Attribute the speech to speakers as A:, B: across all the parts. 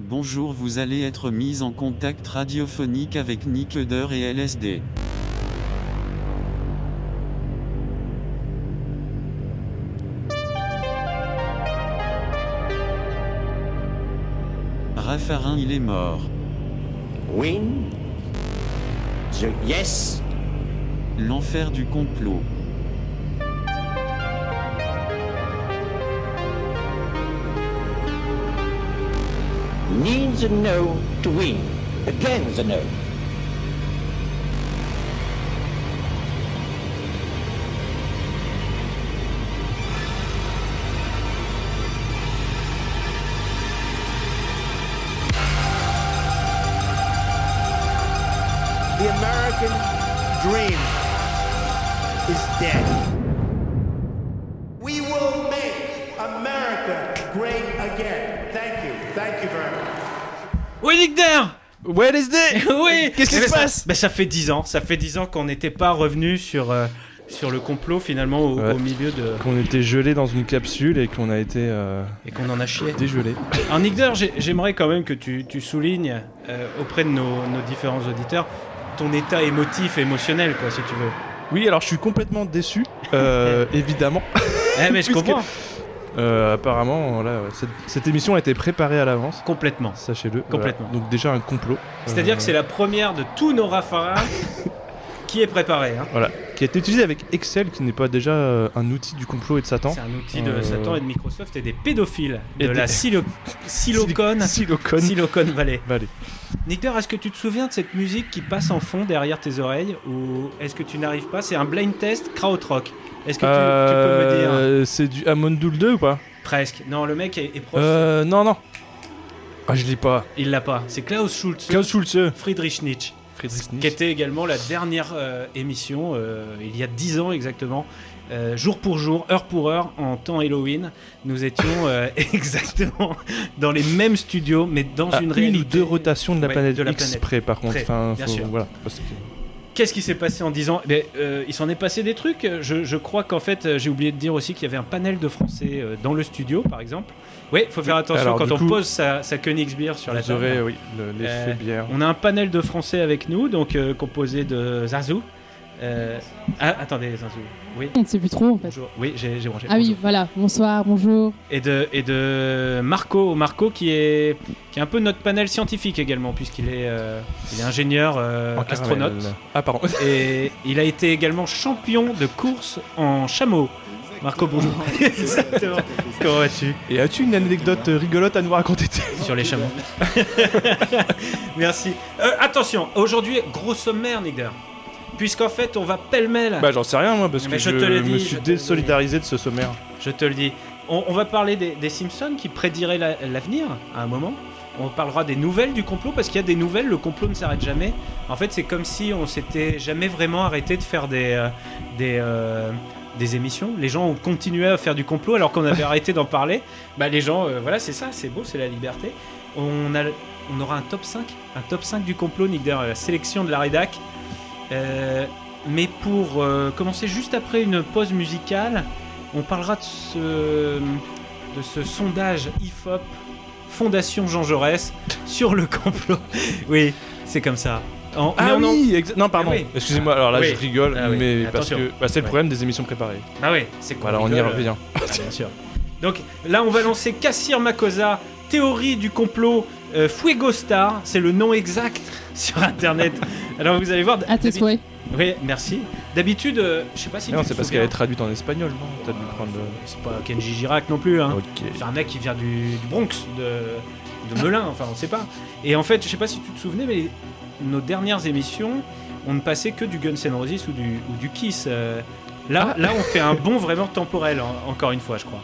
A: Bonjour, vous allez être mis en contact radiophonique avec Nick Eder et LSD. Raffarin, il est mort.
B: Win. The yes.
A: L'enfer du complot.
B: Need the no to win. Again the no.
C: The American dream is dead. We will make America great again. Thank you. Thank you very much.
D: Oui, Nick Der
E: Ouais, LSD
D: Oui
E: Qu'est-ce qui
D: Eh ben,
E: se
D: ça-
E: passe
D: ben, Ça fait 10 ans. Ça fait 10 ans qu'on n'était pas revenu sur, euh, sur le complot, finalement, au,
E: Ouais.
D: au milieu de.
E: Qu'on était gelé dans une capsule et qu'on a été euh,
D: Et qu'on en a chié.
E: dégelé.
D: Alors, Nick Der, j'ai- j'aimerais quand même que tu, tu soulignes euh, auprès de nos, nos différents auditeurs ton état émotif, émotionnel, quoi, si tu veux.
E: Oui, alors je suis complètement déçu, euh, évidemment.
D: Eh, mais je
E: Puisque-
D: comprends.
E: Euh, apparemment, là, ouais, cette, cette émission a été préparée à l'avance.
D: Complètement.
E: Sachez-le.
D: Complètement.
E: Voilà. Donc déjà un complot.
D: C'est-à-dire
E: Euh,
D: que c'est la première de tous nos Raffarins qui est préparée. hein.
E: Voilà, qui a été utilisé avec Excel, qui n'est pas déjà euh, un outil du complot et de Satan.
D: C'est un outil de
E: Euh,
D: Satan et de Microsoft et des pédophiles de
E: et des-
D: la silo... Silicon...
E: Silicon
D: Silicon Valley.
E: Valley.
D: Nicter, est-ce que tu te souviens de cette musique qui passe en fond derrière tes oreilles ou est-ce que tu n'arrives pas C'est un blind test krautrock. Est-ce que tu, tu peux me dire
E: Euh, C'est du Amondoul 2 ou pas
D: Presque. Non, le mec est, est proche.
E: Euh, non, non. Ah, je lis pas.
D: Il l'a pas. C'est Klaus Schulze.
E: Klaus Schulze.
D: Friedrich Nietzsche,
E: Friedrich
D: qui était également la dernière euh, émission, euh, il y a 10 ans exactement, euh, jour pour jour, heure pour heure, en temps Halloween. Nous étions euh, exactement dans les mêmes studios, mais dans
E: Ah,
D: une
E: une
D: réalité.
E: ou deux rotations de la
D: Ouais,
E: planète
D: de la
E: X
D: planète.
E: près, par contre.
D: Près,
E: Enfin,
D: bien
E: faut-
D: sûr.
E: voilà. Parce que-
D: Qu'est-ce qui s'est passé en 10 ans Eh bien, euh, Il s'en est passé des trucs. Je, je crois qu'en fait, euh, j'ai oublié de dire aussi qu'il y avait un panel de Français euh, dans le studio, par exemple. Oui, faut faire attention
E: Alors,
D: quand
E: du
D: on
E: coup,
D: pose sa, sa Königsbeer sur la
E: Vous
D: table.
E: aurez, oui, le- l'effet
D: Euh,
E: bière.
D: On a un panel de Français avec nous, donc euh, composé de Zazou. Euh, ah, attendez, Zazou. Oui,
F: On ne sait plus trop en fait.
D: bonjour. Oui, j'ai j'ai branché.
F: Ah oui,
D: Bonjour.
F: voilà, bonsoir, bonjour.
D: Et de, et de Marco. Marco qui est, qui est un peu notre panel scientifique également, puisqu'il est, euh, il est ingénieur, euh,
E: En caramel.
D: astronaute.
E: Ah, pardon.
D: Et il a été également champion de course en chameau. Marco, bonjour. Exactement. Comment vas-tu
E: Et as-tu une anecdote euh, rigolote à nous raconter
D: Sur les chameaux. Merci. Euh, attention, aujourd'hui, gros sommaire, Nigder. Puisqu'en fait, on va pêle-mêle,
E: Bah, j'en sais rien, moi, parce
D: Mais
E: que
D: je
E: je,
D: te l'ai
E: me
D: dit, je
E: suis
D: te l'ai dit.
E: désolidarisé de ce sommaire.
D: je te le dis. On, on va parler des, des Simpsons qui prédiraient la- l'avenir à un moment. On parlera des nouvelles du complot parce qu'il y a des nouvelles, le complot ne s'arrête jamais. En fait, c'est comme si on s'était jamais vraiment arrêté de faire des, euh, des, euh, des émissions. Les gens ont continué à faire du complot alors qu'on avait arrêté d'en parler. Bah, les gens, euh, voilà, c'est ça, c'est beau, c'est la liberté. On, a, on aura un top 5, un top 5 du complot, Nick Derr, la sélection de la rédac. Euh, mais pour euh, commencer juste après une pause musicale, on parlera de ce, de ce sondage IFOP Fondation Jean Jaurès sur le complot. Oui, c'est comme ça. En- mais
E: Ah
D: on en-
E: oui, exa- non pardon.
D: Ah oui.
E: Excusez-moi, alors là
D: Oui.
E: je rigole,
D: Ah oui.
E: mais parce
D: Attention.
E: que bah, c'est le
D: Ouais.
E: problème des émissions préparées.
D: Ah ouais, c'est quoi
E: Voilà, on y revient.
D: bien sûr. Donc là, on va lancer Kassir Makosa, théorie du complot, euh, Fuego Star, c'est le nom exact sur internet. Alors vous allez voir.
F: À tes
D: d'habi-
F: souhaits.
D: Oui, merci. D'habitude, euh, je sais pas si.
E: Ah non,
D: tu te
E: c'est parce qu'elle
D: souviens.
E: est traduite en espagnol, non T'as dû prendre euh, le-
D: C'est pas Kenji Girac non plus, hein.
E: Ok.
D: C'est un mec qui vient du, du Bronx, de, de Melun, enfin on sait pas. Et en fait, je sais pas si tu te souvenais, mais nos dernières émissions, on ne passait que du Guns N' Roses ou du, ou du Kiss. euh. là, là, on fait un bond vraiment temporel, en- encore une fois, je crois.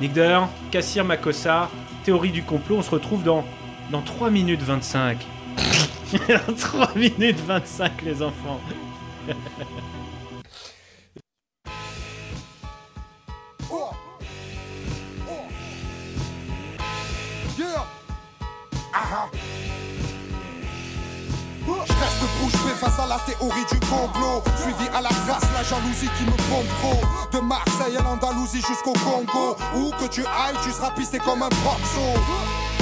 D: Nick Deller, Kassir Makossa, théorie du complot, on se retrouve dans, dans 3 minutes 25. 3 minutes 25, les enfants.
G: Yeah. Ah ah. Je reste bouche bée face à la théorie du complot Suivi à la trace, la jalousie qui me pompe trop De Marseille à l'Andalousie jusqu'au Congo Où que tu ailles, tu seras pisté comme un proxo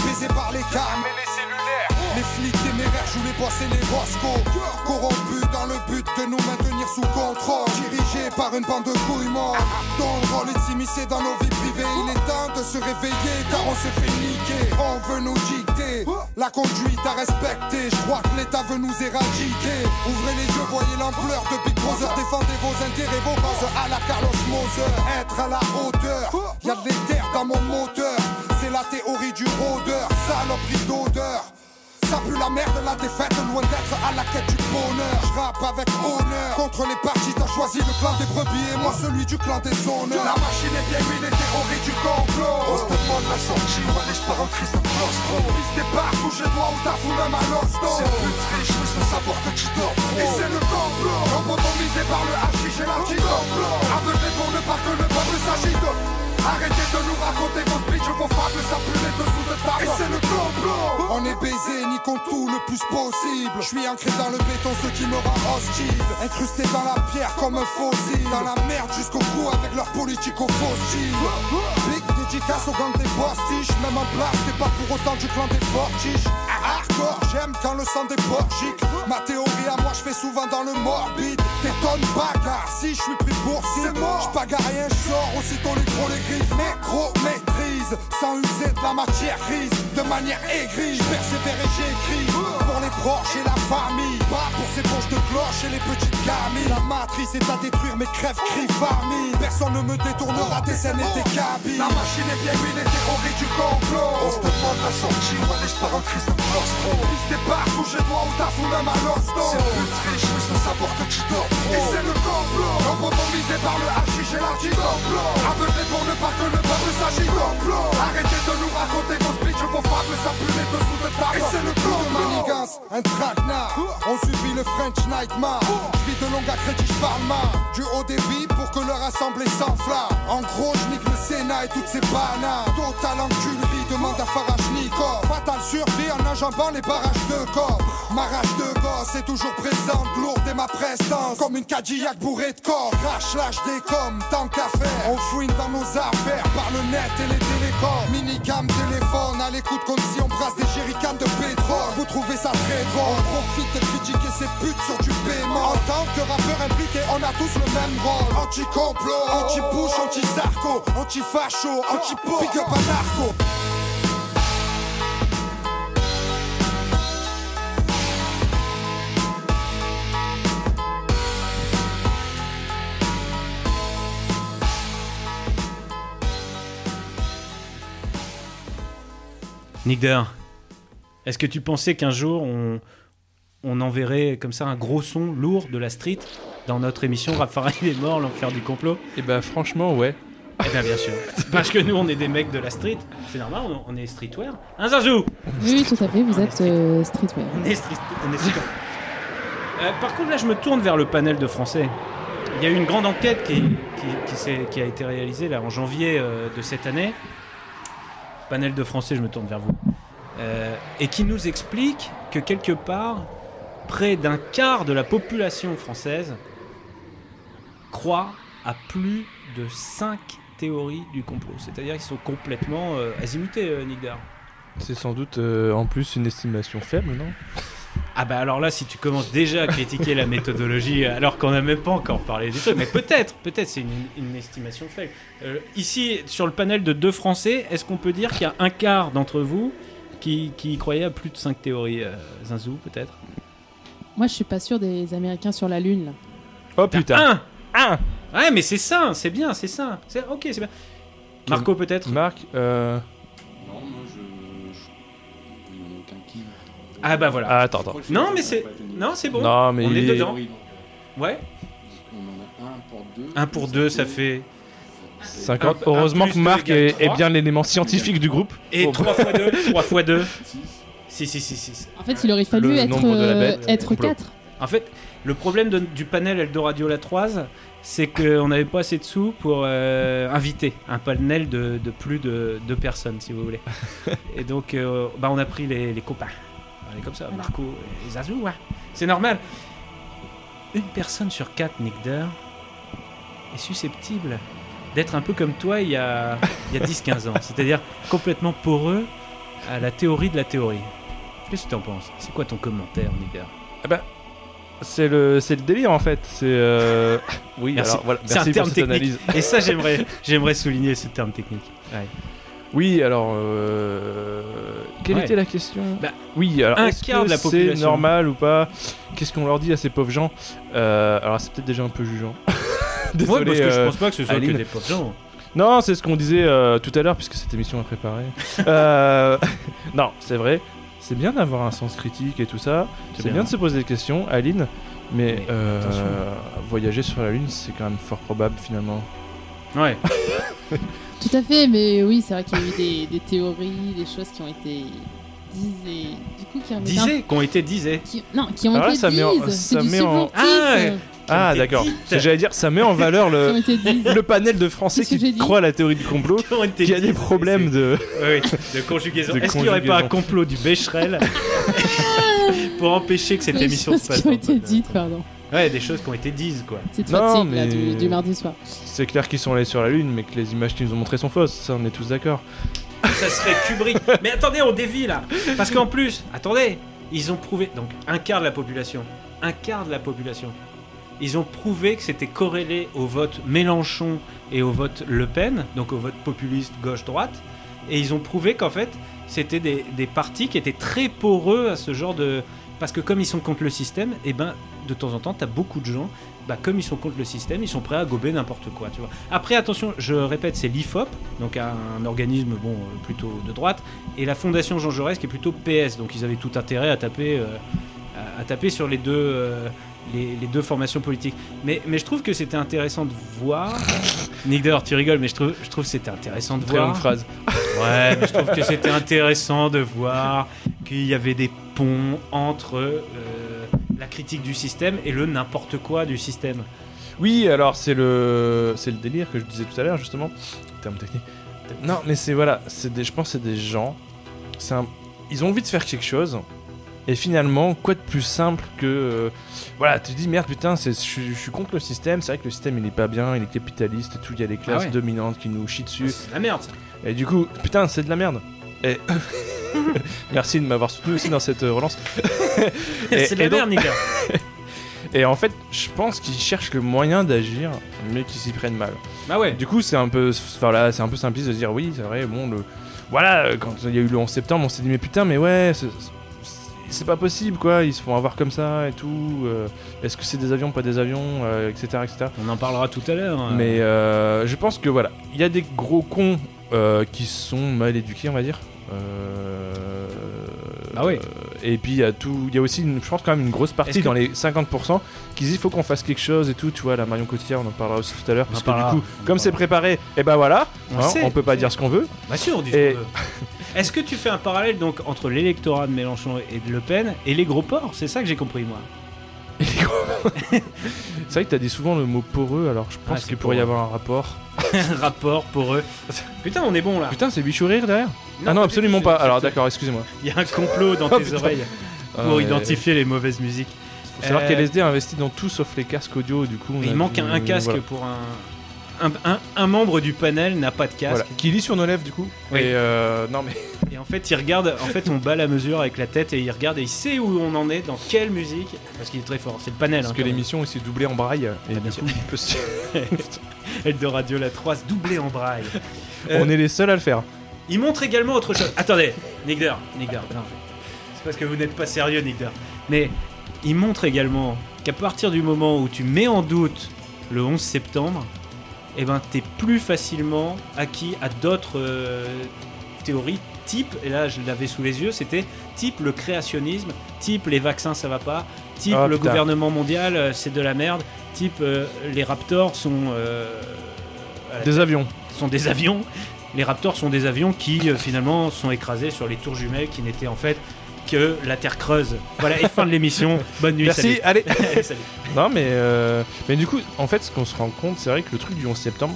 G: baisé par les câbles et les cellulaires. Les flics et mes verres jouent les boss et les roscos. Corrompus dans le but de nous maintenir sous contrôle. Dirigés par une bande de couilles morts. Dont le rôle est de s'immiscer dans nos vies privées. Il est temps de se réveiller car on se fait niquer. On veut nous dicter la conduite à respecter. Je crois que l'État veut nous éradiquer. Ouvrez les yeux, voyez l'ampleur de Big Brother. Défendez vos intérêts, vos causes à la Carlos Moser. Être à la hauteur, y a de l'éther dans mon moteur. C'est la théorie du rôdeur, saloperie d'odeur. Ça pue la merde, la défaite, loin d'être à la quête du bonheur. Je rappe avec honneur. Contre les partis, t'as choisi le clan des brebis et moi celui du clan des honneurs. La machine est bien huilée, théorie du complot. On se demande la sortie, on allège par un Christ de claustro. Piste des bars, touche les doigts ou t'as fou même à l'hosto. C'est plus triche, mais sans savoir que tu dors. Et c'est le complot. Lobotomisé par le hachis et l'anti-complot. Aveuglé pour ne pas que le peuple s'agite. Arrêtez de nous raconter vos speeches, vos fables, ça pue les dessous de table. Et c'est le complot. On est baisé, niquons tout le plus possible. Je suis ancré dans le béton, ce qui me rend hostile. Incrusté dans la pierre comme un fossile. Dans la merde jusqu'au cou avec leur politique au fossile. Big dédicace au gang des postiches. Même en place, t'es pas pour autant du clan des fortiches. Hardcore, j'aime quand le sang des porchiques. Ma théorie à moi, je fais souvent dans le morbide. Des tonnes bagarre, si je suis pris pour cible. Je bagarre rien, je sors aussitôt les gros les griffes. Nécro maîtrise, sans user de la matière grise. De manière aigrie, je persévère et j'écris. Pour les proches et la famille, pas pour ces poches de cloche et les petites camis. La matrice est à détruire, mes crèves crie famille. Personne ne me détournera des scènes et des cabines. La machine est bien huilée, théorie du complot. On se demande la sortie, on allège par un Christ de claustro. Ils se débarquent, ou chez toi, ou t'as fou même à l'hosto. C'est plus triche, mais sans savoir que tu dors. Et c'est le complot, lobotomisé par le hashish et l'archi-complot. Aveuglé pour ne pas que le peuple s'agit complot. Arrêtez de nous raconter vos speeches, vos fables, ça pue les dessous de table. Et c'est le complot. Manigance, un traquenard, on subit le French Nightmare. Je vis de longue à crédit, je parle mal. Du haut débit pour que leur assemblée s'enflamme. En gros, je nique le Sénat et toutes ses bananes. Total enculerie, demande à Farage Nikov. Fatal survie en enjambant les barrages de corps. Ma rage de gosse est toujours présente, lourde et ma prestance. Comme une Cadillac bourrée de corps. Crash, lâche des coms, tant qu'à faire. On fouine dans nos affaires par le net et les télécoms. Minicam, téléphone, à l'écoute comme si on brasse des jerrycans de pétrole. Vous trouvez ça très drôle. On profite de critiquer ces putes sur du paiement. En tant que rappeur impliqué, on a tous le même rôle. Anti-complot, anti-push, anti-sarco, anti-facho, anti-pop, big up anarcho.
D: Nick Deur, est-ce que tu pensais qu'un jour on, on enverrait comme ça un gros son lourd de la street dans notre émission Raphaël est mort, l'enfer du complot
E: Et bah franchement, ouais.
D: Eh bien, bien sûr. Parce que nous, on est des mecs de la street. C'est normal, on- on est streetwear. Un zazou
F: Oui, oui, tout à fait, vous êtes euh, streetwear.
D: On est street. On est street- Euh, par contre, là, je me tourne vers le panel de Français. Il y a eu une grande enquête qui, qui- qui s'est- qui a été réalisée là, en janvier euh, de cette année. Panel de Français, je me tourne vers vous. Euh, et qui nous explique que quelque part, près d'un quart de la population française croit à plus de 5 théories du complot. C'est-à-dire qu'ils sont complètement euh, azimutés, euh, Nick Dar.
E: C'est sans doute euh, en plus une estimation faible, non
D: Ah bah alors là, si tu commences déjà à critiquer la méthodologie euh, alors qu'on n'a même pas encore parlé du truc, mais peut-être, peut-être c'est une, une estimation faible. Euh, ici, sur le panel de deux Français, est-ce qu'on peut dire qu'il y a un quart d'entre vous qui, qui croyait à plus de cinq théories euh, Zinzou, peut-être
F: Moi, je suis pas sûr des Américains sur la Lune, là.
E: Oh putain
D: Un
E: Un
D: Ouais, mais c'est ça, c'est bien, c'est ça. C'est- Ok, c'est bien. Marco, peut-être
E: Marc, euh...
H: Non, moi je. je- Il n'y en a aucun qui.
D: Ah bah voilà.
E: ah, attends, attends.
H: Je crois que
D: Non,
H: je-
D: mais
H: je-
D: c'est-
H: je-
D: Non, c'est bon.
E: Non, mais
D: On
E: il
D: est
E: est-
D: dedans.
H: Oui, donc,
D: Ouais.
H: On en a un pour deux.
D: Un pour deux, ça fait...
E: 50.
D: Un- un
E: Heureusement
D: plus
E: que
D: deux
E: Marc
D: égale
E: est, est
D: trois.
E: bien l'élément scientifique du groupe.
D: Et
E: Oh, bah,
D: trois fois deux, trois fois deux.
H: Six.
D: Si, si, si, si. si.
F: En fait, il aurait fallu
E: Le
F: être,
E: nombre de la bête,
F: euh, être
E: complot.
F: 4.
D: En fait, le problème de- du panel Eldoradio La Troise, c'est qu'on n'avait pas assez de sous pour euh, inviter un panel de, de plus de deux personnes, si vous voulez. Et donc, euh, bah, on a pris les, les copains. Allez, comme ça, Marco et Zazou, hein. c'est normal. Une personne sur quatre, Nick Durr, est susceptible d'être un peu comme toi il y a, il y a 10-15 ans, c'est-à-dire complètement poreux à la théorie de la théorie. Qu'est-ce que t'en penses C'est quoi ton commentaire, Niger
E: Eh ben, C'est le, c'est le délire en fait. C'est. euh, Oui,
D: Merci.
E: alors voilà.
D: C'est
E: Merci
D: un terme
E: pour cette
D: technique.
E: analyse.
D: Et ça, j'aimerais, j'aimerais souligner ce terme technique. Ouais.
E: Oui, alors. euh, Quelle
D: Ouais.
E: était la question
D: Bah,
E: Oui, alors.
D: un
E: est-ce
D: quart
E: que
D: de la population.
E: C'est normal ou pas Qu'est-ce qu'on leur dit à ces pauvres gens Euh, Alors, c'est peut-être déjà un peu jugeant. Désolé.
D: Ouais, parce que je
E: euh,
D: pense pas que ce soit
E: Aline.
D: que des pauvres gens.
E: Non, c'est ce qu'on disait euh, tout à l'heure, puisque cette émission est préparée. Euh, non, c'est vrai. C'est bien d'avoir un sens critique et tout ça. C'est bien. de se poser des questions, Aline. Mais,
D: Mais
E: euh,
D: attention.
E: voyager sur la Lune, c'est quand même fort probable finalement.
D: Ouais.
F: Tout à fait, mais oui, c'est vrai qu'il y a eu des, des théories, des choses qui ont été dites et du coup qui ont été un-
D: Disait, qu'on était disait.
F: qui- non, qui ont
E: Alors là,
F: été
E: Ah, ça met en-
F: dites,
E: ça
F: c'est du
E: met en-
F: subjonctif,
D: Ah,
F: euh,
E: Ah,
D: été
E: d'accord.
D: dite.
E: C'est- J'allais dire, ça met en valeur
F: qui ont
E: le,
F: été dites.
E: le panel de Français
F: Qu'est-ce que j'ai
E: qui
F: dit
E: croient à la théorie du complot,
D: Qu'on était
E: qui a des
D: disait,
E: problèmes de.
D: Oui, de conjugaison.
E: De
D: Est-ce qu'il n'y aurait pas un
E: conjugaison.
D: complot du Becherel pour empêcher que cette
F: Les
D: émission se
F: choses
D: passe
F: qui ont
D: dans
F: été
D: le-
F: dites, pardon.
D: Ouais, des choses qui ont été dites, quoi.
F: Petite
E: Non,
F: fatigue là,
E: mais-
F: du, du mardi soir.
E: C'est clair qu'ils sont allés sur la Lune, mais que les images qu'ils nous ont montrées sont fausses. Ça, on est tous d'accord.
D: Ça serait Kubrick. Mais attendez, on dévie là. Parce qu'en plus, attendez, ils ont prouvé. Donc, un quart de la population. Un quart de la population. Ils ont prouvé que c'était corrélé au vote Mélenchon et au vote Le Pen, donc au vote populiste gauche-droite. Et ils ont prouvé qu'en fait, c'était des, des partis qui étaient très poreux à ce genre de. Parce que comme ils sont contre le système, et ben, de temps en temps, t'as beaucoup de gens. Bah, comme ils sont contre le système, ils sont prêts à gober n'importe quoi, tu vois. Après, attention, je répète, c'est l'IFOP, donc un organisme bon euh, plutôt de droite, et la Fondation Jean Jaurès qui est plutôt PS, donc ils avaient tout intérêt à taper, euh, à, à taper sur les deux, euh, les, les deux formations politiques. Mais, mais je trouve que c'était intéressant de voir. Nick d'ailleurs, tu rigoles, mais je trouve, je trouve que c'était intéressant de
E: Très longue
D: voir.
E: phrase.
D: Ouais, mais je trouve que c'était intéressant de voir qu'il y avait des ponts entre euh, la critique du système et le n'importe quoi du système.
E: Oui, alors c'est le c'est le délire que je disais tout à l'heure justement. Terme technique. Non, mais c'est voilà, c'est des je pense que c'est des gens. C'est un- ils ont envie de faire quelque chose. Et finalement, quoi de plus simple que euh, voilà, tu te dis merde putain, c'est je suis je suis contre le système, c'est vrai que le système il est pas bien, il est capitaliste et tout, il y a les classes
D: Ah ouais. Ah,
E: dominantes qui nous chient dessus.
D: C'est de la merde. ça.
E: Et du coup, putain, c'est de la merde. Et merci de m'avoir soutenu aussi dans cette euh, relance. Et-
D: C'est de la
E: et donc-
D: merde, Nick. Dehors.
E: Et en fait, je pense qu'ils cherchent le moyen d'agir, mais qu'ils s'y prennent mal.
D: Bah ouais.
E: Du coup, c'est un peu, enfin, là, c'est un peu simpliste de dire oui, c'est vrai. Bon, le, voilà, euh, quand il y a eu le 11 septembre, on s'est dit mais putain, mais ouais, c'est- c'est- c'est pas possible quoi. Ils se font avoir comme ça et tout. euh, Est-ce que c'est des avions, pas des avions, euh, etc., etc.
D: On en parlera tout à l'heure. hein.
E: Mais euh, je pense que voilà, il y a des gros cons euh, qui sont mal éduqués, on va dire. Euh,
D: Bah oui.
E: euh, et puis il y a tout, il y a aussi, une, je pense quand même une grosse partie
D: Est-ce que-
E: dans les 50% qui disent il faut qu'on fasse quelque chose et tout. Tu vois, la Marion Cotillard, on en parlera aussi tout à l'heure.
D: On
E: Parce
D: en
E: que du
D: parlera,
E: coup,
D: on en
E: comme c'est préparé, et ben voilà,
D: On
E: on,
D: le sait,
E: on peut pas
D: on
E: dire
D: sait.
E: ce qu'on veut.
D: Bah sûr, on dit ce
E: Et-
D: qu'on veut. Est-ce que tu fais un parallèle donc entre l'électorat de Mélenchon et de Le Pen et les gros porcs C'est ça que j'ai compris moi.
E: C'est vrai que t'as dit souvent le mot poreux, alors je
D: Ah,
E: pense
D: c'est
E: qu'il pourrait y
D: poreux.
E: avoir un rapport.
D: Rapport pour eux. Putain, on est bon là.
E: Putain, c'est bichou rire derrière Ah
D: pas
E: non,
D: du
E: absolument
D: tout,
E: pas.
D: c'est-
E: Alors
D: c'est-
E: d'accord, excusez-moi.
D: Il y a un complot dans
E: Oh,
D: tes
E: putain.
D: oreilles pour
E: Euh,
D: identifier les mauvaises musiques.
E: Faut savoir
D: Euh,
E: qu'LSD a investi dans tout sauf les casques audio, du coup. on
D: Mais
E: a
D: il manque
E: dû-
D: un, un casque
E: voilà.
D: pour un... Un, un- un membre du panel n'a pas de casque
E: Voilà, qui lit sur nos lèvres du coup.
D: Oui.
E: Et euh, non mais
D: et en fait il regarde en fait on bat la mesure avec la tête et il regarde et il sait où on en est dans quelle musique parce qu'il est très fort c'est le panel
E: parce
D: hein,
E: que
D: quand même.
E: l'émission s'est doublée en braille et
D: Ah, bien
E: du
D: sûr.
E: coup il peut se-
D: Eldoradio la 3 doublé en braille
E: on est les seuls à le faire.
D: Il montre également autre chose. Attendez, Nigder, Nigder, non. C'est parce que vous n'êtes pas sérieux, Nigder. Mais il montre également qu'à partir du moment où tu mets en doute le 11 septembre, eh ben t'es plus facilement acquis à d'autres euh, théories type, et là je l'avais sous les yeux, c'était type le créationnisme, type les vaccins ça va pas, type
E: Ah,
D: le
E: putain.
D: gouvernement mondial euh, c'est de la merde, type euh, les raptors sont euh, à la
E: Des avions.
D: Euh, sont des avions. Les Raptors sont des avions qui euh, finalement sont écrasés sur les tours jumelles qui n'étaient en fait que la Terre creuse. Voilà, et fin de l'émission. Bonne nuit,
E: Merci,
D: salut.
E: allez.
D: Allez, salut.
E: non mais euh, mais du coup en fait ce qu'on se rend compte c'est vrai que le truc du 11 septembre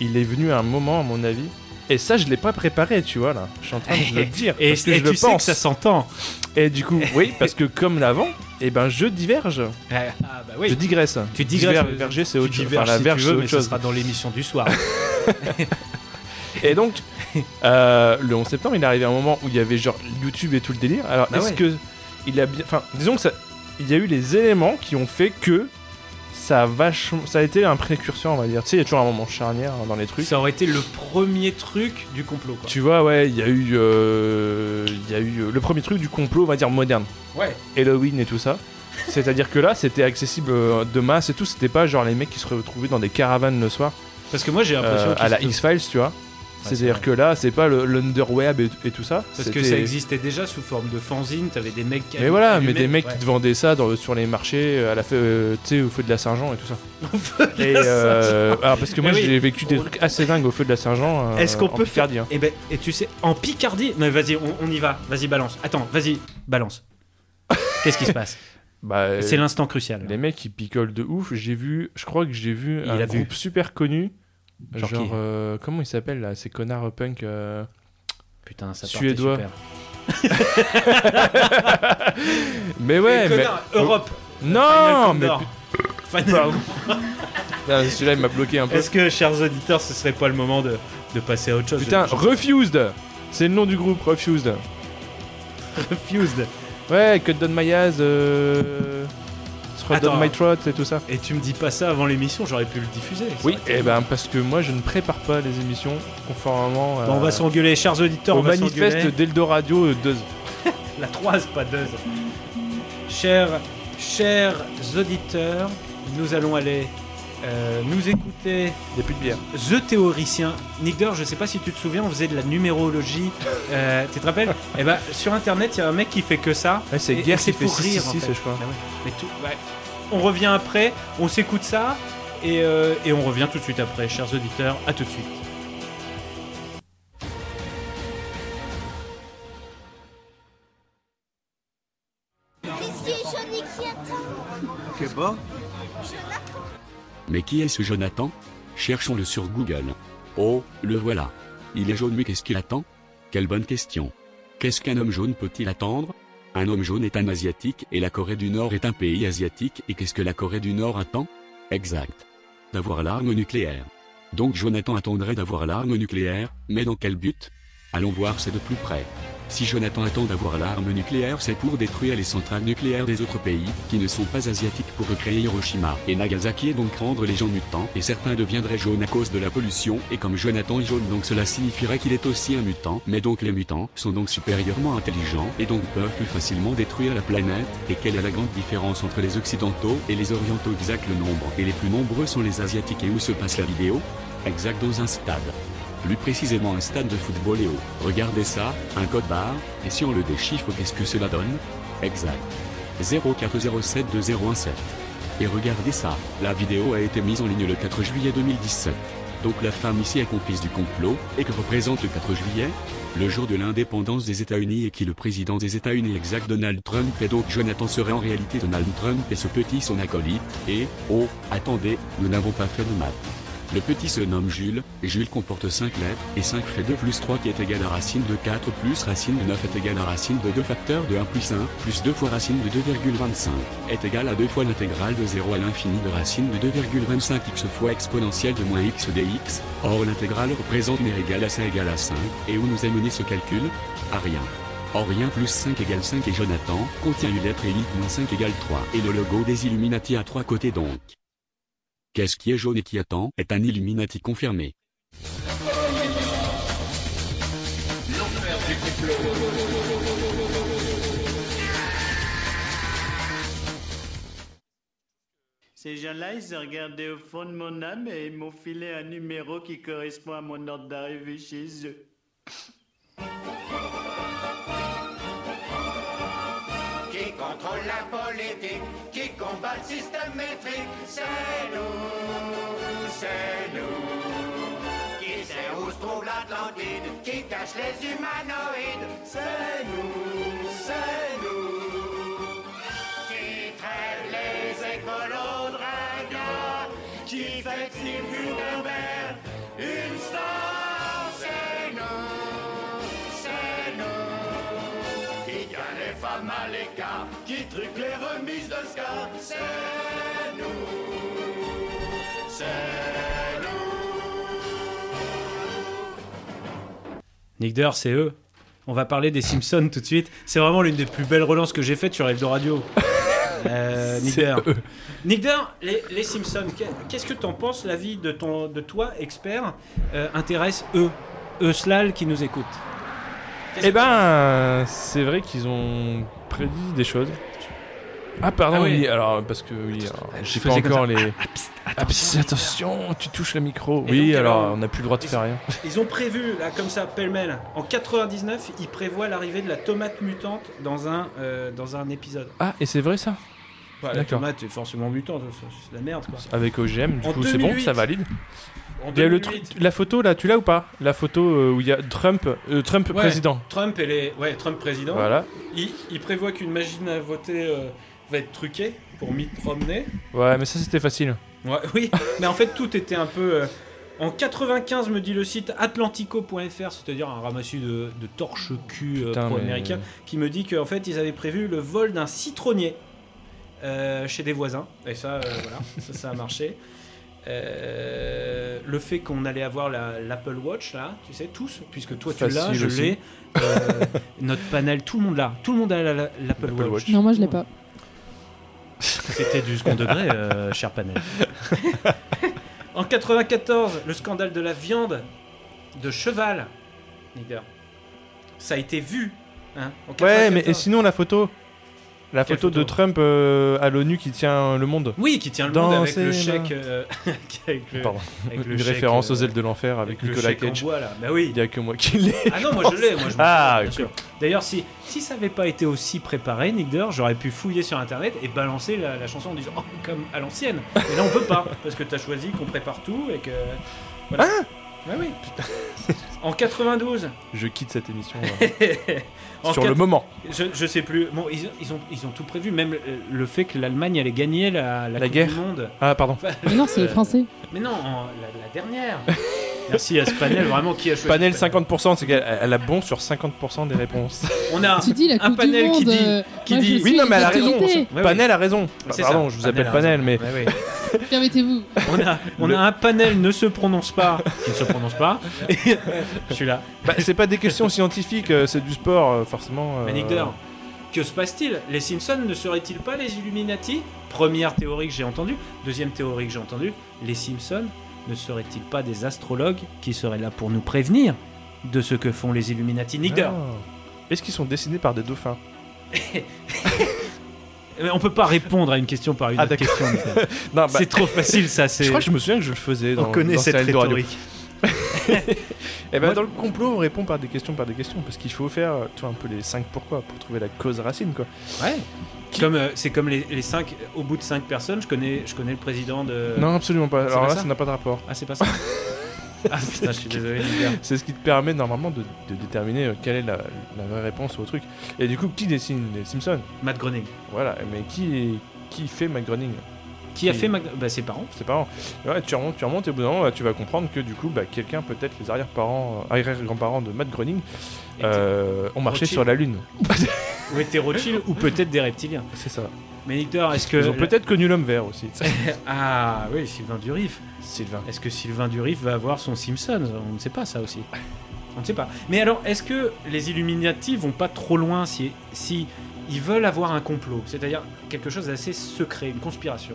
E: il est venu à un moment à mon avis et ça je l'ai pas préparé tu vois là. Je suis en train de le dire
D: Et,
E: parce que
D: et
E: je
D: tu
E: le
D: sais que
E: pense.
D: ça s'entend.
E: Et du coup oui parce que comme l'avant et ben je diverge.
D: Ah bah oui.
E: Je digresse.
D: tu digresses. euh,
E: Diver- verger, c'est
D: tu
E: autre chose.
D: diverges
E: Enfin, la
D: si
E: verge
D: tu
E: c'est
D: veux,
E: autre
D: mais ce
E: chose.
D: sera dans l'émission du soir.
E: Et donc, Euh, le 11 septembre, il est arrivé un moment où il y avait genre YouTube et tout le délire. Alors,
D: Bah
E: est-ce
D: ouais.
E: que il a bien. Enfin, disons que ça. Il y a eu les éléments qui ont fait que ça a vachement. Ça a été un précurseur, on va dire. Tu sais, il y a toujours un moment charnière hein, dans les trucs.
D: Ça aurait été le premier truc du complot, quoi.
E: Tu vois, ouais, il y a eu. euh, Il y a eu euh, le premier truc du complot, on va dire, moderne.
D: Ouais.
E: Halloween et tout ça. C'est-à-dire que là, c'était accessible euh, de masse et tout. C'était pas genre les mecs qui se retrouvaient dans des caravanes le soir
D: Parce que moi, j'ai l'impression
E: euh,
D: que
E: à la X-Files, tu vois. C'est-à-dire que là, c'est pas le- l'underweb et, et tout ça.
D: Parce que
E: C'était-
D: ça existait déjà sous forme de fanzine, t'avais des mecs qui
E: Mais voilà, mais
D: allumaient-
E: des mecs qui
D: Ouais.
E: te vendaient ça dans- sur les marchés euh, à la feu, euh, tu sais, au feu de la Saint-Jean et tout ça.
D: Au feu de
E: Et
D: la
E: euh, alors parce que moi
D: Mais oui.
E: j'ai vécu des trucs assez dingues au feu de la Saint-Jean. euh,
D: Est-ce qu'on
E: en
D: peut faire-
E: Picardie, hein.
D: Et ben, et tu sais, en Picardie. Mais vas-y, on, on y va. Vas-y, balance. Attends, vas-y, balance. Qu'est-ce qui se passe
E: Bah, euh,
D: C'est l'instant crucial.
E: les mecs qui picolent de ouf. J'ai vu, je crois que j'ai vu
D: Il
E: un
D: a vu.
E: groupe super connu.
D: Genre
E: Genre,
D: qui
E: euh, comment il s'appelle là Ces connards punk. euh,
D: Putain, ça partait
E: Suédois.
D: super.
E: Mais ouais,
D: Les
E: mais.
D: connards, Europe.
E: Non, mais
D: Final Condor. Final
E: Pardon. putain, celui-là il m'a bloqué un peu.
D: Est-ce que, chers auditeurs, ce serait pas le moment de, de passer à autre chose
E: Putain,
D: Je-
E: Refused C'est le nom du groupe, Refused.
D: Refused.
E: Ouais, Cut Down My Ass, euh. Throw
D: Attends.
E: Down My Throat et tout ça.
D: Et tu me dis pas ça avant l'émission, j'aurais pu le diffuser. ça
E: Oui,
D: aurait été-
E: et ben parce que moi je ne prépare pas les émissions conformément euh,
D: Bon, on va s'engueuler, chers auditeurs.
E: au
D: on va
E: manifeste
D: s'engueuler.
E: d'Eldoradio 2.
D: La 3, pas 2. Chers, chers auditeurs, nous allons aller euh, nous écouter
E: Il a plus de bière.
D: The Théoricien. Nick Dor, je sais pas si tu te souviens, on faisait de la numérologie. euh, tu te rappelles Eh ben, sur internet, il y a un mec qui fait que ça.
E: Ouais, Eh, c'est
D: Et-
E: Guerre
D: et c'est
E: qui fait
D: pour rire,
E: 6,
D: en fait.
E: je crois.
D: Ah ouais. Mais tout, ouais. On revient après, on s'écoute ça et, euh, et on revient tout de suite après, chers auditeurs. À tout de suite.
I: Mais qui est ce Jonathan Cherchons-le sur Google. Oh, le voilà. Il est jaune mais qu'est-ce qu'il attend Quelle bonne question. Qu'est-ce qu'un homme jaune peut-il attendre Un homme jaune est un Asiatique et la Corée du Nord est un pays asiatique et qu'est-ce que la Corée du Nord attend Exact. D'avoir l'arme nucléaire. Donc Jonathan attendrait d'avoir l'arme nucléaire, mais dans quel but Allons voir ça de plus près. Si Jonathan attend d'avoir l'arme nucléaire, c'est pour détruire les centrales nucléaires des autres pays, qui ne sont pas asiatiques pour recréer Hiroshima et Nagasaki et donc rendre les gens mutants, et certains deviendraient jaunes à cause de la pollution, et comme Jonathan est jaune donc cela signifierait qu'il est aussi un mutant, mais donc les mutants sont donc supérieurement intelligents, et donc peuvent plus facilement détruire la planète, et quelle est la grande différence entre les occidentaux et les orientaux exact le nombre, et les plus nombreux sont les asiatiques et où se passe la vidéo Exact dans un stade plus précisément un stade de football et oh, regardez ça, un code barre, et si on le déchiffre qu'est-ce que cela donne Exact. 04072017. Et regardez ça, la vidéo a été mise en ligne le 4 juillet 2017. Donc la femme ici est complice du complot, et que représente le 4 juillet Le jour de l'indépendance des États-Unis et qui le président des États-Unis exact Donald Trump et donc Jonathan serait en réalité Donald Trump et ce petit son acolyte, et, oh, attendez, nous n'avons pas fait de maths. Le petit se nomme Jules, et Jules comporte 5 lettres, et 5 fait 2 plus 3 qui est égal à racine de 4 plus racine de 9 est égal à racine de 2 facteur de 1 plus 1, plus 2 fois racine de 2,25, est égal à 2 fois l'intégrale de 0 à l'infini de racine de 2,25x fois exponentielle de moins x dx, or l'intégrale représente n égale à 5 égale à 5, et où nous a mené ce calcul À rien. Or rien plus 5 égale 5 et Jonathan contient une lettre et 8 moins 5 égale 3, et le logo des Illuminati à 3 côtés donc. Qu'est-ce qui est jaune et qui attend est un Illuminati confirmé.
J: Ces gens-là, ils ont regardé au fond de mon âme et ils m'ont filé un numéro qui correspond à mon ordre d'arrivée chez eux.
C: Qui contrôle la politique, qui combat le système métrique, c'est nous, c'est nous. Qui sait où se trouve l'Atlantide, qui cache les humanoïdes, c'est nous, c'est nous. Qui traite les écolos de ringards, qui fait de Steve Gutenberg une star, c'est nous, c'est nous. Qui gagne les femmes à l'écart, qui truque les remises de Scar, c'est nous, c'est nous.
D: Nick Deur, c'est eux. On va parler des Simpsons tout de suite. C'est vraiment l'une des plus belles relances que j'ai faites sur Eldoradio. Euh, Nick
E: C'est
D: Deur.
E: eux.
D: Nick Deur, les, les Simpsons, qu'est- qu'est-ce que t'en penses La vie de, ton, de toi, expert, euh, intéresse eux, eux slal qui nous écoutent. Qu'est-ce
E: Eh
D: que-
E: ben, c'est vrai qu'ils ont prédit des choses. Ah pardon,
D: Ah oui.
E: oui, alors parce que oui, alors,
D: je
E: j'ai pas
D: faisais comme
E: encore
D: ça.
E: les.
D: Ah, psst,
E: Ah, psst,
D: attention.
E: attention, tu touches le micro.
D: Et
E: oui,
D: donc,
E: alors,
D: alors,
E: on n'a plus le droit de
D: ils-
E: faire rien.
D: Ils ont prévu, là, comme ça, pêle-mêle, en 99, ils prévoient l'arrivée de la tomate mutante dans un, euh, dans un épisode.
E: Ah, et c'est vrai ça
D: la
E: D'accord.
D: tomate est forcément mutante, c'est- c'est de la merde, quoi.
E: Avec OGM, du
D: En
E: coup, c'est bon,
D: 2008.
E: ça valide.
D: En
E: Il y a le
D: 2008,
E: truc- la photo là, tu l'as ou pas La photo euh, où il y a Trump, euh, Trump
D: Ouais.
E: président.
D: Trump, elle est... ouais, Trump président.
E: Voilà.
D: Il, il prévoit qu'une machine à voter euh, va être truquée pour m'y promener.
E: Ouais, mais ça c'était facile.
D: Ouais, oui, mais en fait, tout était un peu. euh, En 95, me dit le site atlantico.fr, c'est-à-dire un ramassis de, de torche cul euh,
E: Putain,
D: pro-américain, qui me dit qu'en fait, ils avaient prévu le vol d'un citronnier euh, chez des voisins. Et ça, euh, voilà, ça, ça a marché. Euh, le fait qu'on allait avoir la- l'Apple Watch, là, tu sais, tous, puisque toi tu l'as,
E: Facile
D: je
E: aussi.
D: l'ai, euh, notre panel, tout le monde l'a, tout le monde a la- la- l'Apple
E: L'Apple
D: Watch.
E: Watch.
F: Non, moi je l'ai pas.
D: C'était du second degré, euh, cher panel. en 94, le scandale de la viande de cheval, nigger. Ça a été vu. Hein, en
E: Ouais, mais et
D: 94.
E: sinon la photo La
D: Quelle
E: photo, de
D: photo
E: Trump euh, à l'ONU qui tient le monde.
D: Oui, qui tient le
E: Dans
D: monde avec
E: ces
D: le
E: mains.
D: chèque. euh, avec le,
E: Pardon.
D: avec le
E: Une
D: chèque,
E: référence aux
D: euh,
E: ailes de l'enfer avec,
D: le
E: Nicolas
D: chèque en
E: Cage.
D: bois, là. Bah oui.
E: Il y a que moi qui l'ai.
D: Ah non, moi je l'ai, moi je me
E: Ah,
D: souviens, bien sûr. D'ailleurs, si, si ça n'avait pas été aussi préparé, Nick Deur, j'aurais pu fouiller sur internet et balancer la, la chanson en disant oh, comme à l'ancienne. Mais là, on peut pas parce que t'as choisi qu'on prépare tout et que. Voilà.
E: Ah
D: Bah oui. En 92.
E: Je quitte cette émission euh,
D: en
E: sur le
D: quat-
E: moment.
D: je, je sais plus. Bon, ils, ils ont, ils ont tout prévu, même euh, le fait que l'Allemagne allait gagner la,
E: La
D: la, Coupe
E: guerre.
D: du Monde.
E: Ah pardon.
D: Enfin,
F: Mais non, c'est les
D: euh,
F: Français.
D: Mais non, en- la, la dernière. Merci à ce panel, vraiment qui a choisi.
E: Panel
D: ce
E: 50%, c'est qu'elle elle a bon sur 50% des réponses.
D: On a
F: Tu dis la
D: un
F: Coupe du
D: panel
F: Monde.
D: qui dit.
F: euh,
D: qui
F: moi, je
D: dit-
F: suis
E: Oui, non, mais elle a
F: les
E: raison.
F: autorités.
D: Ouais,
E: Panel a raison. Ah,
D: C'est
E: pardon,
D: ça.
E: je vous appelle
D: a
E: Panel,
D: raison.
E: mais
D: Ouais, ouais.
F: Permettez-vous.
D: On a, on a un panel ne se prononce pas, qui ne se prononce pas. Je suis là.
E: Bah, c'est pas des questions scientifiques, euh, c'est du sport, euh, forcément. euh,
D: Mais Nick Deur, que se passe-t-il Les Simpsons ne seraient-ils pas les Illuminati Première théorie que j'ai entendue. Deuxième théorie que j'ai entendue, les Simpsons ne seraient-ils pas des astrologues qui seraient là pour nous prévenir de ce que font les Illuminati Nick Deur,
E: Ah. Est-ce qu'ils sont dessinés par des dauphins
D: mais On peut pas répondre à une question par une
E: Ah,
D: autre
E: d'accord.
D: question. Nick Deur.
E: Non, bah,
D: C'est trop facile ça. C'est.
E: je crois que je me souviens que je le faisais. Dans,
D: on connaît
E: dans
D: cette
E: Serial de Radio.
D: rhétorique.
E: Eh ben, dans le complot, on répond par des questions, par des questions, parce qu'il faut faire, euh, tu vois, un peu les 5 pourquoi pour trouver la cause racine, quoi.
D: Ouais. Comme, euh, c'est comme les, les cinq. Au bout de cinq personnes, je connais, je connais le président de.
E: non, absolument pas.
D: c'est
E: Alors
D: pas
E: là,
D: ça
E: ça n'a pas de rapport.
D: Ah, c'est pas ça. ah putain, je suis désolé, Niger.
E: C'est ce qui te permet normalement de, de déterminer euh, quelle est la, la vraie réponse au truc. Et du coup, qui dessine les Simpsons
D: Matt Groening.
E: Voilà, mais qui qui fait Mike Groening
D: Qui a
E: Qui-
D: fait Mac... bah, ses parents
E: Ses parents. Ouais, tu remontes, tu remontes et au bout d'un moment, bah, tu vas comprendre que du coup, bah, quelqu'un, peut-être les arrière-parents, euh, arrière-grands-parents de Matt Groening, euh, ont marché
D: Rothschild.
E: sur la Lune.
D: Ou étaient Rothschild, ou peut-être des reptiliens.
E: C'est ça.
D: Mais Victor, est-ce que.
E: Ils ont peut-être connu l'homme vert aussi.
D: Ah oui, Sylvain Durif.
E: Sylvain.
D: Est-ce que Sylvain Durif va avoir son Simpsons On ne sait pas ça aussi. On ne sait pas. Mais alors, est-ce que les Illuminati vont pas trop loin si, si ils veulent avoir un complot C'est-à-dire quelque chose d'assez secret, une conspiration.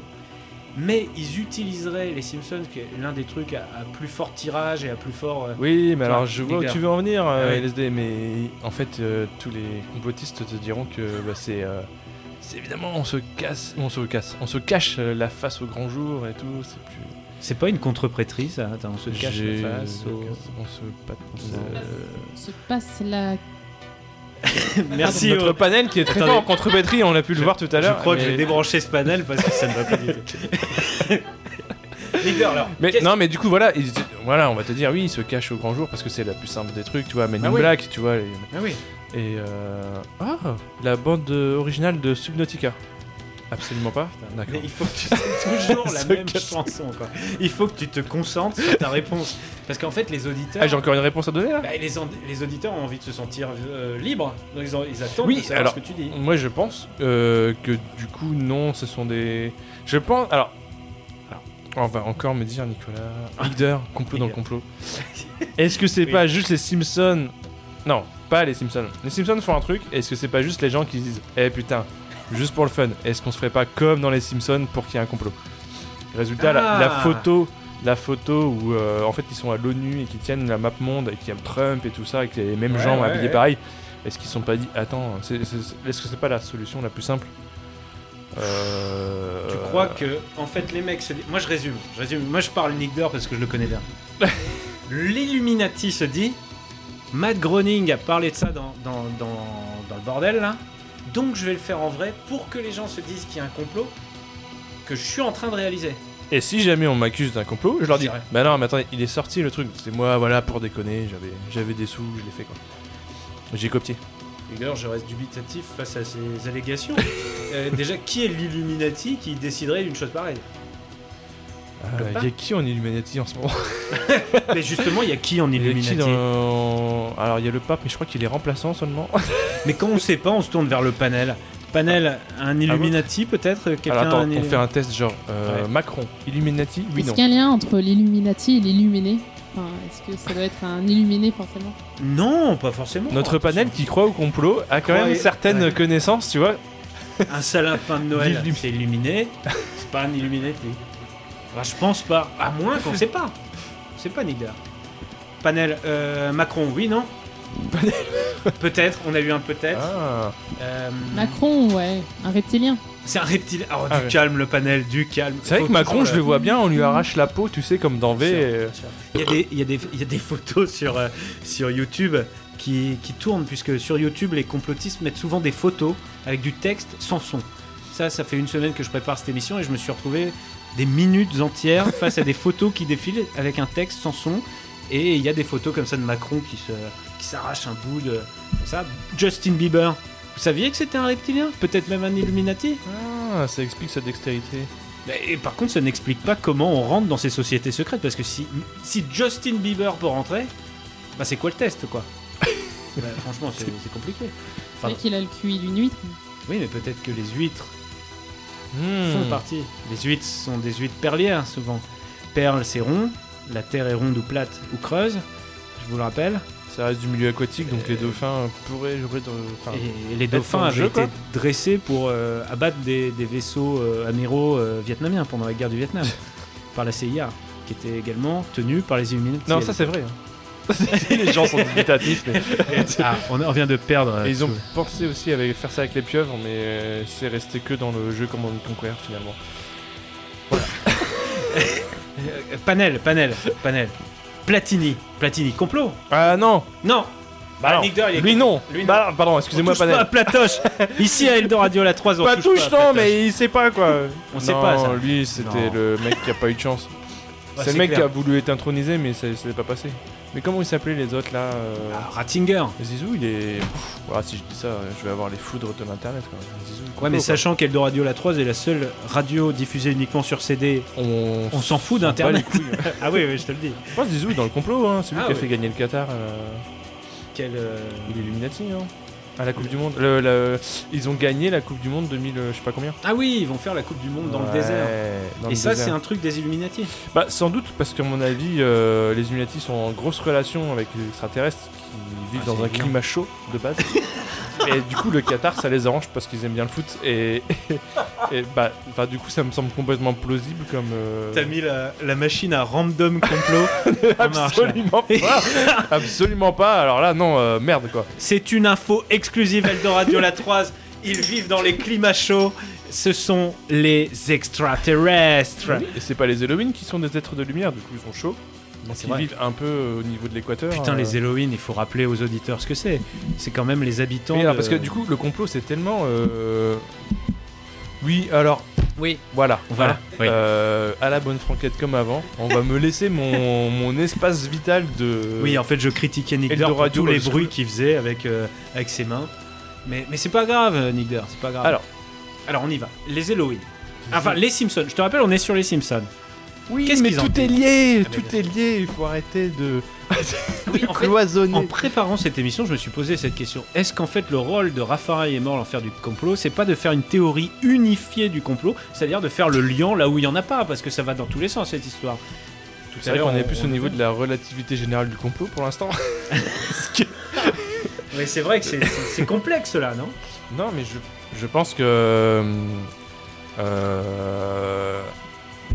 D: Mais ils utiliseraient les Simpsons, qui est l'un des trucs à, à plus fort tirage et à plus fort. euh,
E: Oui, mais
D: Toi,
E: alors je vois où
D: leader.
E: tu veux en venir, euh,
D: Ah oui.
E: LSD, mais en fait, euh, tous les complotistes te diront que bah, c'est. euh, c'est évidemment, on se casse, on se casse, on se cache euh, la face au grand jour et tout, c'est plus.
D: C'est pas une contre-prêtrise, ça Attends, on se cache
E: J'ai-
D: la face. au-
E: On se. pat- on se-
D: Non.
F: On se passe la.
D: Merci.
E: Notre
D: au-
E: panel qui est très
D: Attendez.
E: fort en contre-pétrie, on l'a pu le voir tout à l'heure.
D: Je crois que
E: mais-
D: j'ai débranché ce panel parce que ça ne va pas du tout. Leader, alors.
E: Mais
D: qu'est-ce-
E: non, mais du coup, voilà, ils- voilà, on va te dire, oui, il se cache au grand jour parce que c'est la plus simple des trucs, tu vois, Men in
D: Ah oui.
E: Black, tu vois. les-
D: Ah oui.
E: Et euh... Ah La bande euh, originale de Subnautica. Absolument pas D'accord.
D: Mais il faut que tu fasses toujours la
E: Se
D: même
E: cache.
D: chanson. Quoi. Il faut que tu te concentres sur ta réponse. Parce qu'en fait, les auditeurs.
E: Ah, j'ai encore une réponse à donner là
D: Bah, les, en- les auditeurs ont envie de se sentir euh, libres. Donc, ils, ont- ils attendent
E: Oui,
D: de savoir
E: alors-
D: ce que tu dis.
E: Moi, je pense euh, que du coup, non, ce sont des. Je pense. Alors. alors, On va encore me dire, Nicolas. Leader, complot dans le complot. Est-ce que c'est
D: Ah. Oui.
E: pas juste les Simpsons Non, pas les Simpsons. Les Simpsons font un truc, est-ce que c'est pas juste les gens qui se disent Eh putain, juste pour le fun, est-ce qu'on se ferait pas comme dans les Simpsons pour qu'il y ait un complot Résultat, la- la,
D: Ah.
E: photo la photo où euh, en fait ils sont à l'ONU et qui tiennent la map monde et qui aiment Trump et tout ça et que les mêmes
D: Ouais,
E: gens
D: ouais,
E: habillés
D: ouais.
E: pareil, est-ce qu'ils se sont pas dit Attends, c'est- c'est- est-ce que c'est pas la solution la plus simple Euh,
D: Tu crois que, en fait, les mecs se disent. Moi, je résume. Je résume. Moi, je parle Nick Dore parce que je le connais bien. L'Illuminati se dit. Matt Groening a parlé de ça dans, dans, dans- dans le bordel, là. Donc, je vais le faire en vrai pour que les gens se disent qu'il y a un complot que je suis en train de réaliser.
E: Et si jamais on m'accuse d'un complot, je leur dis
D: Je dirais.
E: Bah non, mais attendez, il est sorti le truc. C'est moi, voilà, pour déconner, j'avais, j'avais des sous, je l'ai fait quoi. J'ai copié.
D: Et D'ailleurs, je reste dubitatif face à ces allégations. Euh, déjà, qui est l'Illuminati qui déciderait d'une chose pareille
E: Il
D: Copain.
E: Euh, y a qui en Illuminati en ce moment
D: Mais justement, il y a qui en
E: Il y a qui
D: Illuminati
E: dans- Alors il y a le pape, mais je crois qu'il est remplaçant seulement.
D: Mais quand on sait pas, on se tourne vers le panel. Panel, un Illuminati peut-être Quelqu'un
E: Ah. Alors attends,
D: un
E: on fait un test genre euh,
D: Ouais.
E: Macron, Illuminati, oui
F: Est-ce
E: non.
F: qu'il y a un lien entre l'illuminati et l'illuminé Enfin, Est-ce que ça doit être un illuminé forcément
D: Non, pas forcément.
E: Notre panel qui croit au complot a quand même
D: Croyez-
E: certaines
D: Ouais.
E: connaissances, tu vois.
D: Un salapin de Noël,
E: L'illumi-
D: c'est illuminé. C'est pas un Illuminati. Bah, je pense pas. À moins qu'on sait pas. On sait pas, Nidar. Panel, euh, Macron, oui, non Peut-être, on a eu un peut-être.
E: Ah.
D: Euh,
F: Macron, ouais, un reptilien.
D: c'est un reptile. Oh,
E: Ah
D: du
E: ouais.
D: calme, le panel, du calme.
E: C'est vrai
D: Faut
E: que Macron,
D: toujours
E: je le vois bien, on lui arrache la peau, tu sais, comme dans V. euh,
D: Il y, a des, il, y a des, il y a des photos sur, euh, sur YouTube qui, qui tournent, puisque sur YouTube, les complotistes mettent souvent des photos avec du texte sans son. Ça, ça fait une semaine que je prépare cette émission et je me suis retrouvé des minutes entières face à des photos qui défilent avec un texte sans son. Et il y a des photos comme ça de Macron qui se qui s'arrache un bout de comme ça. Justin Bieber, vous saviez que c'était un reptilien Peut-être même un Illuminati
E: Ah, ça explique sa dextérité.
D: mais- et par contre, ça n'explique pas comment on rentre dans ces sociétés secrètes, parce que si, si Justin Bieber peut rentrer, bah c'est quoi le test, quoi Bah, Franchement, c'est c'est compliqué.
F: C'est
D: Pardon.
F: vrai qu'il a le QI d'une huître.
D: Oui, mais peut-être que les huîtres
E: Hmm.
D: font partie. Les huîtres sont des huîtres perlières, souvent. Perles, c'est rond. La terre est ronde ou plate ou creuse, je vous le rappelle.
E: Ça reste du milieu aquatique, donc les dauphins pourraient jouer dans. Enfin,
D: Et les
E: être dans
D: dauphins
E: le
D: avaient
E: jeu,
D: été
E: quoi.
D: dressés pour euh, abattre des, des vaisseaux euh, amiraux euh, vietnamiens pendant la guerre du Vietnam, par la CIA, qui était également tenue par les Illuminati.
E: Non, ça c'est vrai. hein. les gens sont dubitatifs. mais-
D: Ah, on on vient de perdre. euh,
E: Et ils ont
D: tout.
E: pensé aussi avec faire ça avec les pieuvres, mais euh, c'est resté que dans le jeu Command Conquer finalement.
D: Euh, Panel, panel, panel. Platini, Platini, complot
E: Ah non
D: Non
E: Bah non.
D: Nick Dore, il est-
E: Lui non
D: Lui, non.
E: Bah non, Pardon,
D: on
E: excusez-moi,
D: touche pas à
E: Panel.
D: Platoche Ici à Eldoradio, la 3 on
E: Pas
D: touche
E: touche,
D: pas à
E: non,
D: Platoche.
E: mais il sait pas quoi
D: On sait pas, ça.
E: Non, lui c'était
D: Non.
E: le mec qui a pas eu de chance.
D: Ouais,
E: c'est le mec
D: clair.
E: qui a voulu être intronisé, mais ça ça s'est pas passé. Mais comment ils s'appelaient les autres là euh,
D: Ah, Ratzinger
E: Zizou, il est. Pff, ouah, si je dis ça, euh, je vais avoir les foudres de l'internet quoi. Zizou, il est
D: Ouais, mais
E: complot, quoi.
D: sachant qu'Eldoradio La 3 est la seule radio diffusée uniquement sur CD,
E: On,
D: on s'en fout
E: bat les
D: d'internet.
E: couilles, hein.
D: Ah oui, oui, je te le dis.
E: Je pense Zizou est dans le complot, hein. c'est lui
D: Ah,
E: qui a
D: ouais.
E: fait gagner le Qatar. euh,
D: Quel. euh,
E: Il est Illuminati, non À la Coupe du Monde. Le- le- ils ont gagné la Coupe du Monde 2000, euh, je sais pas combien.
D: Ah oui, ils vont faire la Coupe du Monde dans le
E: Ouais,
D: désert.
E: dans
D: Et
E: le
D: ça,
E: désert.
D: c'est un truc des Illuminati.
E: Bah, sans doute, parce qu'à mon avis, euh, les Illuminati sont en grosse relation avec les extraterrestres qui vivent
D: Ah,
E: dans
D: c'est
E: un
D: évident.
E: climat chaud de base. et du coup, le Qatar, ça les arrange parce qu'ils aiment bien le foot. Et, et bah, enfin, du coup, ça me semble complètement plausible comme. euh,
D: T'as mis la, la machine à random complot. en marche, hein. là.
E: Absolument pas Absolument pas Alors là, non, euh, merde quoi.
D: C'est une info exclusive Eldoradio La 3. Ils vivent dans les climats chauds. Ce sont les extraterrestres.
E: Et c'est pas les Halloween qui sont des êtres de lumière, du coup, ils sont chauds. Donc
D: C'est
E: ils
D: vrai.
E: vivent un peu euh, au niveau de l'équateur.
D: Putain,
E: euh,
D: les Halloween, il faut rappeler aux auditeurs ce que c'est. C'est quand même les habitants.
E: Mais
D: de-
E: alors, parce que du coup, le complot, c'est tellement. euh, Oui, alors.
D: Oui.
E: Voilà.
D: Voilà. Oui.
E: Euh, à la bonne franquette comme avant. On va me laisser mon, mon espace vital de.
D: Oui, en fait, je critiquais Nick Dare pour
E: Eldoradio,
D: tous les
E: Euh, parce que-
D: bruits qu'il faisait avec, euh, avec ses mains. Mais, mais c'est pas grave, euh, Nick Dare, c'est pas grave.
E: Alors.
D: Alors, on y va. Les Halloween. Enfin, les Simpsons. Je te rappelle, on est sur les Simpsons.
E: Oui,
D: qu'est-ce
E: mais
D: qu'ils en
E: tout est
D: disent
E: lié,
D: Ah, mais
E: tout est lié. Il faut arrêter de,
D: Oui,
E: de
D: en fait,
E: cloisonner.
D: En préparant cette émission, je me suis posé cette question. Est-ce qu'en fait le rôle de Raphaël et Mort, l'enfer du complot, c'est pas de faire une théorie unifiée du complot, c'est-à-dire de faire le lien là où il y en a pas, parce que ça va dans tous les sens cette histoire. Tout
E: C'est vrai qu'on est plus au niveau de la relativité générale du complot pour l'instant. Ce qui-
D: Mais c'est vrai que c'est- c'est c'est complexe là, non
E: Non, mais je, je pense que. euh,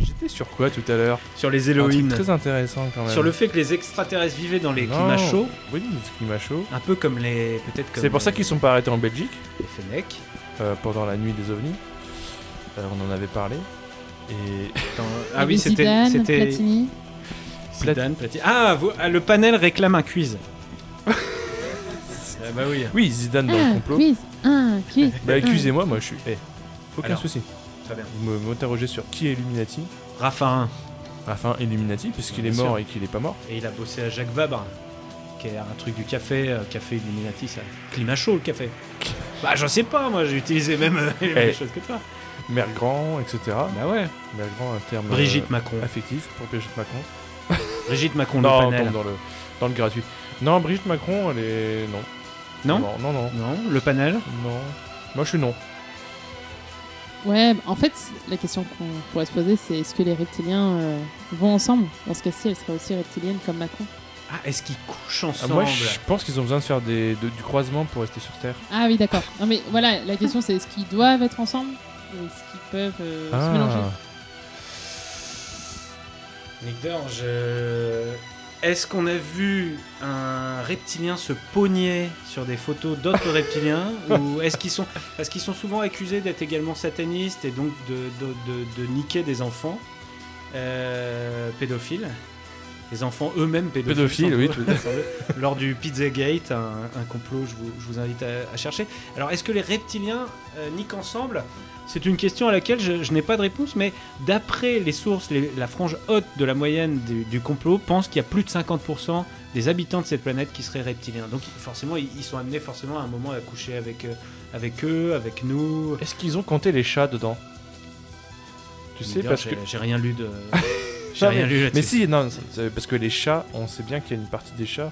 E: J'étais sur quoi tout à l'heure
D: Sur les
E: Un
D: Elohim.
E: truc très intéressant quand même.
D: Sur le fait que les extraterrestres vivaient dans les
E: Non.
D: climats chauds,
E: Oui, le climat chaud.
D: un peu comme les. Peut-être comme.
E: C'est pour ça qu'ils sont pas arrêtés en Belgique
D: Les Fennecs.
E: euh, pendant la nuit des ovnis. Euh, on en avait parlé. Et
D: Dans-
F: Il y
D: Ah oui,
F: avait
D: c'était.
F: Zidane,
D: c'était-
F: Platini.
D: Zidane, Platini. Ah, vous- ah, le panel réclame un quiz. Ah bah oui.
E: oui, Zidane dans le
F: Un
E: complot.
F: quiz, un quiz.
E: Bah
F: un.
E: accusez-moi, moi je suis. eh, aucun
D: Alors.
E: souci.
D: Très bien.
E: Vous me- m'interrogez sur qui est Illuminati.
D: Raffarin.
E: Enfin, Illuminati, puisqu'il
D: Bien
E: est
D: sûr.
E: mort et qu'il est pas mort.
D: Et il a bossé à Jacques Vabre, qui est un truc du café, euh, café Illuminati, ça. Climat chaud, le café. Bah, j'en sais pas, moi, j'ai utilisé même euh, les mêmes
E: Eh.
D: choses que toi.
E: Mergrand, etc.
D: Bah ouais.
E: Mergrand, un terme. euh,
D: Brigitte Macron.
E: affectif pour Brigitte Macron.
D: Brigitte Macron,
E: non,
D: le
E: on
D: panel.
E: tombe dans le, dans le gratuit. Non, Brigitte Macron, elle est. Non.
D: Non
E: Non, non, non.
D: Non, le panel.
E: non. Moi, je suis non.
F: Ouais, bah, en fait, la question qu'on pourrait se poser, c'est est-ce que les reptiliens euh, vont ensemble Dans ce cas-ci, elle serait aussi reptilienne comme Macron.
D: Ah, est-ce qu'ils couchent
E: Ah,
D: ensemble
E: moi, je pense qu'ils ont besoin de faire des, de- du croisement pour rester sur Terre.
F: Ah oui, d'accord. Non, mais voilà, la question, c'est est-ce qu'ils doivent être ensemble Ou est-ce qu'ils peuvent euh, se mélanger
D: Nick Dor, je- Est-ce qu'on a vu un reptilien se pogner sur des photos d'autres reptiliens ou est-ce qu'ils sont parce qu'ils sont souvent accusés d'être également satanistes et donc de, de- de- de niquer des enfants euh, pédophiles, des enfants eux-mêmes pédophiles.
E: Pédophiles, oui,
D: semble- semble- Lors du Pizzagate, un, un complot, je vous, je vous invite à, à chercher. Alors, est-ce que les reptiliens euh, niquent ensemble C'est une question à laquelle je- je n'ai pas de réponse, mais D'après les sources, les- la frange haute de la moyenne du, du complot pense qu'il y a plus de 50% des habitants de cette planète qui seraient reptiliens. Donc forcément, ils, ils sont amenés forcément à un moment à coucher avec, euh, avec eux, avec nous.
E: Est-ce qu'ils ont compté les chats dedans Tu sais,
D: Leader,
E: parce que.
D: j'ai- j'ai rien lu de. J'ai
E: Non,
D: rien lu
E: Mais
D: là-dessus.
E: si, non, c'est- c'est parce que les chats, on sait bien qu'il y a une partie des chats.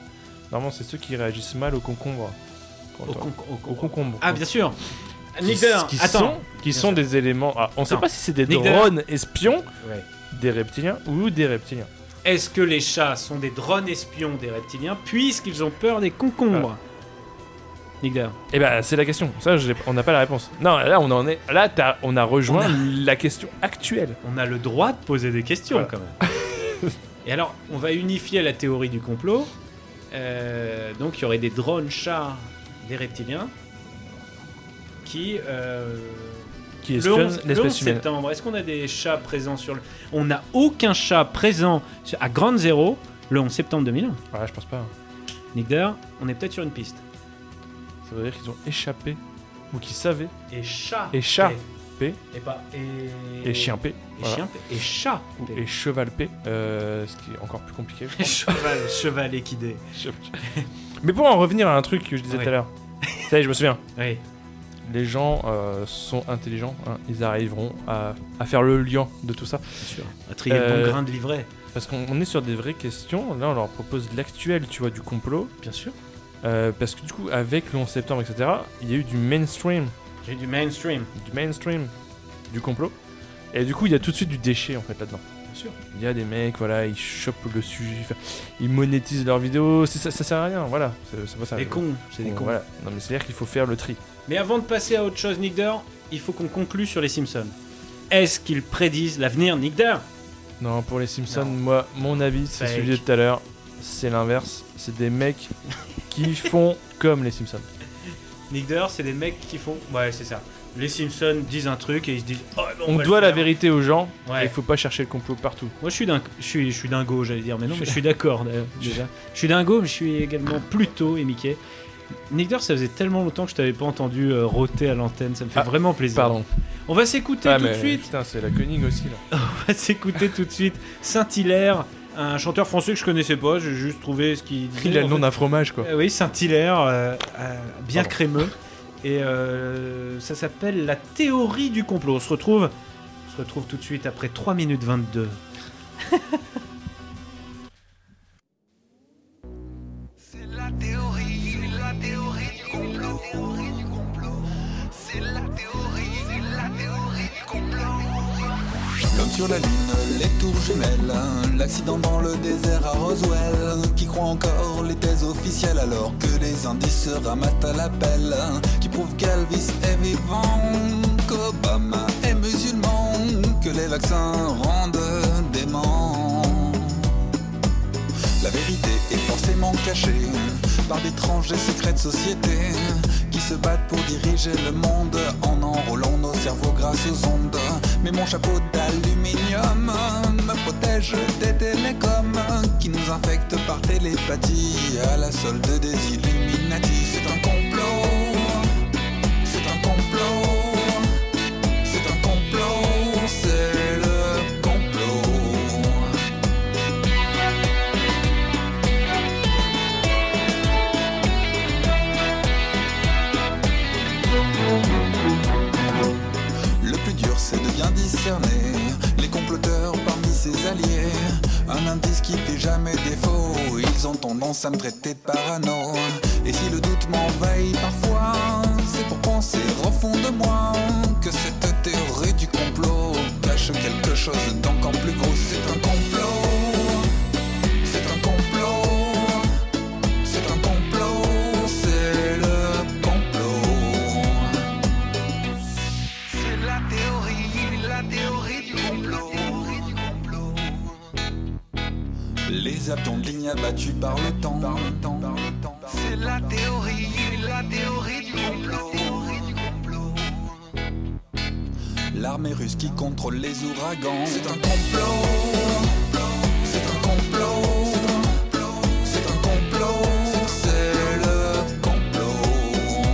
E: Normalement, c'est ceux qui réagissent mal aux concombres. Quand
D: Au
E: on-
D: con- au con-
E: aux concombres.
D: Ah bien sûr.
E: Qui-
D: Leader,
E: qui
D: attends.
E: Sont, qui
D: Bien
E: sont
D: sûr.
E: des éléments. Ah, on sait
D: Attends.
E: pas si c'est des
D: Leader.
E: drones espions,
D: Ouais.
E: des reptiliens ou des reptiliens.
D: Est-ce que les chats sont des drones espions des reptiliens puisqu'ils ont peur des concombres
E: Ah.
D: Nigder.
E: Eh ben, c'est la question. Ça, je l'ai- on n'a pas la réponse. Non, là, on en est. Là, t'as- on a rejoint la question actuelle.
D: on a le droit de poser des questions quand même. Et alors, on va unifier la théorie du complot. Euh, donc, il y aurait des drones chats, des reptiliens, qui. euh,
E: Qui
D: le 11,
E: espionne
D: le 11
E: l'espèce humaine.
D: septembre, est-ce qu'on a des chats présents sur le. On n'a aucun chat présent sur- à Grande Zéro le 11 septembre 2001.
E: Ouais, Ah, je pense pas.
D: Nick Dare, on est peut-être sur une piste.
E: Ça veut dire qu'ils ont échappé ou qu'ils savaient.
D: Et chat.
E: Et chat.
D: P.
E: P.
D: Et pas. Et,
E: Et chien P.
D: Et
E: voilà.
D: chien P. Et chat.
E: Ou-
D: P.
E: Et cheval P. euh, ce qui est encore plus compliqué. je
D: cheval, cheval équidé.
E: Mais pour en revenir à un truc que je disais
D: Ouais.
E: tout à l'heure. Ça y est, je me souviens.
D: Oui.
E: Les gens euh, sont intelligents. hein, Ils arriveront à, à faire le lien de tout ça.
D: Bien sûr. À trier le
E: Euh,
D: bon grain de livret.
E: Parce qu'on on est sur des vraies questions. Là, on leur propose de l'actuel, tu vois, du complot.
D: Bien sûr.
E: Euh, parce que du coup, avec le 11 septembre, etc., il y a eu du mainstream.
D: J'ai du mainstream.
E: du mainstream du complot. Et du coup, il y a tout de suite du déchet en fait là-dedans. Bien
D: sûr.
E: Il y a des mecs, voilà, ils chopent le sujet, enfin, ils monétisent leurs vidéos, c'est- ça, ça sert à rien, voilà. C'est c'est pas ça.
D: Des cons, c'est
E: Bon,
D: des cons.
E: voilà. Non, mais c'est-à-dire qu'il faut faire le tri.
D: Mais avant de passer à autre chose, Nick Dare, il faut qu'on conclue sur les Simpsons. Est-ce qu'ils prédisent l'avenir, Nick Dare
E: Non, pour les Simpsons,
D: Non.
E: moi, mon avis, c'est
D: Fake.
E: celui de tout à l'heure, c'est l'inverse. C'est des mecs qui font comme les Simpsons.
D: Nick Dare, c'est des mecs qui font. Ouais, c'est ça. Les Simpsons disent un truc et ils se disent. Oh, ben,
E: On,
D: va le
E: doit la
D: faire.
E: vérité aux gens,
D: Ouais.
E: et il faut pas chercher le complot partout.
D: Moi, je suis dingo, je suis, je suis dingo, j'allais dire, mais non, mais je suis d'accord d'ailleurs, déjà. Je suis dingo, mais je suis également Pluto et Mickey. Nick Dare, ça faisait tellement longtemps que je t'avais pas entendu euh, rôter à l'antenne, ça me fait
E: Ah,
D: vraiment plaisir.
E: Pardon.
D: On va s'écouter
E: Ah,
D: tout de
E: mais,
D: suite.
E: Putain, c'est la Koenig aussi là.
D: va s'écouter tout de suite Saint-Hilaire, un chanteur français que je connaissais pas, j'ai juste trouvé ce qu'il disait.
E: Il a
D: En
E: le
D: fait,
E: nom d'un fromage quoi.
D: euh, oui, Saint-Hilaire, euh, euh, bien
E: Pardon.
D: crémeux. Et euh, ça s'appelle la théorie du complot. On se retrouve, on se retrouve tout de suite après 3 minutes 22.
G: C'est la théorie, c'est la théorie du complot. C'est la théorie, c'est la théorie du complot. L'homme sur la lune, les tours jumelles, l'accident dans le désert à Roswell. Qui croit encore les
K: les thèses officielles alors que les indices se ramattent à la pelle qui prouvent qu'Elvis est vivant, qu'Obama est musulman, que les vaccins rendent dément. La vérité est forcément cachée par d'étranges et secrètes sociétés qui se battent pour diriger le monde en enrôlant nos cerveaux grâce aux ondes. Mais mon chapeau d'aluminium me protège des télécoms qui nous infectent par télépathie à la solde des Illuminati. C'est un complot, c'est un complot, c'est un complot, c'est le complot. Le plus dur c'est de bien discerner les comploteurs parmi ses alliés. Un indice qui fait jamais défaut, ils ont tendance à me traiter de parano. Et si le doute m'envahit parfois, c'est pour penser au fond de moi que cette théorie du complot cache quelque chose d'encore plus gros. C'est un complot, c'est un complot, c'est un complot, c'est le complot. C'est la théorie, la théorie du complot. Les avions de ligne abattus par le temps, par le temps, par le temps. C'est la théorie, la théorie du complot. L'armée russe qui contrôle les ouragans. C'est un complot. C'est un complot. C'est un complot. C'est le complot.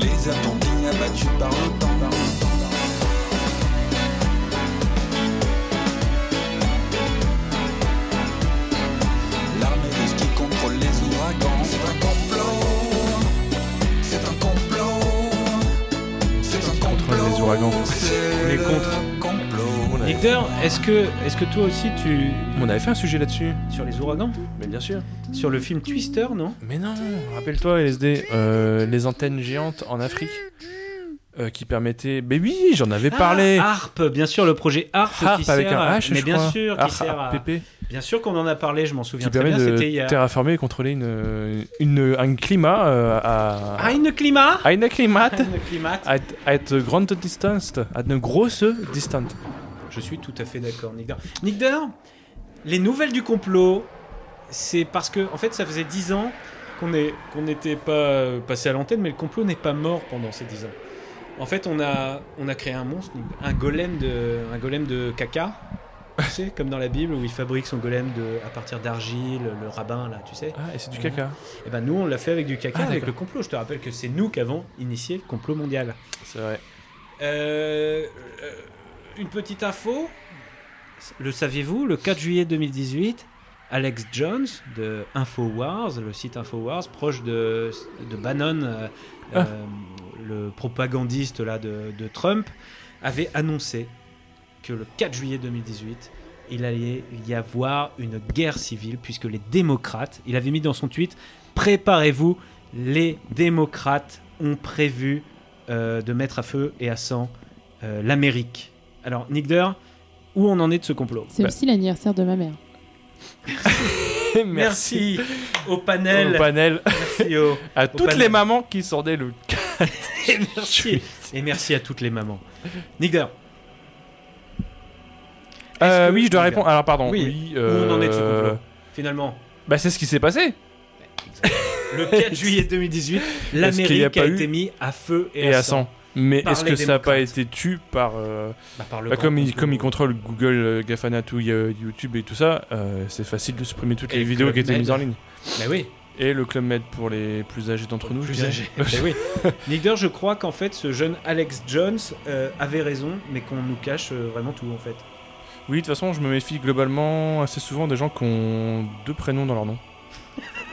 K: Les Atlantiques abattus par le temps. L'armée russe qui contrôle les ouragans. C'est un complot. C'est un complot. C'est un complot.
E: Contre les ouragans.
K: C'est
E: Les
K: le
E: contre.
K: complot.
E: On avait-
D: Nick Durr, est-ce que, est que toi aussi tu.
E: On avait fait un sujet là-dessus.
D: Sur les ouragans
E: Mais bien sûr.
D: Sur le film Twister, non
E: Mais non, rappelle-toi LSD, euh, les antennes géantes en Afrique euh, qui permettaient. Mais oui, j'en avais parlé.
D: Ah, Harp, bien sûr, le projet Harp,
E: Harp
D: qui sert
E: Ah, avec un
D: à-
E: H,
D: mais
E: je
D: bien
E: crois. Ah,
D: sûr, qui
E: Harp,
D: sert à-
E: PP.
D: bien sûr qu'on en a parlé, je m'en souviens
E: qui
D: très
E: permet
D: bien. C'était il y
E: de
D: a
E: terraformer et contrôler une, une, un climat euh, à.
D: Ein Klima,
E: Eine Klimat
D: Ein Klimat.
E: at, at a grand distance, at une grosse distance.
D: Je suis tout à fait d'accord, Nick Durr. Nick Durr, les nouvelles du complot, c'est parce que, en fait, ça faisait 10 ans qu'on est- qu'on n'était pas euh, passé à l'antenne, mais le complot n'est pas mort pendant ces 10 ans. En fait, on a, on a créé un monstre, Nick Durr, un golem de, un golem de caca. Tu sais, comme dans la Bible où il fabrique son golem de, à partir d'argile, le rabbin, là, tu sais.
E: Ah, et c'est du caca.
D: Et ben nous, on l'a fait avec du caca,
E: Ah,
D: avec
E: d'accord.
D: le complot. Je te rappelle que c'est nous qui avons initié le complot mondial.
E: C'est vrai.
D: Euh, euh, une petite info. Le saviez-vous, le 4 juillet 2018, Alex Jones de InfoWars, le site InfoWars, proche de, de Bannon, euh,
E: Ah.
D: euh, le propagandiste là, de, de Trump, avait annoncé que le 4 juillet 2018, il allait y avoir une guerre civile, puisque les démocrates, il avait mis dans son tweet, préparez-vous, les démocrates ont prévu euh, de mettre à feu et à sang euh, l'Amérique. Alors, Nick Durr, où on en est de ce complot
E: Bah.
D: Bah,
F: C'est aussi l'anniversaire de ma mère.
D: Merci au panel.
E: Au panel,
D: Merci au-
E: à toutes
D: panel.
E: les mamans qui sont des le
D: et, merci, et merci à toutes les mamans. Nick Durr,
E: Euh,
D: que-
E: oui, je dois répondre. Alors, pardon.
D: Oui.
E: euh,
D: où on en est de ce complot Finalement,
E: Bah, c'est ce qui s'est passé.
D: le 4 juillet 2018,
E: qu'il y a
D: l'Amérique
E: pas
D: a,
E: eu-
D: été mise à feu et,
E: Et, à 100. Mais
D: Par
E: est-ce
D: les
E: que ça n'a pas
D: démocrates.
E: été tué par. euh,
D: Bah, par le
E: bah,
D: grand
E: comme, ils,
D: complot.
E: comme ils contrôlent Google, euh, Gafana, tout, euh, YouTube et tout ça, euh, c'est facile de supprimer toutes
D: Et
E: les vidéos qui étaient
D: Clubmed.
E: mises en ligne.
D: Bah oui.
E: Et le Club Med pour les plus âgés d'entre nous, je
D: Plus
E: dirais.
D: âgé. Eh oui. Leader, je crois qu'en fait, ce jeune Alex Jones euh, avait raison, mais qu'on nous cache euh, vraiment tout en fait.
E: Oui, de toute façon, je me méfie globalement assez souvent des gens qui ont deux prénoms dans leur nom.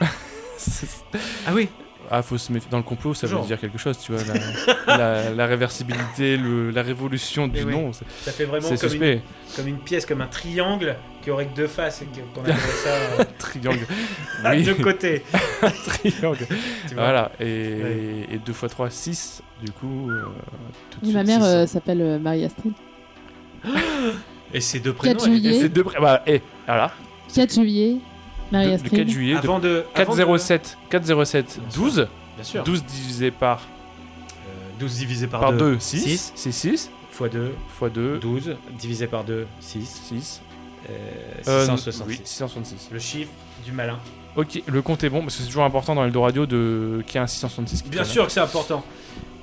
D: ah oui
E: Ah, faut se méfier. Dans le complot, ça
D: Genre.
E: veut dire quelque chose, tu vois. La, la- la réversibilité, le- la révolution du
D: Eh oui.
E: nom. c'est-
D: Ça fait vraiment
E: C'est
D: comme
E: suspect.
D: une, comme une pièce, comme un triangle qui aurait que deux faces et que- qu'on appellerait ça. euh,
E: triangle.
D: à
E: Oui.
D: deux côtés.
E: triangle.
D: Tu vois.
E: Voilà. Et, et 2 x 3, 6. Du coup, euh, tout de
F: Oui, ma
E: suite,
F: mère
E: c'est ça.
F: euh, s'appelle euh, Marie Astrid.
D: Et ces deux prénoms.
F: 4
D: elles-
E: Et
F: juillet.
E: c'est deux pré- Bah, et voilà.
F: 4 juillet, Marie
E: De-
F: Astrid.
E: du 4 juillet.
D: Avant de- avant
E: 407. 407. 12.
D: Bien sûr.
E: 12 divisé par.
D: 12 divisé par,
E: Par
D: 2,
E: 2, 6. C'est 6.
D: Fois 2.
E: Fois 2.
D: 12 divisé par 2, 6.
E: 6. Euh,
D: 666.
E: oui, 666.
D: Le chiffre du malin.
E: Ok, le compte est bon parce que c'est toujours important dans Eldoradio de... qu'il y ait un 666 qui
D: Bien
E: traîne.
D: sûr que c'est important.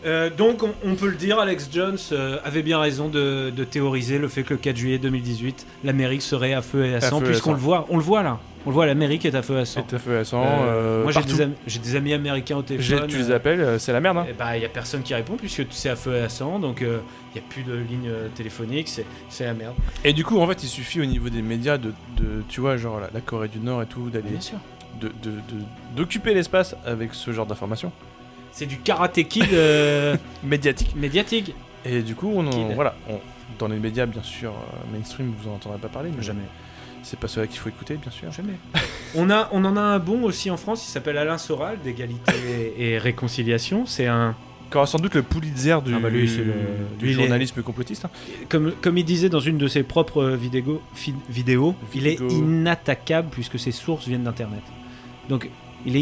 D: Euh, donc on, on peut le dire, Alex Jones euh, avait bien raison de, de théoriser le fait que le 4 juillet 2018, l'Amérique serait à feu et à
E: À
D: sang,
E: feu et à
D: puisqu'on
E: sang.
D: le voit, on le voit là, on le voit, l'Amérique est à feu et à sang.
E: Est à feu et à sang, euh,
D: moi j'ai
E: partout.
D: des, am- j'ai des amis américains au
E: J'ai-
D: téléphone.
E: Tu les
D: euh,
E: appelles, euh, c'est la merde. Hein.
D: Eh ben, il n'y a personne qui répond puisque c'est à feu et à sang, donc il n'y a plus de ligne euh, téléphonique, c'est, c'est la merde.
E: Et du coup, en fait, il suffit au niveau des médias de, de- tu vois, genre la, la Corée du Nord et tout, d'aller.
D: Bien sûr.
E: de- de- de- D'occuper l'espace avec ce genre d'informations.
D: C'est du karaté kid euh,
E: médiatique.
D: médiatique.
E: Et du coup, on, en-
D: Kid.
E: voilà, on- dans les médias, bien sûr, euh, mainstream, vous en entendrez pas parler, mais
D: Jamais.
E: C'est pas cela qu'il faut écouter, bien sûr.
D: Jamais. On, a, on en a un bon aussi en France, il s'appelle Alain Soral, d'égalité et, et réconciliation. C'est un.
E: Qui aura sans doute le Pulitzer du,
D: Ah bah lui, c'est le-
E: du
D: lui, il est-
E: journalisme complotiste. hein.
D: Comme, comme il disait dans une de ses propres euh, vidégo- fi- vidéos, il est
E: Vidéo.
D: inattaquable puisque ses sources viennent d'Internet. Donc, il est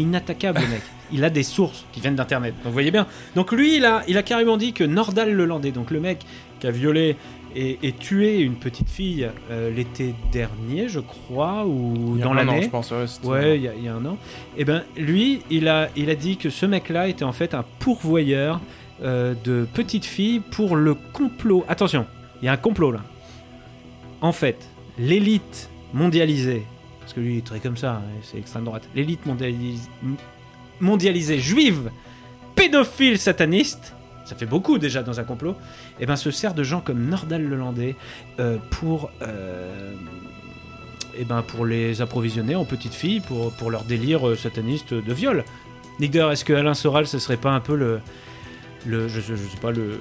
D: inattaquable, le mec. Il a des sources qui viennent d'Internet. Donc, vous voyez bien. Donc, lui, il a, il a carrément dit que Nordal Lelandais, donc le mec qui a violé et, et tué une petite fille euh, l'été dernier, je crois, ou
E: Il y a
D: dans
E: un an,
D: l'année.
E: je pense, ouais, c'était un an.
D: Ouais, il y, a- il y a un an. Et ben lui, il a, il a dit que ce mec-là était en fait un pourvoyeur euh, de petites filles pour le complot. Attention, il y a un complot là. En fait, l'élite mondialisée, parce que lui il est très comme ça, hein, c'est extrême droite, l'élite mondialis- m- mondialisée juive, pédophile sataniste, ça fait beaucoup déjà dans un complot, et ben se sert de gens comme Nordal Lelandais euh, pour. euh, eh ben, pour les approvisionner en petites filles pour, pour leur délire euh, sataniste de viol. Nigder, est-ce que Alain Soral, ce serait pas un peu le. le je, sais- je sais pas, le.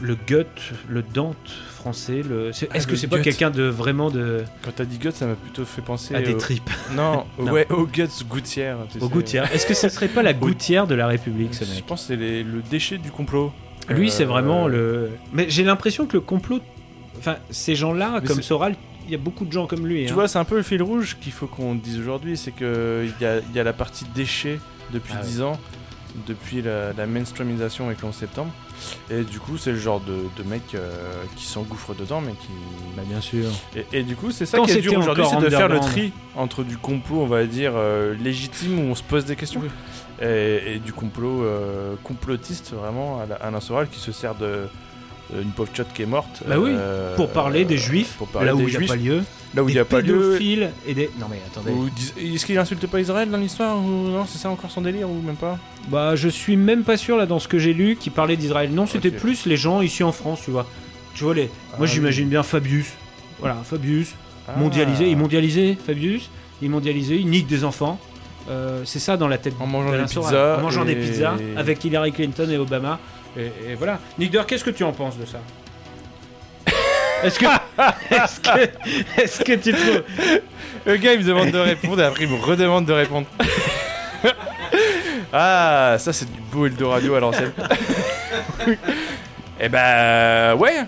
D: Le Goethe, le Dante français, le. c'est-
E: Ah,
D: Est-ce que
E: le
D: c'est pas
E: Goethe.
D: quelqu'un de vraiment de.
E: Quand t'as dit Guts, ça m'a plutôt fait penser.
D: à des
E: au-
D: tripes
E: euh, Non,
D: Non.
E: ouais, au Guts gouttière. tu
D: Au
E: sais.
D: gouttière. Est-ce que ce serait pas la gouttière de la République, ce
E: Je
D: mec
E: pense que c'est les- le déchet du complot.
D: Lui,
E: Euh,
D: c'est vraiment le. Mais j'ai l'impression que le complot. Enfin, ces gens-là,
E: Mais
D: comme
E: c'est-
D: Soral, il y a beaucoup de gens comme lui.
E: Tu
D: hein.
E: vois, c'est un peu le fil rouge qu'il faut qu'on dise aujourd'hui, c'est que il y a, il y a la partie déchet depuis
D: Ah ouais.
E: 10 ans, depuis la, la mainstreamisation avec le 11 septembre, et du coup, c'est le genre de, de mec euh, qui s'engouffre dedans, mais qui...
D: Bah, bien sûr.
E: Et, et du coup, c'est ça
D: Quand
E: qui est
D: c'était
E: dur aujourd'hui,
D: encore
E: c'est de faire le
D: underground.
E: tri entre du complot, on va dire, euh, légitime, où on se pose des questions, et, et du complot euh, complotiste, vraiment, à la- à Alain Soral, qui se sert de... euh, Une pauvre chotte qui est morte.
D: Bah oui,
E: euh,
D: Pour parler des juifs,
E: pour parler
D: là où
E: des
D: il n'y a
E: Juifs,
D: pas lieu.
E: là où il
D: des
E: n'y a pas lieu,
D: pédophiles et des. Non mais attendez.
E: Ou dis- Est-ce qu'il insulte pas Israël dans l'histoire ou non C'est ça encore son délire ou même pas
D: Bah je suis même pas sûr là dans ce que j'ai lu qui parlait d'Israël. Non, c'était
E: Ok.
D: plus les gens ici en France, tu vois. Tu vois les. Moi
E: Ah,
D: j'imagine bien Fabius. Voilà, Fabius.
E: Ah.
D: Mondialisé, il mondialisait Fabius. Il mondialisait, il nique des enfants. Euh, c'est ça dans la tête
E: En mangeant
D: d'Alain
E: des
D: Soral.
E: pizzas
D: En mangeant des
E: et-
D: pizzas avec Hillary Clinton et Obama. Et, et voilà. Nigder, qu'est-ce que tu en penses de ça Est-ce que, est-ce que, est-ce que tu trouves
E: Le gars il me demande de répondre et après il me redemande de répondre. ah, ça c'est du beau Eldorado à l'ancienne. Eh bah ouais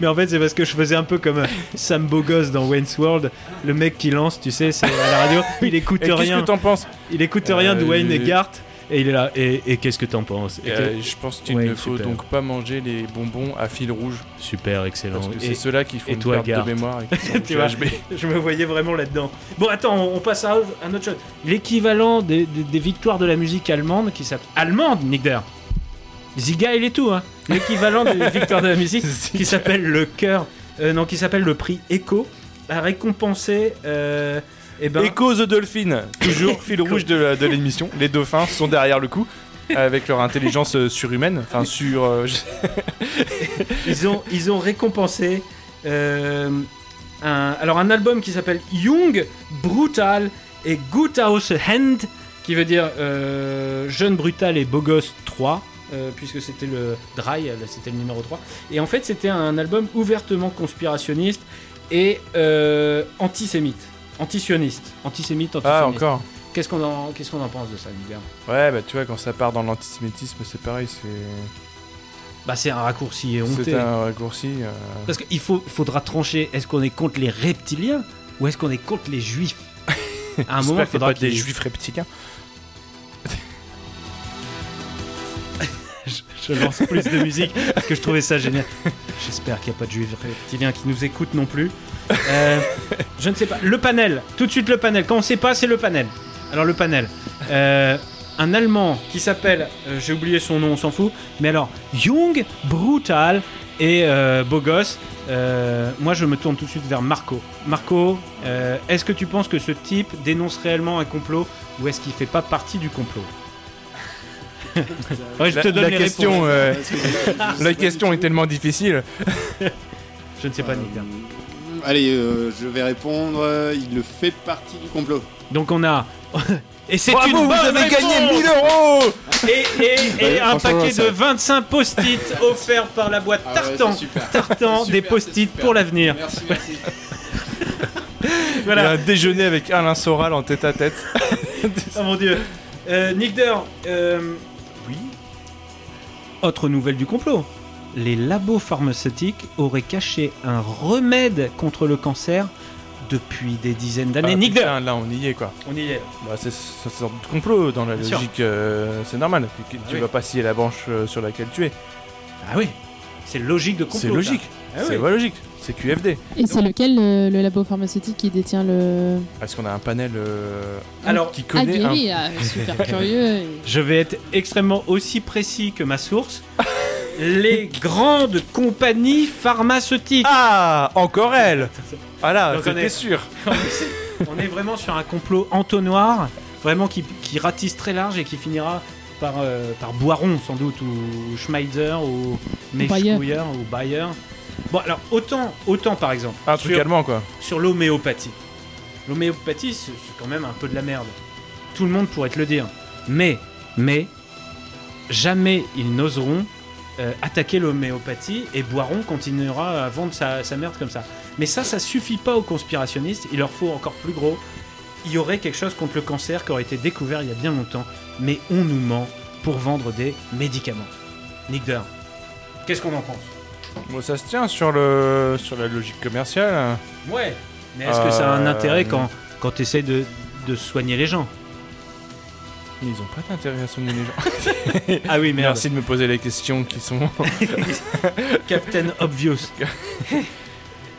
D: Mais en fait, c'est parce que je faisais un peu comme euh, Sam Bogos dans Wayne's World, le mec qui lance, tu sais, c'est à la radio, il écoute
E: Et qu'est-ce
D: rien,
E: que t'en penses
D: il écoute rien de
E: Euh,
D: Wayne
E: je-
D: et Gart, et il est là, et, et qu'est-ce que t'en penses Et
E: Euh,
D: que-
E: Je pense qu'il
D: Ouais,
E: ne faut
D: super.
E: donc pas manger les bonbons à fil rouge
D: Super, excellent.
E: parce que
D: Et-
E: c'est ceux-là qui font
D: et
E: une
D: toi,
E: perte
D: Garth.
E: de mémoire. Et qui sont
D: tu vois,
E: GHB.
D: je me voyais vraiment là-dedans. Bon, attends, on on passe à un autre chose. L'équivalent des, des- des victoires de la musique allemande qui s'appelle. Allemande, Nick Der Ziga, il est tout, hein. L'équivalent des victoires de la musique qui s'appelle le cœur. euh, non, qui s'appelle le prix Echo. A récompensé euh, Eh ben-
E: Echo the Dolphin, toujours fil rouge de, la- de l'émission. Les dauphins sont derrière le coup. Avec leur intelligence euh, surhumaine, enfin sur. euh, je-
D: ils ont ils ont récompensé euh, un alors un album qui s'appelle Young Brutal et Good House Hand qui veut dire euh, jeune brutal et beau gosse 3 euh, puisque c'était le Dry euh, c'était le numéro 3 et en fait c'était un album ouvertement conspirationniste et euh, antisémite antisioniste antisémite
E: Ah,
D: antisioniste.
E: encore.
D: qu'est-ce qu'on en qu'est-ce qu'on en pense de ça Nicolas
E: Ouais, bah tu vois, quand ça part dans l'antisémitisme, c'est pareil, c'est.
D: bah c'est un raccourci et honté
E: C'est un raccourci. euh,
D: Parce qu'il faut- faudra trancher, est-ce qu'on est contre les reptiliens ou est-ce qu'on est contre les juifs À un
E: J'espère qu'il y
D: moment, il
E: a
D: faudra
E: pas des
D: qu'il-
E: juifs reptiliens.
D: je, je lance plus de musique parce que je trouvais ça génial. J'espère qu'il n'y a pas de juifs reptiliens qui nous écoutent non plus. Euh, je ne sais pas. Le panel, tout de suite le panel. Quand on ne sait pas, c'est le panel. Alors le panel. Euh, un Allemand qui s'appelle, euh, j'ai oublié son nom, on s'en fout, mais alors Jung, Brutal et euh, Beau Gosse. Euh, moi je me tourne tout de suite vers Marco. Marco, euh, est-ce que tu penses que ce type dénonce réellement un complot ou est-ce qu'il fait pas partie du complot Ouais, je
E: la,
D: te donne
E: la
D: les
E: question,
D: réponses.
E: euh, la question est tellement difficile.
D: Je ne sais pas, Nick.
L: Allez, euh, je vais répondre. euh, il ne fait partie du complot.
D: Donc on a. Et c'est
L: Bravo,
D: une
L: vous
D: bonne
L: avez gagné
D: réponse
L: 1000
E: euros
D: Et, et- et
L: Ouais,
D: un
L: Bah franchement,
D: paquet
L: ça-
D: de 25 post-it offerts par la boîte
L: Ah ouais,
D: Tartan.
L: c'est super.
D: Tartan,
L: C'est
D: des
L: super,
D: post-it
L: c'est super.
D: pour l'avenir.
L: Merci, merci.
D: Voilà.
E: Il y a un déjeuner avec Alain Soral en tête à tête.
D: oh mon dieu. Euh, Nick Deur, euh, Autre nouvelle du complot. Les labos pharmaceutiques auraient caché un remède contre le cancer depuis des dizaines d'années.
E: Ah,
D: Nick
E: putain, Là, on y est quoi.
D: On y est.
E: Bah, c'est ça sort du complot dans la
D: Bien sûr. Ah
E: logique. euh, c'est normal. Tu, tu
D: oui.
E: vas pas scier la branche euh, sur laquelle tu es.
D: Ah oui. C'est logique de complot.
E: C'est
D: ça.
E: logique.
D: Ah
E: c'est
D: oui.
E: vrai, logique. C'est QFD.
F: Et c'est lequel le, le labo pharmaceutique qui détient le.
E: Parce qu'on a un panel euh,
D: Alors-
E: qui connaît.
F: Aguerri,
E: un-
F: ah, super curieux. et-
D: Je vais être extrêmement aussi précis que ma source. Les grandes compagnies pharmaceutiques.
E: Ah, encore elle. Voilà,
D: Donc on
E: c'était
D: est-
E: sûr.
D: On est vraiment sur un complot entonnoir, vraiment qui, qui ratisse très large et qui finira par, euh, par Boiron sans doute, ou Schmeider, ou
F: Bayer.
D: Meschouiller, ou Bayer. Bon, alors autant, autant par exemple.
E: Un truc
D: sur-
E: allemand quoi.
D: Sur l'homéopathie. L'homéopathie, c'est c'est quand même un peu de la merde. Tout le monde pourrait te le dire. Mais, mais, jamais ils n'oseront euh, attaquer l'homéopathie et Boiron continuera à vendre sa, sa merde comme ça. Mais ça, ça suffit pas aux conspirationnistes, il leur faut encore plus gros. Il y aurait quelque chose contre le cancer qui aurait été découvert il y a bien longtemps, mais on nous ment pour vendre des médicaments. Nick Deur, qu'est-ce qu'on en pense
E: Bon, ça se tient sur le sur la logique commerciale. Euh,
D: Ouais, mais est-ce que ça a un intérêt quand, quand tu essaies de, de soigner les gens
E: Ils ont pas d'intérêt à soigner les gens.
D: ah oui, merde.
E: Merci de me poser les questions qui sont.
D: Captain Obvious.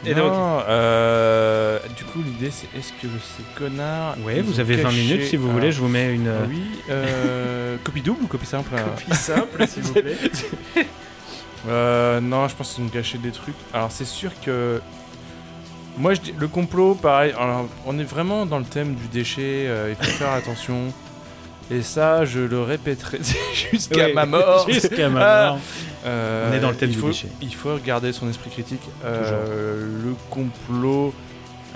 D: Et
E: non,
D: donc-
E: euh, du coup, l'idée c'est est-ce que ces connards.
D: Ouais,
E: ils
D: vous
E: ont
D: avez 20
E: caché-
D: minutes, si vous
E: Ah.
D: voulez, je vous mets une, euh,
E: Oui, euh, copie double ou copie simple hein
D: Copie simple, s'il vous plaît.
E: Euh, non, je pense qu'ils ont caché des trucs. Alors, c'est sûr que. Moi, je dis, le complot, pareil. Alors, on est vraiment dans le thème du déchet. euh, il faut faire attention. Et ça, je le répéterai jusqu'à
D: Ouais,
E: ma mort.
D: jusqu'à ma
E: Ah.
D: mort.
E: Euh,
D: On est dans le thème
E: il
D: du
E: faut,
D: déchet.
E: Il faut garder son esprit critique. Euh, le complot,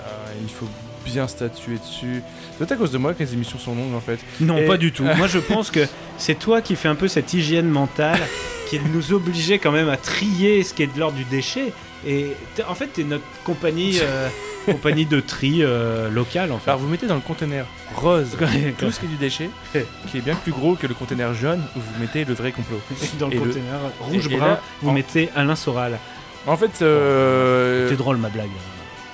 E: euh, il faut bien statuer dessus. C'est à cause de moi que les émissions sont longues en fait.
D: Non,
E: Et-
D: pas du tout. Moi, je pense que c'est toi qui fais un peu cette hygiène mentale qui nous obligeait quand même à trier ce qui est de l'ordre du déchet. Et t'es- en fait, t'es notre compagnie, euh, compagnie de tri euh, locale, en fait.
E: Alors vous mettez dans le conteneur rose tout ce qui est du déchet, qui est bien plus gros que le conteneur jaune où vous mettez le vrai complot.
D: Dans le
E: Et
D: conteneur
E: et- et
D: rouge-brun,
E: là,
D: vous mettez Alain Soral.
E: En fait, euh...
D: C'est drôle ma blague.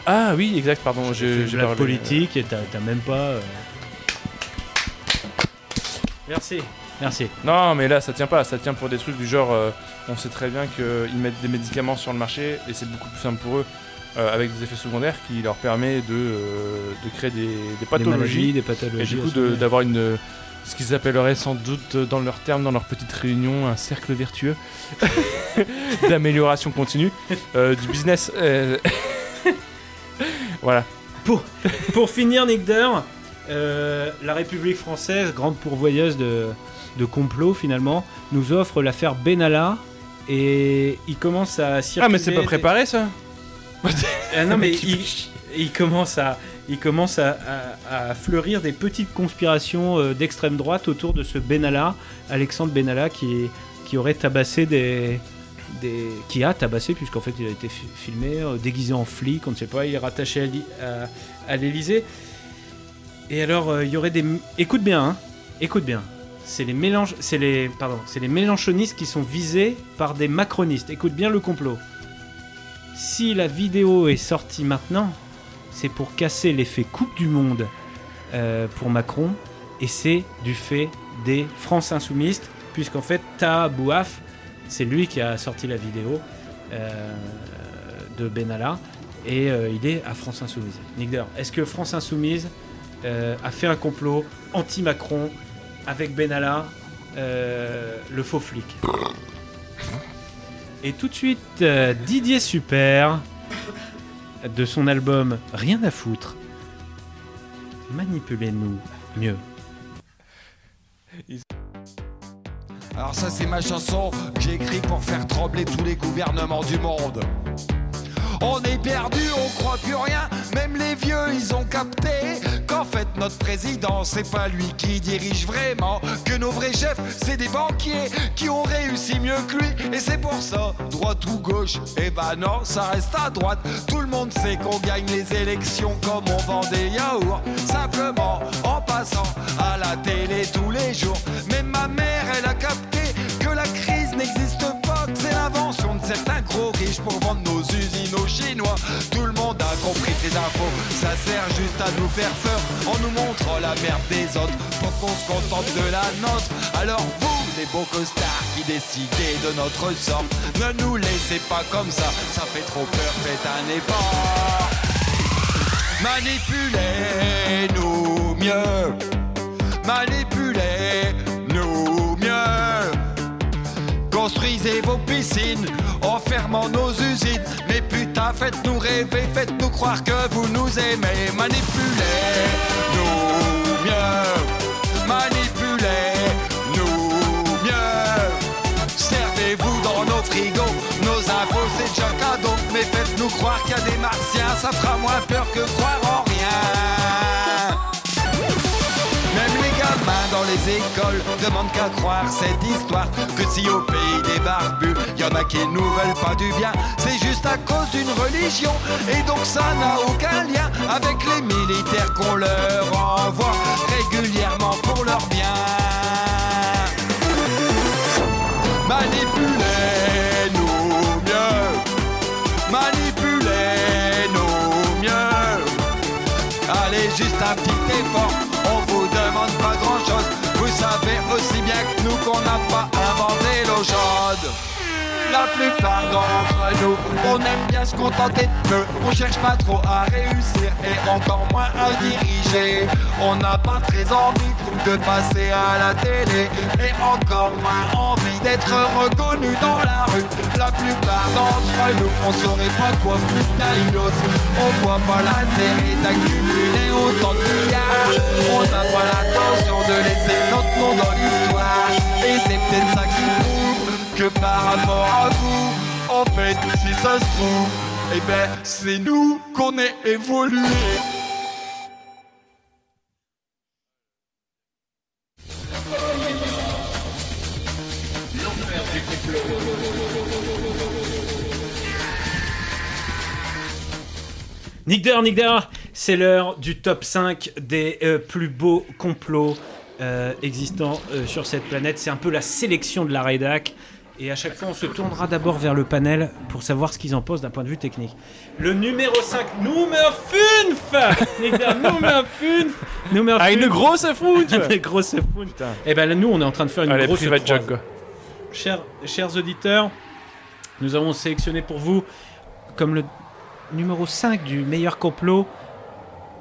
E: Ah oui, exact, pardon. je-
D: J'ai
E: J'ai
D: la
E: parlé,
D: politique et t'as t'as même pas. euh, Merci. Merci.
E: Non, mais là, ça tient pas. Ça tient pour des trucs du genre, euh, on sait très bien qu'ils mettent des médicaments sur le marché et c'est beaucoup plus simple pour eux, euh, avec des effets secondaires qui leur permet de, euh, de créer des, des pathologies,
D: maladies, des pathologies
E: et du
D: à
E: coup de-
D: soigner.
E: d'avoir une ce qu'ils appelleraient sans doute euh, dans leurs termes, dans leur petite réunion, un cercle vertueux d'amélioration continue euh, du business. euh, voilà.
D: Pour, pour finir, Nick Deur, euh, la République française, grande pourvoyeuse de, de complots finalement, nous offre l'affaire Benalla et il commence à circuler.
E: Ah, mais c'est pas préparé, ça
D: Ah non, mais il, il commence à. Il commence à, à- à fleurir des petites conspirations euh, d'extrême droite autour de ce Benalla, Alexandre Benalla, qui, qui aurait tabassé des, des- qui a tabassé, puisqu'en fait il a été fi- filmé, euh, déguisé en flic, on ne sait pas, il est rattaché à l'I- à, à l'Elysée. Et alors, euh, il y aurait des. m- Écoute bien, hein, écoute bien. C'est les, mélange... c'est les... Pardon, c'est les mélanchonistes qui sont visés par des macronistes. Écoute bien le complot. Si la vidéo est sortie maintenant, c'est pour casser l'effet Coupe du Monde euh, pour Macron, et c'est du fait des France Insoumistes, puisqu'en fait, Taha Bouaf, c'est lui qui a sorti la vidéo euh, de Benalla, et euh, il est à France Insoumise. Nick Deur, est-ce que France Insoumise euh, a fait un complot anti-Macron avec Benalla, euh, le faux flic et tout de suite, euh, Didier Super, de son album Rien à foutre. Manipulez-nous mieux.
M: Alors ça c'est ma chanson que j'ai écrite pour faire trembler tous les gouvernements du monde. On est perdu, on croit plus rien, même les vieux ils ont capté qu'en fait notre président c'est pas lui qui dirige vraiment, que nos vrais chefs c'est des banquiers qui ont réussi mieux que lui et c'est pour ça, droite ou gauche, eh ben non ça reste à droite, tout le monde sait qu'on gagne les élections comme on vend des yaourts, simplement en passant à la télé tous les jours, même ma mère elle a capté que la crise n'existe pas, que c'est l'invention de certains gros riches pour vendre nos usines aux Chinois. Tout le monde a compris tes infos, ça sert juste à nous faire peur en nous montrant la merde des autres pour qu'on se contente de la nôtre. Alors vous, les beaux costards qui décidez de notre sort, ne nous laissez pas comme ça, ça fait trop peur, faites un effort. Manipulez-nous mieux, manipulez-nous mieux. Construisez vos piscines en fermant nos usines. Mais putain, faites-nous rêver, faites-nous croire que vous nous aimez. Manipulez-nous mieux. Manipulez-nous mieux. Servez-vous dans nos frigos. Nos impôts, c'est déjà cadeau. Mais faites-nous croire qu'il y a des martiens. Ça fera moins peur que croire en rien. Même les gamins dans les écoles demandent qu'à croire cette histoire Que si au pays des barbus, y en a qui nous veulent pas du bien C'est juste à cause d'une religion Et donc ça n'a aucun lien avec les militaires qu'on leur envoie Régulièrement pour leur bien Manipulez-nous mieux Manipulez-nous mieux Allez, juste un petit effort, on vous demande pas grand chose. Vous savez aussi bien que nous qu'on n'a pas inventé l'eau chaude. La plupart d'entre nous, on aime bien se contenter de peu. On cherche pas trop à réussir et encore moins à diriger. On n'a pas très envie de passer à la télé et encore moins envie d'être reconnu dans la rue. La plupart d'entre nous, on saurait pas quoi foutre à une autre. On voit pas l'intérêt d'accumuler autant de milliards. On n'a pas l'intention de laisser notre nom dans l'histoire. Et c'est peut-être ça qui prouve que par rapport à vous, en fait, si ça se trouve, eh ben c'est nous qu'on est évolué.
D: Nick Deur, Nick Deur, c'est l'heure du top 5 des euh, plus beaux complots euh, existants euh, sur cette planète. C'est un peu la sélection de la rédac. Et à chaque fois, on se tournera d'abord vers le panel pour savoir ce qu'ils en pensent d'un point de vue technique. Le numéro 5, Nummer 5 Nick Deur, Nummer 5 Nummer
E: Ah, une grosse foot
D: Une grosse foot Et ben là, nous, on est en train de faire une
E: Allez,
D: grosse
E: private
D: croise.
E: joke, quoi.
D: Chers, chers auditeurs, nous avons sélectionné pour vous, comme le numéro 5 du meilleur complot,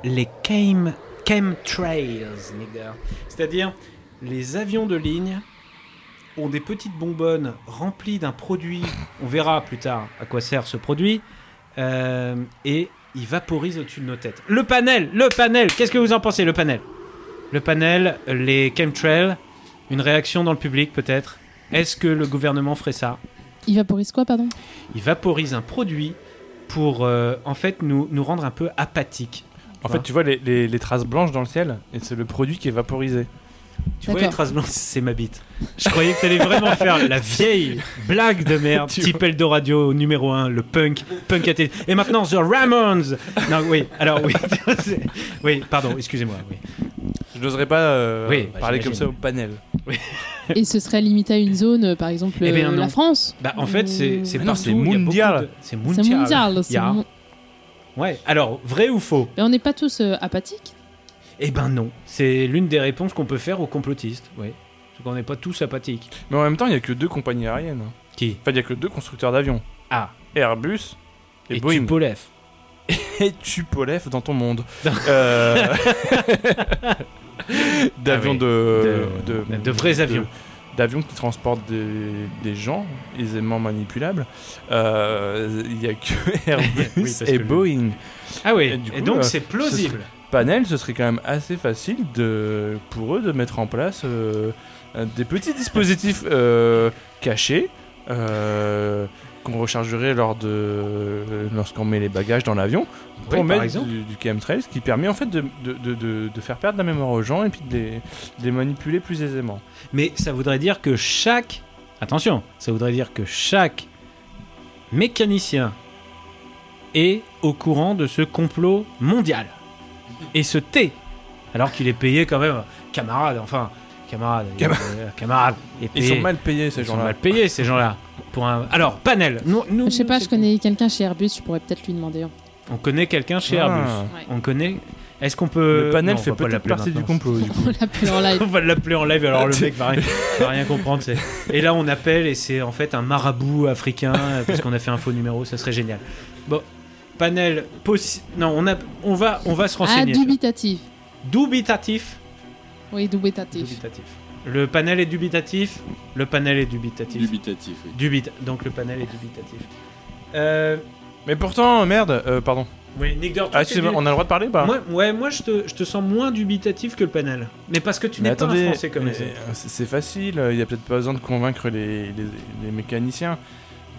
D: les chem, chemtrails, nigga. C'est-à-dire, les avions de ligne ont des petites bonbonnes remplies d'un produit, on verra plus tard à quoi sert ce produit, euh, et il vaporise au-dessus de nos têtes. Le panel, le panel, qu'est-ce que vous en pensez, le panel Le panel, les chemtrails, une réaction dans le public peut-être. Est-ce que le gouvernement ferait ça
F: Il vaporise quoi, pardon
D: Il vaporise un produit pour euh, en fait nous, nous rendre un peu apathiques.
E: En fait, tu vois les, les- les traces blanches dans le ciel, et c'est le produit qui est vaporisé.
D: Tu vois les traces blanches, c'est ma bite. Je croyais que t'allais vraiment faire la vieille blague de merde.
E: Tu
D: Type Eldo Radio numéro 1, le punk, punk athée. Et maintenant, The Ramones Non, oui, alors oui. c'est- oui, pardon, excusez-moi. Oui.
E: Je n'oserais pas euh,
D: Oui, bah,
E: parler comme
D: j'imagine.
E: ça au panel.
F: Et ce serait limité à une zone, euh, par exemple
D: Eh bien,
F: euh,
D: non.
F: la France
D: Bah, en fait, c'est
F: Ou-
D: c'est
E: Mais non,
D: partout,
E: c'est
D: il y a beaucoup
E: mondial.
D: de- C'est
F: C'est
D: mondial.
F: mondial. c'est
D: Il y a-
F: mon-
D: Ouais, alors, vrai ou faux
F: Mais on n'est pas tous euh, apathiques.
D: Eh ben non. C'est l'une des réponses qu'on peut faire aux complotistes. Oui. Parce qu'on n'est pas tous apathiques.
E: Mais en même temps, il n'y a que deux compagnies aériennes.
D: Qui
E: Enfin, il n'y a que deux constructeurs d'avions.
D: Ah.
E: Airbus et,
D: Et
E: Boeing.
D: Tupolev.
E: Et Tupolev dans ton monde. Euh, D'avions
D: Ah oui.
E: de,
D: De- de vrais avions.
E: D'avions qui transportent des, des gens aisément manipulables. Euh, Il n'y a que Airbus
D: Oui, parce
E: et
D: que le-
E: Boeing.
D: Ah oui,
E: du euh,
D: et donc c'est
E: ce
D: plausible.
E: serait- panel, ce serait quand même assez facile de, pour eux de mettre en place euh, un- des petits dispositifs euh, cachés euh, qu'on rechargerait lors de euh, lorsqu'on met les bagages dans l'avion
D: Oui,
E: pour
D: par
E: mettre
D: exemple.
E: du, du chemtrail, ce qui permet en fait de, de- de- de- de faire perdre la mémoire aux gens et puis de les, de les manipuler plus aisément.
D: Mais ça voudrait dire que chaque. Attention, ça voudrait dire que chaque mécanicien est au courant de ce complot mondial. Et se tait. Alors qu'il est payé quand même. Camarade, enfin. Camarade. il-
E: Cam-
D: euh, camarade. il est
E: Ils
D: payé.
E: sont mal payés ces
D: Ils sont
E: gens-là.
D: mal payés, ces gens-là. Pour un... Alors, panel. Nous, nous,
F: je sais pas, je connais quelqu'un chez Airbus, je pourrais peut-être lui demander. hein.
D: on connaît quelqu'un chez
E: Ah.
D: Airbus.
F: Ouais.
D: On connaît. Est-ce qu'on peut.
E: Le panel
D: Non, on
E: fait
D: va pas
E: peut-être
D: l'appeler
E: partie du
D: maintenant.
E: complot. du coup.
F: On l'appelle en live.
D: On va l'appeler en live, alors le mec va rien, va rien comprendre. c'est- Et là, on appelle et c'est en fait un marabout africain euh, parce qu'on a fait un faux numéro, ça serait génial. Bon, panel, possi- non, on, a, on, va, on va se
F: Ah,
D: renseigner.
F: dubitatif.
D: Dubitatif.
F: Oui, dubitatif.
D: Dubitatif. Le panel est dubitatif. Le panel est dubitatif.
I: Dubitatif, oui.
D: Dubit. Donc le panel est dubitatif. Euh,
E: Mais pourtant, merde, euh, pardon.
D: oui, Nick Dirt, toi,
E: Ah,
D: t'es
E: excusez-moi,
D: du-
E: on a le droit de parler bah
D: Moi, ouais, moi je te, je te sens moins dubitatif que le panel. Mais parce que tu
E: Mais
D: n'es pas un
E: attendez,
D: français comme
E: mais
D: les autres.
E: c'est c'est facile, il n'y a peut-être pas besoin de convaincre les, les- les mécaniciens.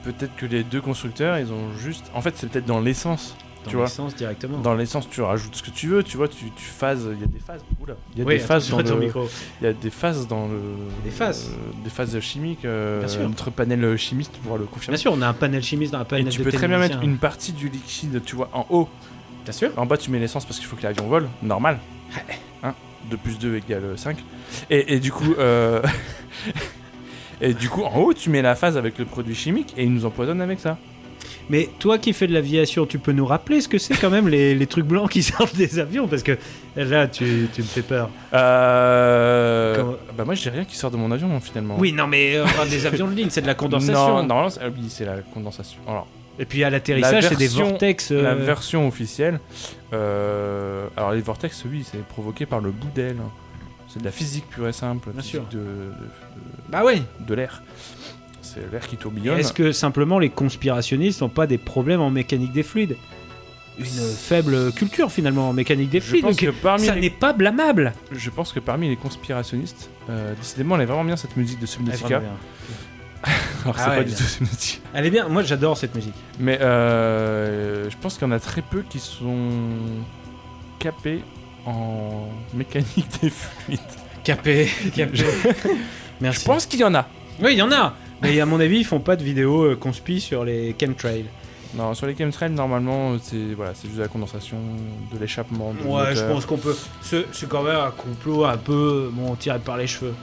E: Peut-être que les deux constructeurs, ils ont juste. En fait, c'est peut-être dans l'essence.
D: Dans
E: Tu
D: le
E: vois,
D: sens directement.
E: dans l'essence, tu rajoutes ce que tu veux, tu vois, tu, tu phases. Il y a des phases. Oula, il y a
D: Oui,
E: des phases
D: attention
E: dans
D: à ton
E: le.
D: micro.
E: Il y a des phases dans le.
D: Des phases.
E: euh, des phases chimiques. euh,
D: Bien sûr.
E: Notre panel chimiste pourra le
D: Bien
E: confirmer.
D: sûr, on a un panel chimiste dans un
E: Et
D: panel
E: tu
D: de
E: peux très bien mettre
D: techniciens.
E: une partie du liquide, tu vois, en haut.
D: Bien sûr.
E: En bas, tu mets l'essence parce qu'il faut que l'avion vole, normal. Hein 2 plus 2 égale 5. Et, et du coup, euh, et du coup, en haut, tu mets la phase avec le produit chimique et ils nous empoisonnent avec ça.
D: Mais toi qui fais de l'aviation, tu peux nous rappeler ce que c'est quand même les, les trucs blancs qui sortent des avions Parce que là, tu, tu me fais peur.
E: Euh,
D: Comment-
E: Bah moi, j'ai rien qui sort de mon avion finalement.
D: Oui, non, mais euh, on parle des avions de ligne, c'est de la condensation.
E: Non, normalement, c'est- ah oui, c'est la condensation. Alors,
D: Et puis à l'atterrissage,
E: La
D: c'est des
E: version-
D: vortex. euh,
E: la version officielle. euh, alors les vortex, oui, c'est provoqué par le bout d'aile. C'est de la physique pure et simple,
D: Bien
E: physique
D: sûr.
E: de, de-
D: Bah oui.
E: de l'air. C'est l'air qui
D: Et
E: tourbillonne.
D: Est-ce que simplement les conspirationnistes n'ont pas des problèmes en mécanique des fluides Une faible culture finalement en mécanique des
E: Je
D: fluides.
E: pense,
D: donc
E: que parmi
D: ça
E: les...
D: n'est pas blâmable.
E: je pense que parmi les conspirationnistes, euh, décidément, elle est vraiment bien cette musique de Subnautica. Alors, c'est
D: Ah ouais,
E: pas
D: bien.
E: du tout Subnautica.
D: Elle est bien, moi j'adore cette musique.
E: Mais euh, je pense qu'il y en a très peu qui sont capés en mécanique des fluides.
D: Capé,
E: Je,
D: capé. Merci.
E: je pense qu'il y en a.
D: Oui, il y en a. Mais à mon avis, ils font pas de vidéo euh, conspi sur les chemtrails.
E: Non, sur les chemtrails, normalement, euh, c'est voilà, c'est juste de la condensation, de l'échappement. du
D: Ouais, je
E: moteur.
D: pense qu'on peut. C'est c'est quand même un complot un peu euh, bon, tiré par les cheveux.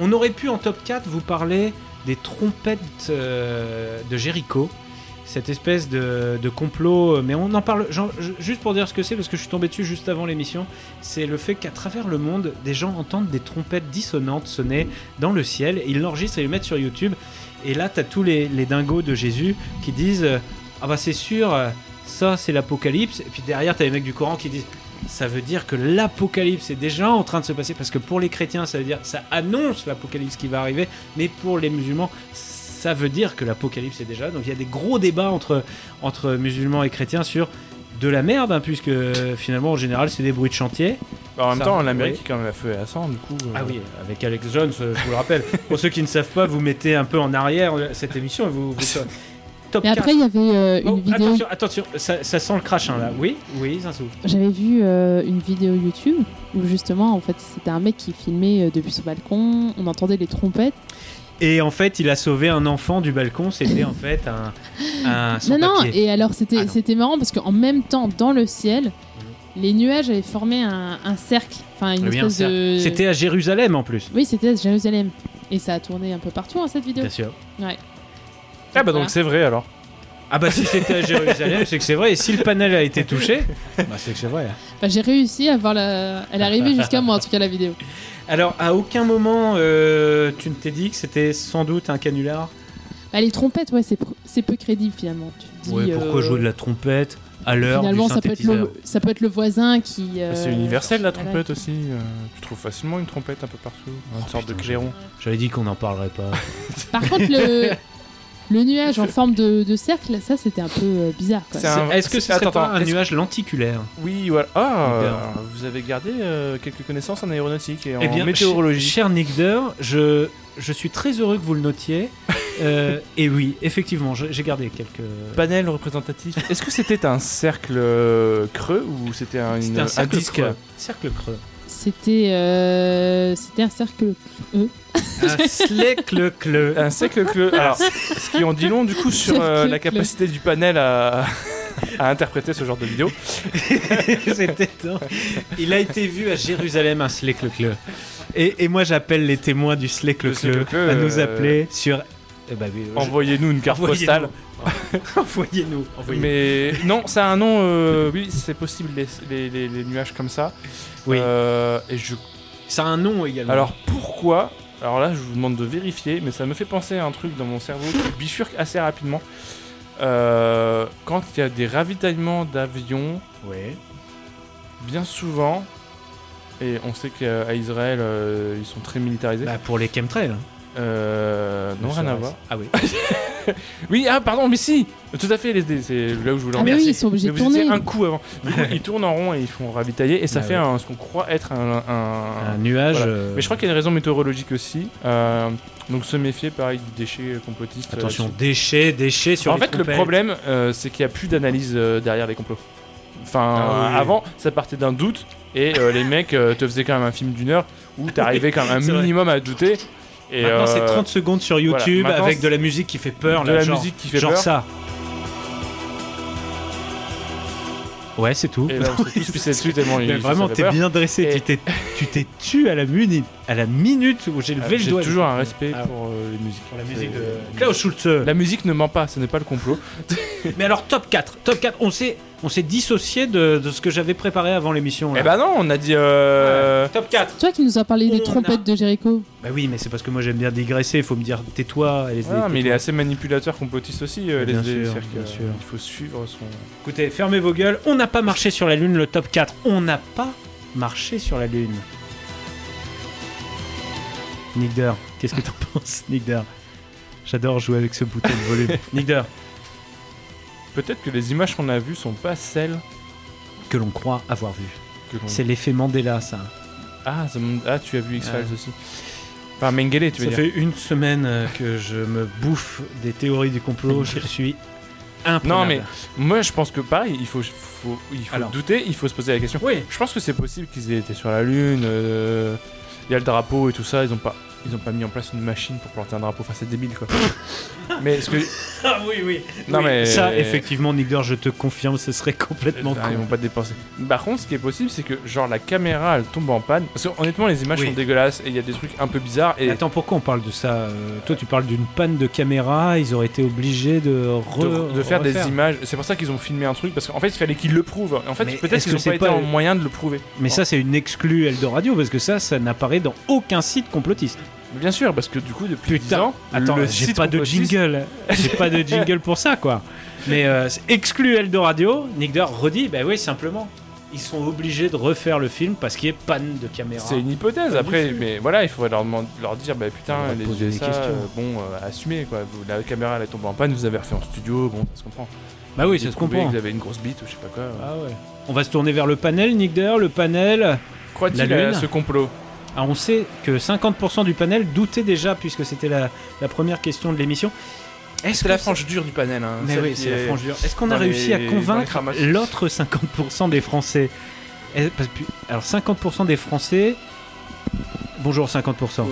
D: On aurait pu en top 4 vous parler des trompettes euh, de Jericho. Cette espèce de, de complot, euh, mais on en parle j'en- je- juste pour dire ce que c'est, parce que je suis tombé dessus juste avant l'émission. C'est le fait qu'à travers le monde, des gens entendent des trompettes dissonantes sonner dans le ciel. Ils l'enregistrent et le mettent sur YouTube. Et là, t'as tous les, les dingos de Jésus qui disent euh, Ah bah c'est sûr, euh, ça c'est l'apocalypse. Et puis derrière, t'as les mecs du Coran qui disent Ça veut dire que l'apocalypse est déjà en train de se passer. Parce que pour les chrétiens, ça veut dire ça annonce l'apocalypse qui va arriver. Mais pour les musulmans, ça veut dire que l'apocalypse est déjà. Donc il y a des gros débats entre, entre musulmans et chrétiens sur de la merde, hein, puisque euh, finalement en général c'est des bruits de chantier.
E: Bah, En même
D: Ça,
E: temps,
D: oui.
E: l'Amérique est quand même à feu et à sang, du coup. euh,
D: Ah oui, avec Alex Jones, euh, je vous le rappelle. Pour ceux qui ne savent pas, vous mettez un peu en arrière euh, cette émission. et Vous, vous- Top
F: Et
D: 4.
F: après, il y avait euh, une
D: Oh,
F: vidéo.
D: attention, attention, ça, ça sent le crash hein, là. Oui, oui, Zinsou.
F: J'avais vu euh, une vidéo YouTube où justement, en fait, c'était un mec qui filmait euh, depuis son balcon. On entendait les trompettes.
D: Et en fait, il a sauvé un enfant du balcon. C'était en fait un, un
F: non, non.
D: sans-papier.
F: Et alors, c'était
D: Ah,
F: c'était marrant parce qu'en même temps, dans le ciel, les nuages avaient formé un, un cercle, enfin une
D: Oui, Mhm. un
F: espèce
D: cerf.
F: de.
D: C'était Eh à Jérusalem en plus.
F: Oui, c'était à Jérusalem. Et ça a tourné un peu partout hein, cette vidéo.
D: Bien sûr.
F: Ouais.
E: Ah bah
F: Voilà.
E: donc c'est vrai alors.
D: Ah bah si c'était à Jérusalem, c'est que c'est vrai. Et si le panel a été touché, bah c'est que c'est vrai.
F: Enfin, j'ai réussi à voir la. Elle est arrivée jusqu'à moi en tout cas la vidéo.
D: Alors, à aucun moment euh, tu ne t'es dit que c'était sans doute un canular
F: Bah, les trompettes, ouais, c'est pr- c'est peu crédible finalement. Tu te dis,
D: Ouais, pourquoi
F: euh,
D: jouer de la trompette à l'heure du
F: Finalement, ça peut, être
D: synthétiseur
F: le, ça peut être le voisin qui. euh,
E: Bah, C'est universel la
F: voilà,
E: trompette
F: qui-
E: aussi. euh, tu trouves facilement une trompette un peu partout. Une sorte de clairon.
D: Oh, J'avais dit qu'on n'en parlerait pas.
F: Par contre, le, le nuage en forme de, de cercle, ça c'était un peu euh, bizarre. Quoi.
E: C'est un-
D: Est-ce que ce
E: c'est-
D: serait
E: attends,
D: pas
E: attends,
D: un
E: est-ce-
D: nuage lenticulaire
E: Oui, voilà. Ah,
D: Hyper.
E: euh, vous avez gardé euh, quelques connaissances en aéronautique et en
D: Eh bien,
E: météorologie.
D: ch- Cher Nick Deur, je, je suis très heureux que vous le notiez. Euh, et oui, effectivement, je- j'ai gardé quelques.
E: Panel représentatif. Est-ce que c'était un cercle euh, creux ou c'était un, une-
D: C'était un cercle
E: disque
D: creux. Cercle creux.
F: C'était euh, c'était un cercle. E.
D: Un cercle creux.
E: Un cercle creux. Alors, ce qui en dit long du coup sur euh,
F: Cercle
E: la
F: creux.
E: capacité du panel à, à interpréter ce genre de vidéo.
D: C'était un- Il a été vu à Jérusalem, un cercle creux. Et, et moi, j'appelle les témoins du cercle creux
E: creux,
D: à nous
E: euh,
D: appeler sur. Eh ben, oui, je-
E: Envoyez-nous une carte
D: Envoyez-nous.
E: postale.
D: Envoyez-nous. envoyez-nous.
E: Mais non, ça a un nom. euh, oui, c'est possible les, les- les- les nuages comme ça.
D: Oui.
E: Euh, et je.
D: Ça a un nom également.
E: Alors pourquoi Alors là, je vous demande de vérifier, mais ça me fait penser à un truc dans mon cerveau qui bifurque assez rapidement. Euh, quand il y a des ravitaillements d'avions,
D: Ouais.
E: bien souvent, et on sait qu'à Israël, euh, ils sont très militarisés.
D: Bah, pour les chemtrails. hein.
E: Euh, non,
D: Le
E: rien à
D: serait-ce.
E: voir.
D: Ah oui.
E: oui, ah pardon, mais si Tout à fait, LSD, c'est là où je voulais en
F: Ah, mais
E: venir.
F: oui, ils sont obligés
E: Mais
F: de
E: vous étiez
F: tourner.
E: un coup avant. Du coup, ils tournent en rond et ils font ravitailler, et ça
D: Ah
E: fait
D: ouais.
E: un- ce qu'on croit être un... Un,
D: Un nuage,
E: voilà.
D: euh,
E: Mais je crois qu'il y a une raison météorologique aussi. Euh, donc se méfier, pareil, du déchet complotiste. euh,
D: Attention,
E: là-dessus.
D: déchets, déchets sur
E: en
D: les
E: fait, le
D: trompettes.
E: problème, euh, c'est qu'il n'y a plus d'analyse euh, derrière les complots. Enfin,
D: Ah oui.
E: avant, ça partait d'un doute, et euh, les mecs euh, te faisaient quand même un film d'une heure où t'arrivais quand même
D: C'est
E: un
D: vrai.
E: minimum à douter. Et
D: Maintenant, c'est
E: euh,
D: 30 secondes sur
E: voilà.
D: YouTube
E: Maintenant,
D: avec de la musique qui fait peur.
E: de
D: là,
E: la
D: genre-
E: musique qui fait
D: genre
E: peur.
D: ça. Ouais, c'est tout.
E: Et là, on s'est tous pissés dessus tellement il-
D: Mais
E: ça
D: vraiment,
E: fait
D: t'es
E: peur.
D: bien dressé.
E: Et-
D: Tu t'es- tu t'es tu à la minute, à la minute où j'ai
E: Euh,
D: levé le
E: j'ai
D: doigt. Ah.
E: toujours un respect pour euh, les musiques.
D: la musique de Klaus Schulze. La
E: musique ne ment pas, ce n'est pas le complot.
D: Mais alors top 4, top 4, on s'est on s'est dissocié de, de ce que j'avais préparé avant l'émission. là.
E: Eh bah non, on a dit. Euh...
D: Top 4.
F: Toi qui nous as parlé
D: Oh,
F: des trompettes de Jéricho.
D: Bah oui, mais c'est parce que moi j'aime bien digresser, il faut me dire tais-toi et les
E: Ah, mais il est assez manipulateur, complotiste aussi, euh,
D: Bien
E: LSD,
D: sûr,
E: c'est-à-dire que,
D: bien sûr.
E: euh, Il faut suivre son.
D: Écoutez, fermez vos gueules, on n'a pas marché sur la lune le top 4, on n'a pas marché sur la lune. Nick Deur, qu'est-ce que t'en penses Nick Deur J'adore jouer avec ce bouton de volume. Nick Deur,
E: Peut-être que les images qu'on a vues sont pas celles.
D: que l'on croit avoir vu.
E: Que l'on-
D: C'est l'effet Mandela ça.
E: Ah, The Mon- ah, tu as vu X-Files
D: Ouais.
E: aussi. Enfin, Mengele, tu veux dire.
D: Ça fait une semaine euh, que je me bouffe des théories du complot. je suis imprenable.
E: Non, mais moi je pense que pareil, il faut, faut- il faut
D: Alors.
E: douter, il faut se poser la question.
D: Oui.
E: Je pense que c'est possible qu'ils aient été sur la Lune, euh, il y a le drapeau et tout ça, ils ont pas. Ils ont pas mis en place une machine pour planter un drapeau, enfin c'est débile quoi. mais ce que.
D: ah oui, oui.
E: Non,
D: Oui,
E: mais-
D: Ça, effectivement, Nick Dor, je te confirme, ce serait complètement
E: Ah, ils
D: con.
E: vont pas dépenser. Par contre, ce qui est possible, c'est que genre la caméra elle tombe en panne. Parce que honnêtement, les images
D: Oui.
E: sont dégueulasses et il y a des trucs un peu bizarres. Et
D: Attends, pourquoi on parle de ça Euh, Toi, tu parles d'une panne de caméra, ils auraient été obligés de, re-
E: de, de faire
D: refaire.
E: des images. C'est pour ça qu'ils ont filmé un truc parce qu'en fait il fallait qu'ils le prouvent. En fait
D: Mais
E: peut-être
D: est-ce
E: qu'ils
D: que
E: n'ont
D: c'est
E: pas été
D: pas-
E: en moyen de le prouver.
D: Mais ça, c'est une exclue Eldoradio, parce que ça, ça n'apparaît dans aucun site complotiste.
E: Bien sûr, parce que du coup depuis 10 ans,
D: Attends, euh,
E: le
D: j'ai
E: site
D: pas de
E: complotiste-
D: jingle. J'ai pas de jingle pour ça, quoi. Mais euh, c'est exclu Eldoradio, Nick Dor redit, bah oui, simplement. Ils sont obligés de refaire le film parce qu'il y a panne de caméra.
E: C'est une hypothèse
D: Pas
E: après,
D: dessus.
E: mais voilà, il faudrait leur, demand- leur dire, bah putain,
D: va
E: les
D: poser des
E: USA,
D: questions.
E: euh, bon, euh, assumez quoi, Vous- la caméra elle est tombée en panne, vous avez refait en studio, bon, ça se comprend.
D: Bah oui,
E: Il
D: ça se
E: trouvait
D: comprend.
E: Qu'ils avaient une grosse bite ou je sais pas quoi.
D: Ah ouais. On va se tourner vers le panel, Nick Deer, le panel.
E: Croit-il
D: la
E: à
D: Lune.
E: ce complot
D: Ah, on sait que 50% du panel doutait déjà, puisque c'était la, la première question de l'émission. Est-ce
E: C'est la frange dure du panel. hein,
D: Mais
E: celle
D: oui,
E: qui
D: c'est la
E: est
D: frange dure. Est-ce qu'on a
E: dans les-
D: réussi à
E: dans les
D: convaincre
E: ramasses
D: l'autre 50% des Français Est- parce que- Alors 50% des Français. Bonjour 50%.
L: Ouais,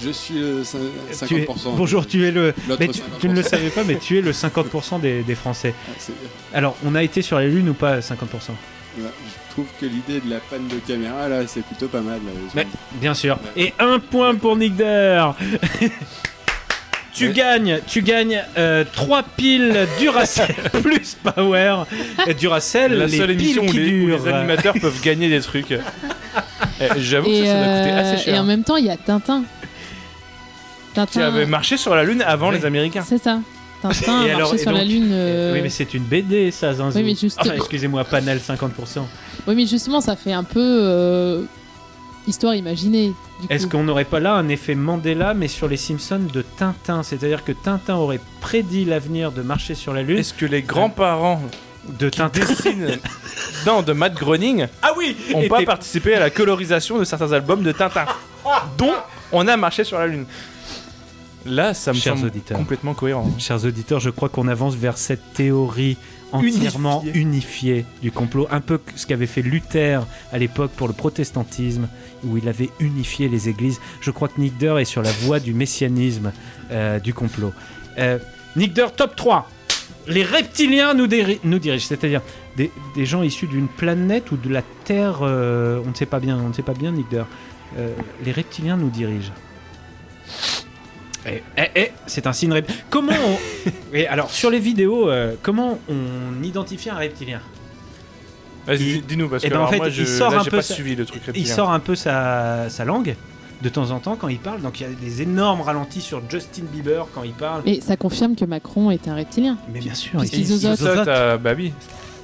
L: je suis le cin-
D: Tu es-
L: 50%.
D: Bonjour, tu es le.
L: L'autre
D: mais tu,
L: 50%.
D: tu ne le savais pas, mais tu es le 50% des, des Français.
L: Ah, c'est-
D: Alors, on a été sur la Lune ou pas 50%
L: Ouais, Je trouve que l'idée de la panne de caméra, là, c'est plutôt pas mal. là,
D: Mais, Bien sûr. Et un point pour Nick Daer. Tu gagnes, tu gagnes 3 piles Duracell plus Power. Et Duracell,
E: La
D: les
E: seule
D: piles
E: émission où
D: qui
E: les, où les
D: durent.
E: animateurs peuvent gagner des trucs. Eh, J'avoue que
F: Et,
E: ça, ça doit coûter
F: euh,
E: assez
F: et en
E: cher.
F: même temps, il y a Tintin. Tintin.
E: Qui avait marché sur la Lune avant les Américains.
F: C'est ça. Tintin a
D: Et
F: marché
D: alors- et
F: sur la
D: donc-
F: Lune. euh,
D: Oui, mais c'est une BD, ça, Zinzou.
F: Oui, mais juste-
D: Enfin, excusez-moi, panel 50%.
F: Oui, mais justement, ça fait un peu euh, histoire imaginée. du
D: Est-ce
F: coup.
D: qu'on n'aurait pas là un effet Mandela, mais sur les Simpsons de Tintin C'est-à-dire que Tintin aurait prédit l'avenir de marcher sur la Lune. Est-ce
E: que les grands-parents
D: de Tintin
E: Non, de Matt Groening.
D: Ah oui
E: Ont
D: Et
E: pas
D: t'es-
E: participé à la colorisation de certains albums de Tintin, dont on a marché sur la Lune. Là, ça me
D: Chers
E: semble
D: auditeurs.
E: complètement cohérent. hein.
D: Chers auditeurs, je crois qu'on avance vers cette théorie entièrement unifiée du complot, un peu ce qu'avait fait Luther à l'époque pour le protestantisme, où il avait unifié les églises. Je crois que Nick Deer est sur la voie du messianisme euh, du complot. Euh, Nick Deer, top 3 Les reptiliens nous, déri- nous dirigent, c'est-à-dire des, des gens issus d'une planète ou de la Terre, euh, on ne sait pas bien, on ne sait pas bien Nick Deer. Euh, les reptiliens nous dirigent. Eh, eh, eh, c'est un signe. rep- Comment on... Et alors, sur les vidéos, euh, comment on identifie un reptilien
E: Vas-y, dis-nous, parce
D: Eh
E: que
D: ben, en
E: alors,
D: fait,
E: moi, je,
D: il sort
E: là,
D: un
E: j'ai
D: peu
E: pas
D: sa-
E: suivi le truc
D: Il
E: reptilien.
D: sort un peu sa, sa langue de temps en temps quand il parle. Donc, il y a des énormes ralentis sur Justin Bieber quand il parle.
F: Et ça confirme que Macron est un reptilien.
D: Mais bien sûr,
F: Puis
D: il-
F: ils osent-
D: il- zozote.
E: euh, bah oui,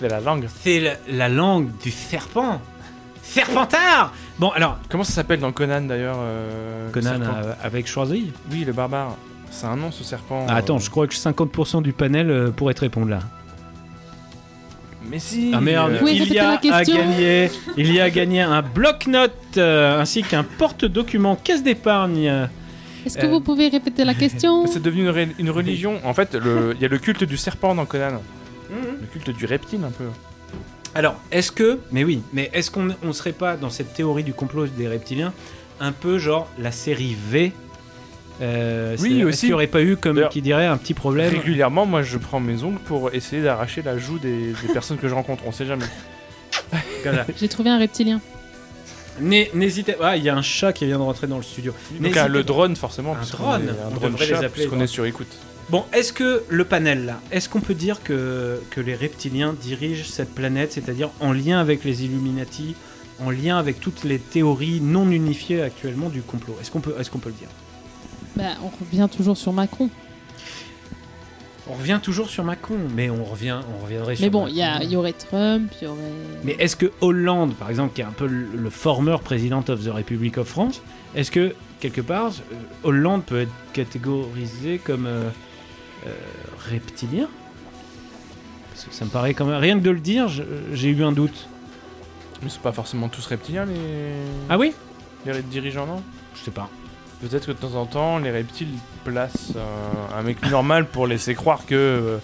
E: c'est la langue.
D: C'est la, la langue du serpent. Serpentard Bon, alors.
E: Comment ça s'appelle dans Conan d'ailleurs euh,
D: Conan
E: le serpent
D: euh, avec Schwarzy
E: Oui, le barbare. C'est un nom ce serpent.
D: Ah,
E: euh,
D: Attends, je crois que 50% du panel euh, pourrait te répondre là.
E: Mais si
D: Ah merde,
E: euh,
D: il y a à gagner, il y a à gagner un bloc-notes euh, ainsi qu'un porte-document caisse d'épargne. euh,
F: Est-ce que
E: Euh,
F: vous pouvez répéter la question
E: C'est devenu une, ré- une religion. En fait, le- il y a le culte du serpent dans Conan. Le culte du reptile, un peu.
D: Alors, est-ce que, mais oui, mais est-ce qu'on on serait pas dans cette théorie du complot des reptiliens un peu genre la série V euh, c'est-
E: Oui,
D: Est-ce
E: aussi.
D: qu'il n'y aurait pas eu, comme
E: D'ailleurs,
D: qui dirait, un petit problème
E: Régulièrement, moi, je prends mes ongles pour essayer d'arracher la joue des, des personnes que je rencontre. On sait jamais.
D: comme ça
F: J'ai trouvé un reptilien.
D: N'hé- N'hésitez pas. Ah, il y a un chat qui vient de rentrer dans le studio.
E: Donc,
D: N'hésitez
E: hein, le
D: pas.
E: drone, forcément.
D: Un
E: puisqu'on
D: drone.
E: est- Un
D: On
E: drone
D: devrait les
E: chat,
D: appeler,
E: puisqu'on
D: donc.
E: est sur écoute.
D: Bon, est-ce que le panel là, est-ce qu'on peut dire que, que les reptiliens dirigent cette planète, c'est-à-dire en lien avec les Illuminati, en lien avec toutes les théories non unifiées actuellement du complot Est-ce qu'on peut, est-ce qu'on peut le dire
F: Bah, on revient toujours sur Macron.
D: On revient toujours sur Macron, mais on revient, on reviendrait sur.
F: Mais bon, il
D: Macron.
F: y, a- il y aurait Trump, il y aurait.
D: Mais est-ce que Hollande, par exemple, qui est un peu le, le former président of the Republic of France, est-ce que quelque part euh, Hollande peut être catégorisé comme euh, euh, reptilien Parce que ça me paraît quand même. Rien que de le dire, je- j'ai eu un doute.
E: Mais c'est pas forcément tous reptiliens, les.
D: Ah oui
E: Les ré- dirigeants, non
D: Je sais pas.
E: Peut-être que de temps en temps, les reptiles placent euh, un mec normal pour laisser croire que. euh,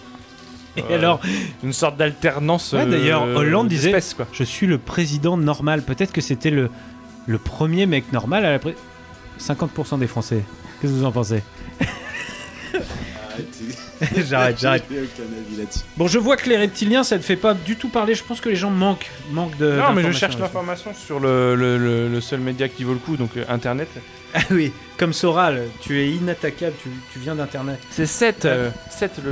D: Et
E: euh,
D: alors
E: Une sorte d'alternance.
D: Ouais, D'ailleurs,
E: euh,
D: Hollande disait
E: d'espèces, quoi.
D: Je suis le président normal. Peut-être que c'était le, le premier mec normal à la pré- 50% des Français. Qu'est-ce que vous en pensez J'arrête, j'arrête.
L: J'ai aucun avis là-dessus.
D: Bon, je vois que les reptiliens, ça ne fait pas du tout parler. Je pense que les gens manquent, manquent de.
E: Non, mais je
D: d'informations
E: cherche
D: là-dessus.
E: l'information sur le, le- le- le seul média qui vaut le coup, donc euh, Internet.
D: Ah oui, comme Soral, tu es inattaquable, tu, tu viens d'Internet.
E: C'est euh, 7, le,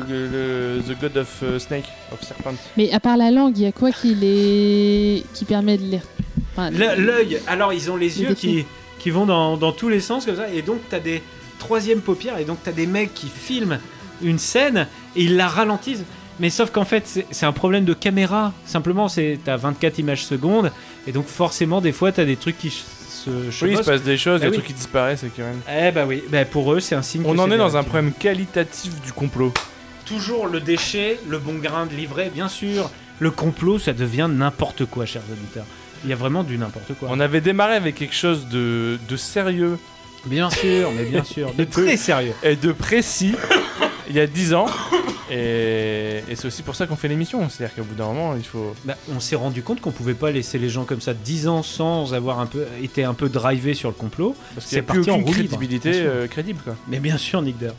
E: le- The God of euh, Snake, of Serpent.
F: Mais à part la langue, il y a quoi qui les. qui permet de les. enfin,
D: Le- L'œil, alors ils ont les
F: Les
D: yeux qui,
F: défis.
D: qui vont dans, dans tous les sens comme ça, et donc t'as des troisième paupières, et donc t'as des mecs qui filment une scène et ils la ralentissent. Mais sauf qu'en fait, c'est- c'est un problème de caméra. Simplement, c'est t'as 24 images secondes, et donc forcément, des fois, t'as des trucs qui ch- se
E: Oui, il se
D: chevauchent.
E: passe des choses,
D: Ah
E: des
D: oui. Euh,
E: trucs qui disparaissent, et qui reviennent.
D: Eh bah oui, bah pour eux, c'est un signe.
E: On
D: que
E: en
D: c'est
E: est
D: des
E: dans un
D: reptiliens.
E: problème qualitatif du complot.
D: toujours le déchet, le bon grain de livret, bien sûr. Le complot, ça devient n'importe quoi, chers auditeurs. Il y a vraiment du n'importe quoi.
E: On avait démarré avec quelque chose de, de sérieux.
D: Bien sûr, mais bien sûr, de
E: Et
D: très sérieux.
E: Et de précis, il y a 10 ans. Et, et c'est aussi pour ça qu'on fait l'émission. C'est-à-dire qu'au bout d'un moment, il faut.
D: Bah, on s'est rendu compte qu'on pouvait pas laisser les gens comme ça 10 ans sans avoir un peu été un peu drivé sur le complot.
E: Parce qu'il y
D: C'est
E: a plus
D: parti en
E: aucune
D: roue libre,
E: crédibilité
D: bien sûr.
E: euh, crédible. Quoi.
D: Mais bien sûr, Nick Deer.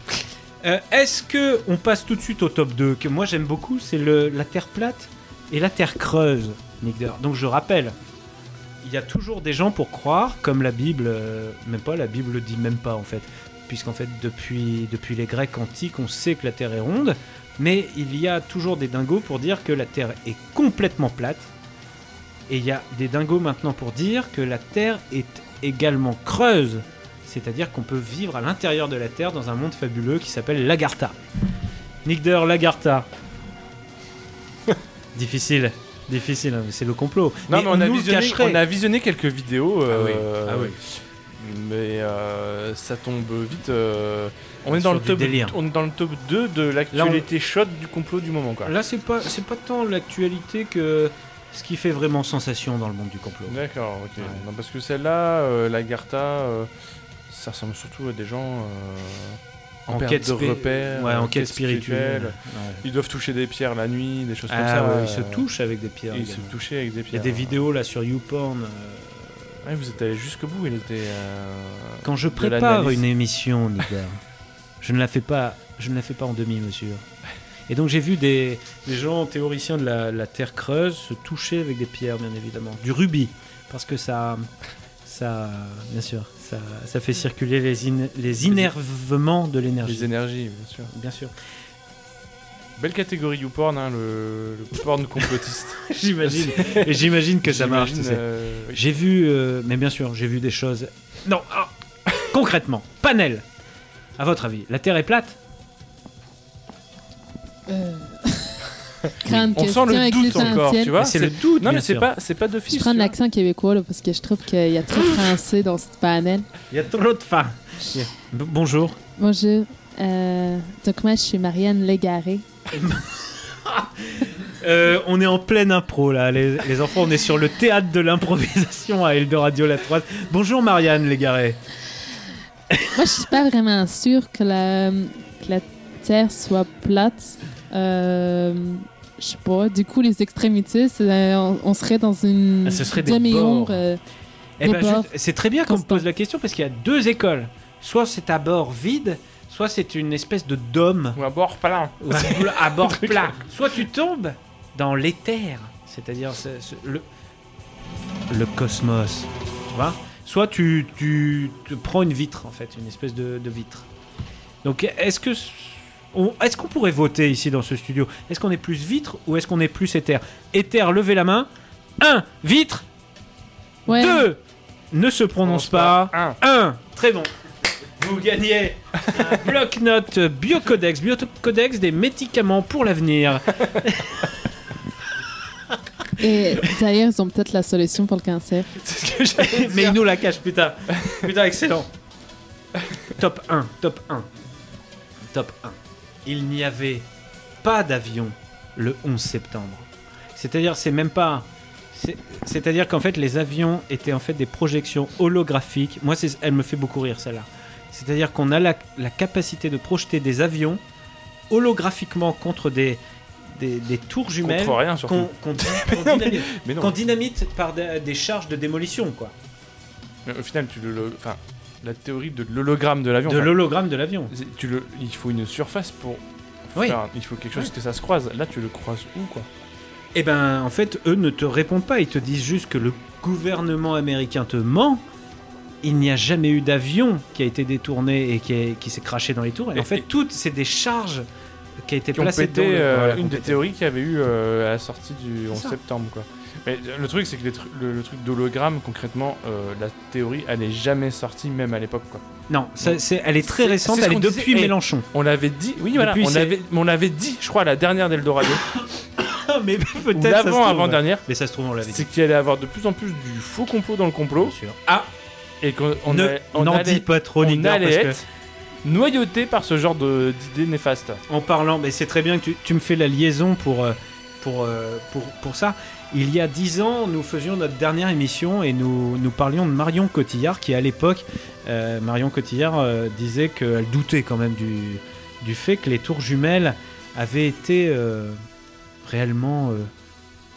D: Euh, Est-ce que on passe tout de suite au top 2 que moi j'aime beaucoup, c'est le la Terre plate et la Terre creuse, Nick Deer. Donc je rappelle, il y a toujours des gens pour croire, comme la Bible, euh, même pas la Bible le dit même pas en fait, puisqu'en fait depuis depuis les Grecs antiques, on sait que la Terre est ronde, mais il y a toujours des dingos pour dire que la Terre est complètement plate. Et il y a des dingos maintenant pour dire que la Terre est également creuse. C'est-à-dire qu'on peut vivre à l'intérieur de la Terre dans un monde fabuleux qui s'appelle Lagartha. Nick Deer, Lagartha. difficile, difficile, hein, mais c'est le complot.
E: Non, mais, on, a
D: nous le
E: visionné,
D: cacherait.
E: on a visionné quelques vidéos.
D: Ah oui,
E: euh,
D: ah oui.
E: Mais euh, ça tombe vite. euh, on,
D: Sur
E: est dans le
D: du
E: top,
D: délire.
E: on est dans le top 2 de l'actualité chaude du complot du moment. Quoi.
D: Là, c'est pas, c'est pas tant l'actualité que ce qui fait vraiment sensation dans le monde du complot.
E: D'accord, ok. Non, parce que celle-là, euh, la Garta, euh, ça ressemble surtout à des gens euh, en
D: En
E: quête
D: quête
E: de
D: spé-
E: repères,
D: ouais, en
E: euh,
D: quête spirituelle. Ouais.
E: Ils doivent toucher des pierres la nuit, des choses comme
D: Ah
E: ça.
D: ouais,
E: ouais.
D: ils se touchent avec des pierres.
E: Ils se
D: également.
E: touchaient avec des
D: Il y
E: pierres.
D: a des vidéos là sur YouPorn. euh,
E: Ouais, vous êtes allé jusqu'au bout, il était. euh,
D: Quand je
E: de
D: prépare
E: l'analyse.
D: une émission, Nicolas, je ne la fais pas, je ne la fais pas en demi-mesure. Et donc j'ai vu des, des gens théoriciens de la, la Terre creuse se toucher avec des pierres, bien évidemment, du rubis, parce que ça, ça, bien sûr, ça, ça fait circuler les, in- les innervements de l'énergie.
E: Les énergies, bien sûr.
D: Bien sûr.
E: Belle catégorie YouPorn, hein, le, le porn complotiste.
D: J'imagine. Et j'imagine que ça marche. tu sais.
E: J'imagine, euh, oui.
D: J'ai vu, euh, mais bien sûr, j'ai vu des choses. Non, ah, concrètement, panel. À votre avis, la Terre est plate
F: Euh... Crâne
E: On sent le doute encore, tu vois.
D: C'est le doute,
E: Non, mais
D: bien
E: c'est
D: sûr.
E: pas, c'est pas de
F: Je
E: fiche.
F: prends l'accent québécois là, parce que je trouve qu'il y a trop de français dans cette panel.
D: Il y a trop de faim. B- Bonjour.
F: Bonjour. Euh, donc moi, je suis Marianne Légaré.
D: Euh, on est en pleine impro là, les, les enfants. On est sur le théâtre de l'improvisation à Eldoradio La 3. Bonjour Marianne Légaré.
F: moi, je suis pas vraiment sûre que la, que la Terre soit plate. Euh, je sais pas. Du coup, les extrémitistes, euh, on, on serait dans une
D: Ah, ce serait des
F: demi-ombre.
D: bords.
F: euh,
D: Eh
F: des
D: ben,
F: bords.
D: juste- c'est très bien qu'on me pose la question parce qu'il y a deux écoles. Soit c'est à bord vide, soit c'est une espèce de dôme.
E: Ou à bord plein.
D: Ou à, bord plat. Soit tu tombes dans l'éther, c'est-à-dire ce- ce- le, le cosmos. Tu vois Soit tu, tu, tu prends une vitre, en fait, une espèce de, de vitre. Donc est-ce que. s- on- Est-ce qu'on pourrait voter ici dans ce studio Est-ce qu'on est plus vitre ou est-ce qu'on est plus éther Éther, levez la main. 1. Vitre.
F: Ouais.
D: 2. Ne se prononce pas. 1. Très bon. Vous gagnez un bloc-notes Biocodex. Biocodex des médicaments pour l'avenir.
F: Et d'ailleurs, ils ont peut-être la solution pour le cancer.
D: Mais il nous la cache, putain. Putain, excellent. Top 1, top 1. Top 1. Il n'y avait pas d'avion le 11 septembre. C'est-à-dire, c'est même pas. c'est- C'est-à-dire qu'en fait, les avions étaient en fait des projections holographiques. Moi, c'est- elle me fait beaucoup rire, celle-là. C'est-à-dire qu'on a la, la capacité de projeter des avions holographiquement contre des, des, des tours jumelles.
E: Contre rien, surtout.
D: qu'on- qu'on dy- qu'on dynamite,
E: Mais non.
D: qu'on dynamite par des, des charges de démolition, quoi.
E: Mais au final, tu le- le- enfin, la théorie de l'hologramme de l'avion.
D: De
E: enfin,
D: l'hologramme de l'avion.
E: c'est- Tu le, il faut une surface pour.
D: Oui.
E: faire- il faut quelque chose que ça se croise. Là, tu le croises où, quoi
D: Eh ben, en fait, eux ne te répondent pas. Ils te disent juste que le gouvernement américain te ment. Il n'y a jamais eu d'avion qui a été détourné et qui, est- qui s'est craché dans les tours. Et,
E: Et-
D: en fait,
E: et-
D: toutes c'est des charges qui a été
E: Qui ont
D: placées
E: pété
D: dans le-
E: euh,
D: voilà,
E: une des
D: complété.
E: théories qu'il y avait eu euh, à la sortie du 11
D: ça.
E: septembre, quoi. Mais euh, le truc, c'est que les tru- le, le truc d'hologramme, concrètement, euh, la théorie, elle est jamais sortie, même à l'époque, quoi.
D: Non, ça,
E: Donc,
D: c'est, elle est très
E: c'est-
D: récente.
E: c'est ce
D: Elle est
E: qu'on disait.
D: depuis
E: Et
D: Mélenchon.
E: On l'avait dit, oui, voilà,
D: Depuis,
E: on
D: c'est-
E: l'avait- mais on l'avait dit, je crois, à la dernière d'Eldorado.
D: Ah, mais peut-être. ça se trouve,
E: L'avant, avant dernière.
D: Mais ça se trouve, on l'avait
E: C'est
D: dit.
E: qu'il allait avoir de plus en plus du faux complot dans le complot.
D: sûr.
E: Ah Et qu'on on
D: Ne-
E: allait- on
D: n'en
E: allait-
D: dis pas trop,
E: on
D: Nick Dare,
E: allait
D: parce
E: être
C: noyauté par ce genre de- d'idées néfastes.
D: En parlant, mais c'est très bien que tu, tu me fais la liaison pour, euh, pour, euh, pour, pour ça. Il y a dix ans, nous faisions notre dernière émission et nous, nous parlions de Marion Cotillard, qui à l'époque, euh, Marion Cotillard euh, disait qu'elle doutait quand même du, du fait que les tours jumelles avaient été euh, réellement euh,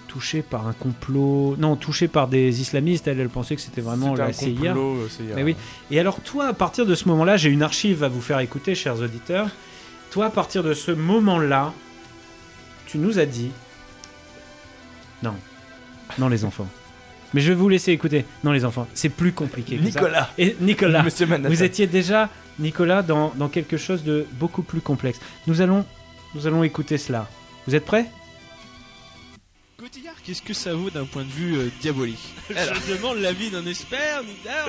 D: touchées par un complot. Non, touchées par des islamistes. Elle, elle pensait que c'était vraiment
C: C'était
D: la
C: un
D: CIA.
C: complot, euh, CIA.
D: Mais oui. Et alors toi, à partir de ce moment-là, j'ai une archive à vous faire écouter, chers auditeurs. Toi, à partir de ce moment-là, tu nous as dit... Non. Non, les enfants. Mais je vais vous laisser écouter. Non, les enfants, c'est plus compliqué. que ça.
C: Nicolas.
D: Et Nicolas.
C: Monsieur Manhattan.
D: Vous étiez déjà, Nicolas, dans, dans quelque chose de beaucoup plus complexe. Nous allons, nous allons écouter cela. Vous êtes prêts
E: Cotillard, qu'est-ce que ça vaut d'un point de vue euh, diabolique Je demande l'avis d'un expert, Nidar.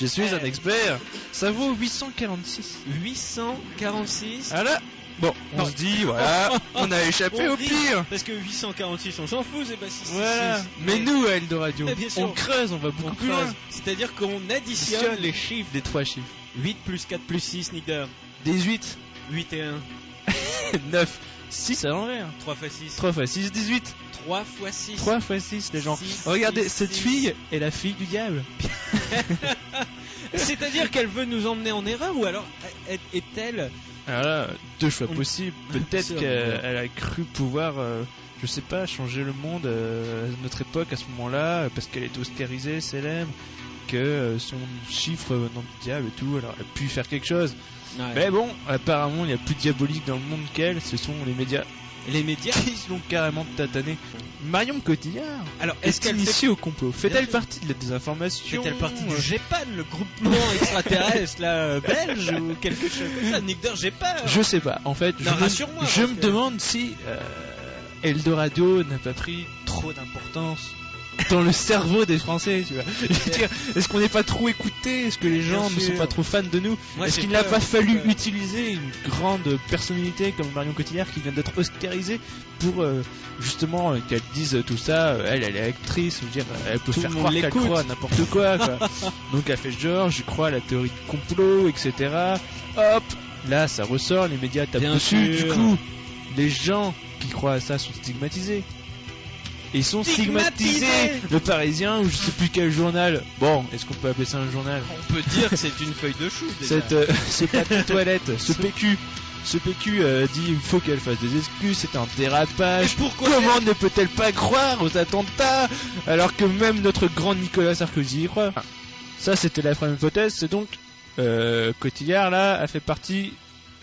E: Je suis un expert. Ça vaut 846. 846 Ah là Bon, on se dit, voilà, on a échappé au pire.
J: Parce que 846, on s'en fout, c'est pas 6.
E: Voilà. Mais nous, à Eldoradio,
J: Eh bien sûr.
E: on creuse, on va beaucoup
J: On
E: plus
J: creuse.
E: loin.
J: C'est-à-dire qu'on additionne
E: Additionne
J: les chiffres des trois chiffres. 8 plus 4 plus 6, Nickdown.
E: 18.
J: 8 et 1.
E: 9, 6 à l'envers.
J: 3 x 6.
E: 3 x 6, 18.
J: 3 x 6.
E: 3 x 6, les gens.
J: Six,
E: Regardez,
J: six,
E: cette
J: six.
E: fille est la fille du diable.
J: C'est-à-dire qu'elle veut nous emmener en erreur ou alors est- est-elle.
E: Alors là, deux choix possibles.
J: Sûr,
E: Peut-être
J: mais-
E: qu'elle elle a cru pouvoir, euh, je sais pas, changer le monde euh, à notre époque à ce moment-là, euh, parce qu'elle était oscarisée, célèbre, que euh, son chiffre euh, dans le diable et tout, alors elle a pu faire quelque chose.
J: Ouais.
E: Mais bon, apparemment, il y a plus diabolique dans le monde qu'elle, ce sont les médias.
J: Les médias
E: Qui l'ont carrément tatané. Marion Cotillard
J: Alors, est-ce qu'elle fait-
E: initiée au complot
J: Bien
E: Fait-elle
J: sûr.
E: partie de la désinformation
J: Fait-elle partie du
E: Euh,
J: GEPAN, le groupement extraterrestre là, euh, belge ou quelque chose comme ça Nickdown, j'ai pas.
E: Je sais pas. En fait,
J: Non,
E: je,
J: rassure-moi,
E: me, je
J: parce
E: me
J: que-
E: demande si euh, Eldorado n'a pas pris trop d'importance dans le cerveau des Français, tu vois. Je veux dire, Est-ce qu'on n'est pas trop écouté Est-ce que les gens
J: Bien
E: ne sont
J: sûr.
E: pas trop fans de nous
J: Moi,
E: Est-ce
J: j'ai
E: qu'il n'a
J: peur,
E: pas
J: j'ai
E: fallu
J: peur.
E: utiliser une grande personnalité comme Marion Cotillard qui vient d'être oscarisée pour euh, justement euh, qu'elle dise tout ça euh, Elle, elle est actrice, je veux dire, elle peut
J: Tout
E: faire
J: le
E: croire
J: monde
E: qu'elle
J: l'écoute.
E: croit à n'importe quoi. quoi. Donc elle fait genre, je crois à la théorie du complot, etc. Hop, là ça ressort, les médias tapent
J: Bien
E: dessus.
J: sûr.
E: Du coup, les gens qui croient à ça sont stigmatisés. Ils sont stigmatisés.
J: Stigmatisés
E: Le Parisien ou je sais plus quel journal. Bon, est-ce qu'on peut appeler ça un journal
J: On peut dire que c'est une feuille de chou déjà.
E: Cette, euh, ce papier toilette, ce PQ. Ce PQ euh, dit il faut qu'elle fasse des excuses, c'est un dérapage. Comment ne peut-elle pas croire aux attentats alors que même notre grand Nicolas Sarkozy y croit Ah. Ça, c'était la première hypothèse. C'est donc euh, Cotillard là a fait partie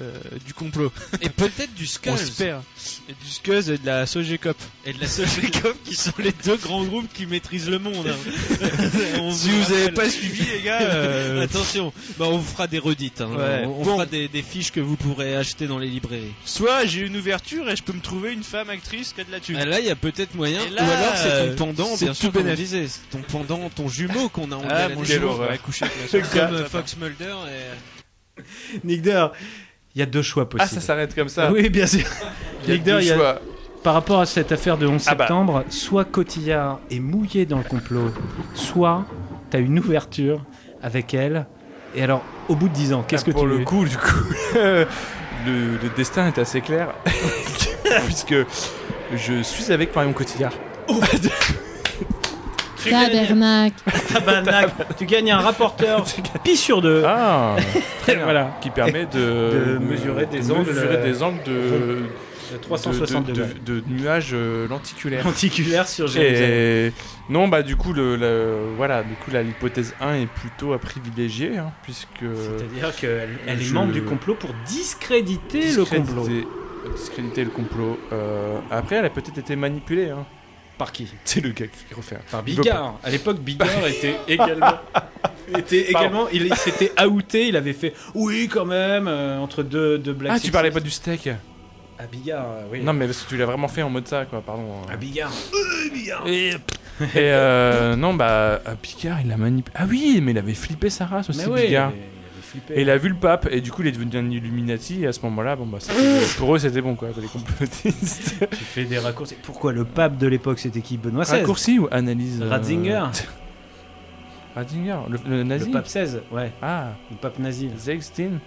E: euh, du complot.
J: Et peut-être du Skulls.
E: On se perd. Et du Skulls et de la Sogecop.
J: Et de la Sogecop qui sont les deux grands groupes qui maîtrisent le monde. hein. On
E: Si vous avez
J: rappelle.
E: pas suivi, les gars, euh,
J: Attention, bah, on vous fera des redites. hein.
E: Ouais.
J: On, on
E: Bon.
J: fera des, des fiches que vous pourrez acheter dans les librairies.
E: Soit j'ai une ouverture et je peux me trouver une femme actrice qui a de la thune.
J: Ah, là, il y a peut-être moyen.
E: Et là,
J: Ou alors, c'est
E: euh,
J: ton pendant,
E: c'est
J: bien sûr,
E: tout
J: comme on
E: bénef.
J: disait. C'est ton pendant, ton jumeau qu'on a enlevé.
E: Ah,
J: à la
E: mon
J: naissance.
E: jumeau,
J: On va
E: ouais.
J: coucher avec la
E: Le
J: soeur.
E: gars.
J: Comme euh, Fox Mulder et...
D: Nick Deur, il y a deux choix possibles.
C: Ah,
D: Ah
C: ça s'arrête comme ça.
D: Oui, bien sûr.
C: Il y a
D: Nick Deur,
C: deux
D: il y a-
C: choix.
D: Par rapport à cette affaire de 11
C: Ah bah.
D: septembre, soit Cotillard est mouillé dans le complot, soit t'as une ouverture avec elle. Et alors, au bout de 10 ans, qu'est-ce
C: Ah,
D: que
C: pour
D: tu
C: le coup, du coup, le, le destin est assez clair, puisque je suis avec Marion Cotillard.
F: Tabernacle.
D: Tabarnak, Ah bah, tu gagnes un rapporteur pi sur deux.
C: Ah,
D: très bien. voilà.
C: Qui permet
D: De
C: de,
D: mesurer des
C: de
D: angles,
C: mesurer
D: euh,
C: des angles de,
D: de 360
C: de- de-
D: degrés.
C: de- de nuages euh, lenticulaires.
D: Lenticulaires sur
C: Et- Non, bah du coup, le, le- voilà, du coup, là, l'hypothèse 1 est plutôt à privilégier, hein, puisque.
D: C'est-à-dire qu'elle elle est
C: je-
D: membre du complot pour discréditer, le
C: discréditer-
D: complot.
C: Discréditer le complot. Euh, après, elle a peut-être été manipulée. Hein.
D: Par qui
C: C'est le gars qui refait. Par
D: Bigard, à l'époque
C: Bah.
D: Bigard était également était également il, il s'était outé, il avait fait oui quand même euh, entre deux deux blagues.
C: Ah, tu parlais pas du steak
D: à Bigard, euh, oui.
C: Non, mais parce que tu l'as vraiment fait en mode ça, quoi, pardon. euh.
D: à Bigard.
C: Et, euh, non, bah, à Picard, il l'a manipulé. Ah oui, mais il avait flippé sa race aussi,
D: Mais oui,
C: Picard.
D: il avait- il avait flippé.
C: Et il a vu le pape, et du coup, il est devenu un Illuminati, et à ce moment-là, bon, bah, c'était- pour eux, c'était bon, quoi, les complotistes.
D: Tu fais des raccourcis. Pourquoi le pape de l'époque c'était qui Benoît XVI
C: Raccourci ou analyse euh,
D: Ratzinger.
C: Ratzinger, le, le nazi
D: Le pape XVI, ouais.
C: Ah.
D: Le pape nazi.
C: Zegstein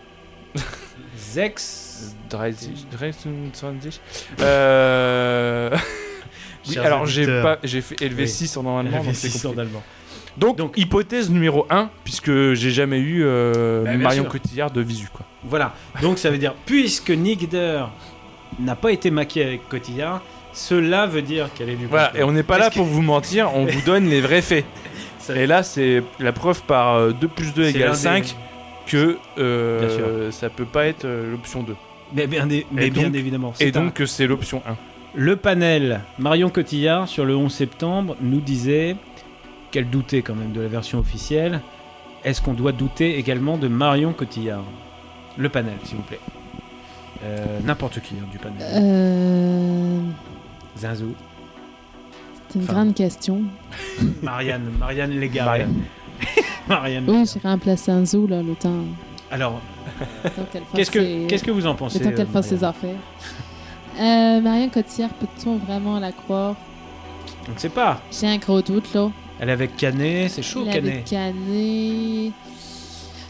D: Zex.
E: Dreizig. Euh. Oui,
D: Chers
E: alors j'ai
D: auditeurs.
E: pas, j'ai fait élevé
D: Oui.
E: 6 en allemand, donc c'est
D: LV6 en
E: compliqué.
D: allemand.
E: Donc, hypothèse numéro 1, puisque j'ai jamais eu euh,
D: Bah, bien
E: Marion
D: sûr.
E: Cotillard de visu. Quoi.
D: Voilà. Donc ça veut dire, puisque Nick Deur n'a pas été maqué avec Cotillard, cela veut dire qu'elle est du
E: Voilà, et on n'est pas là pour vous mentir, on vous donne les vrais faits. Et là, c'est la preuve par euh, 2 plus 2
D: C'est l'un
E: égale
D: des-
E: 5 que euh,
D: Bien sûr.
E: ça peut pas être euh, l'option 2.
D: Mais bien, é- mais
E: Et
D: bien
E: donc-
D: évidemment.
E: Et
D: c'est un-
E: donc euh, que c'est l'option 1.
D: Le panel Marion Cotillard sur le 11 septembre nous disait qu'elle doutait quand même de la version officielle. Est-ce qu'on doit douter également de Marion Cotillard Le panel, s'il vous plaît. Euh, N'importe qui hein, du panel.
F: Euh,
D: Zinzou,
F: C'est une
D: Enfin.
F: grande question.
D: Marianne, Marianne Légaré. Marianne.
F: Oui, j'ai remplacé Anzo, là, le temps.
D: Alors,
F: le temps qu'elle fasse
D: qu'est-ce que,
F: ses-
D: qu'est-ce que vous en pensez
F: Le temps qu'elle
D: euh,
F: fasse ses
D: Marianne
F: affaires. Euh, Marion Cotillard, peut-on vraiment la croire
D: On ne sait pas.
F: J'ai un gros doute, là.
D: Elle est avec Canet, c'est chaud
F: Il avait
D: Canet.
F: canné.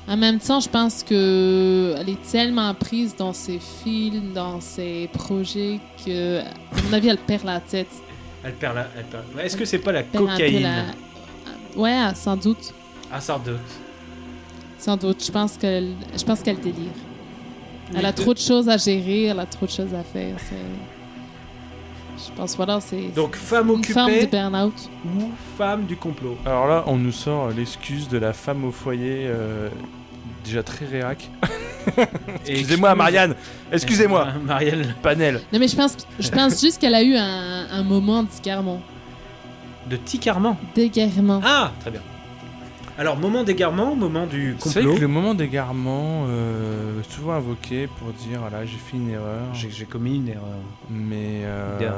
F: En même temps, je pense que elle est tellement prise dans ses films, dans ses projets que, à mon avis, elle perd la tête.
D: Elle perd la. elle perd- Est-ce que c'est pas la
F: perd un peu
D: cocaïne
F: la- Ouais, sans doute,
D: Ah, sans doute.
F: sans doute. Je pense qu'elle, je pense qu'elle délire.
D: Mais
F: Elle a
D: de-
F: trop de choses à gérer, elle a trop de choses à faire. c'est- Je pense voilà, c'est
D: Donc, femme
F: une forme de
D: occupée
F: burn-out.
D: ou femme du complot.
E: Alors là, on nous sort l'excuse de la femme au foyer, euh, déjà très réac. Excusez-moi, Marianne Excusez-moi
D: Marianne
E: Panel
F: Non mais je pense, je pense juste qu'elle a eu un, un moment d'égarement.
D: de Ticarman.
F: D'égarement.
D: Ah, très bien. Alors, moment d'égarement, moment du
E: C'est vrai
D: complot.
E: que le moment d'égarement, euh, souvent invoqué pour dire voilà, j'ai fait une erreur.
D: J'ai, commis une erreur.
E: Mais euh,
D: Bien.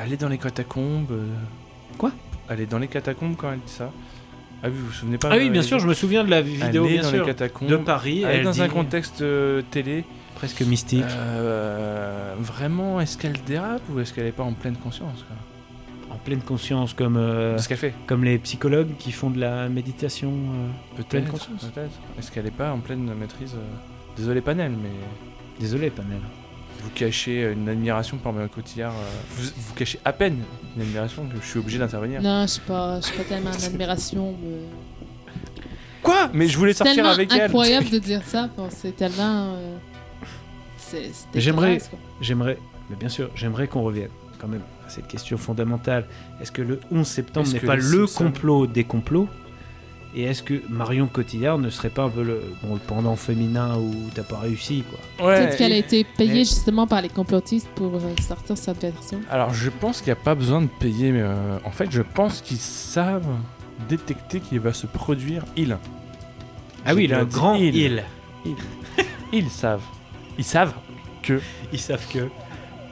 E: aller dans les catacombes. euh,
D: Quoi
E: Aller dans les catacombes quand elle dit ça. Ah oui, vous vous souvenez pas
D: Ah oui,
E: euh,
D: bien
E: les-
D: sûr, je me souviens de la vidéo,
E: Aller
D: bien
E: dans
D: sûr,
E: les catacombes
D: de Paris.
E: Aller
D: elle
E: dans un
D: dit-
E: contexte euh, télé.
D: Presque mystique.
E: Euh, vraiment, est-ce qu'elle dérape ou est-ce qu'elle n'est pas en pleine conscience quoi
D: en pleine conscience comme euh,
E: Ce qu'elle fait.
D: comme les psychologues qui font de la méditation euh, pleine
E: Peut-être.
D: conscience.
E: peut-être. Est-ce qu'elle n'est pas en pleine maîtrise euh, Désolé Panel, mais
D: Désolé Panel.
E: vous cachez euh, une admiration pour Marion Cotillard. euh, Vous, vous cachez à peine une admiration que je suis obligé d'intervenir.
F: Non, je suis pas, je suis pas tellement en admiration. mais-
E: Quoi Mais je voulais
F: C'est
E: sortir
F: tellement
E: avec elle.
F: incroyable de dire ça. bon, C'est tellement. euh, c'est- c'était
D: J'aimerais,
F: dégueulasse, quoi.
D: j'aimerais, mais bien sûr, j'aimerais qu'on revienne quand même à cette question fondamentale. Est-ce que le 11 septembre
E: Est-ce
D: n'est
E: que
D: pas
E: les
D: le
E: Simpsons-
D: complot des complots Et est-ce que Marion Cotillard ne serait pas un peu le, bon, le pendant féminin où t'as pas réussi quoi
F: Peut-être qu'elle a été payée justement par les complotistes pour euh, sortir cette version.
E: Alors je pense qu'il n'y a pas besoin de payer, mais euh, en fait je pense qu'ils savent détecter qu'il va se produire il.
D: Ah oui,
E: J'ai bien
D: le
E: dit
D: grand il.
E: Ils. Ils savent. Ils savent que.
D: Ils savent que.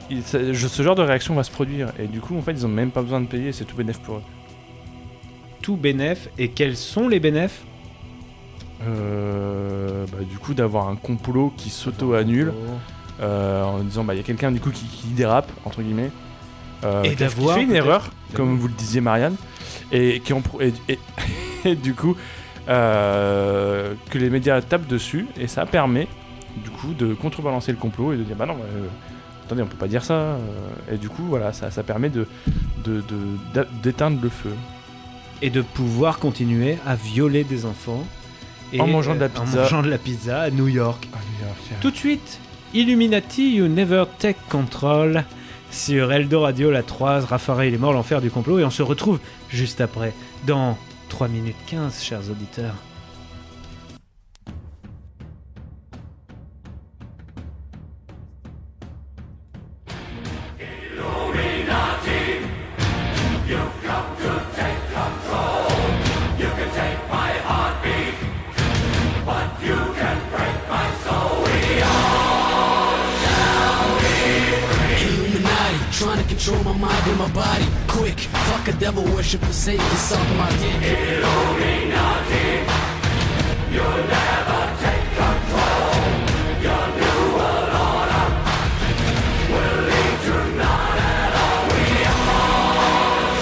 E: ils sa- je- ce genre de réaction va se produire et du coup en fait ils ont même pas besoin de payer, c'est tout bénéf pour eux.
D: Tout bénéf. Et quels sont les bénéfices
E: Euh, bah, du coup d'avoir un complot qui s'auto-annule euh, en disant bah il y a quelqu'un du coup qui, qui dérape entre guillemets euh,
D: Et
E: qui-
D: d'avoir
E: qui fait une
D: peut-être-
E: erreur comme
D: d'avoir-
E: vous le disiez Marianne et qui en pro- et, et- et du coup euh, que les médias tapent dessus et ça permet du coup de contrebalancer le complot et de dire bah non bah, euh, attendez on peut pas dire ça euh, et du coup voilà ça, ça permet de de- de- d'a- d'éteindre le feu
D: Et de pouvoir continuer à violer des enfants.
E: En mangeant de la
D: euh,
E: pizza.
D: En mangeant de la pizza à New York.
E: Tout
D: Tout de suite, Illuminati, You Never Take Control sur Eldoradio, la 3, Raphaël est mort, l'enfer du complot, et on se retrouve juste après, dans 3 minutes 15, chers auditeurs.
N: Illuminati, trying to control my mind and my body. Quick, fuck a devil worship and save yourself my dick. Illuminati, you'll never take control. Your new world order will lead to none at all. We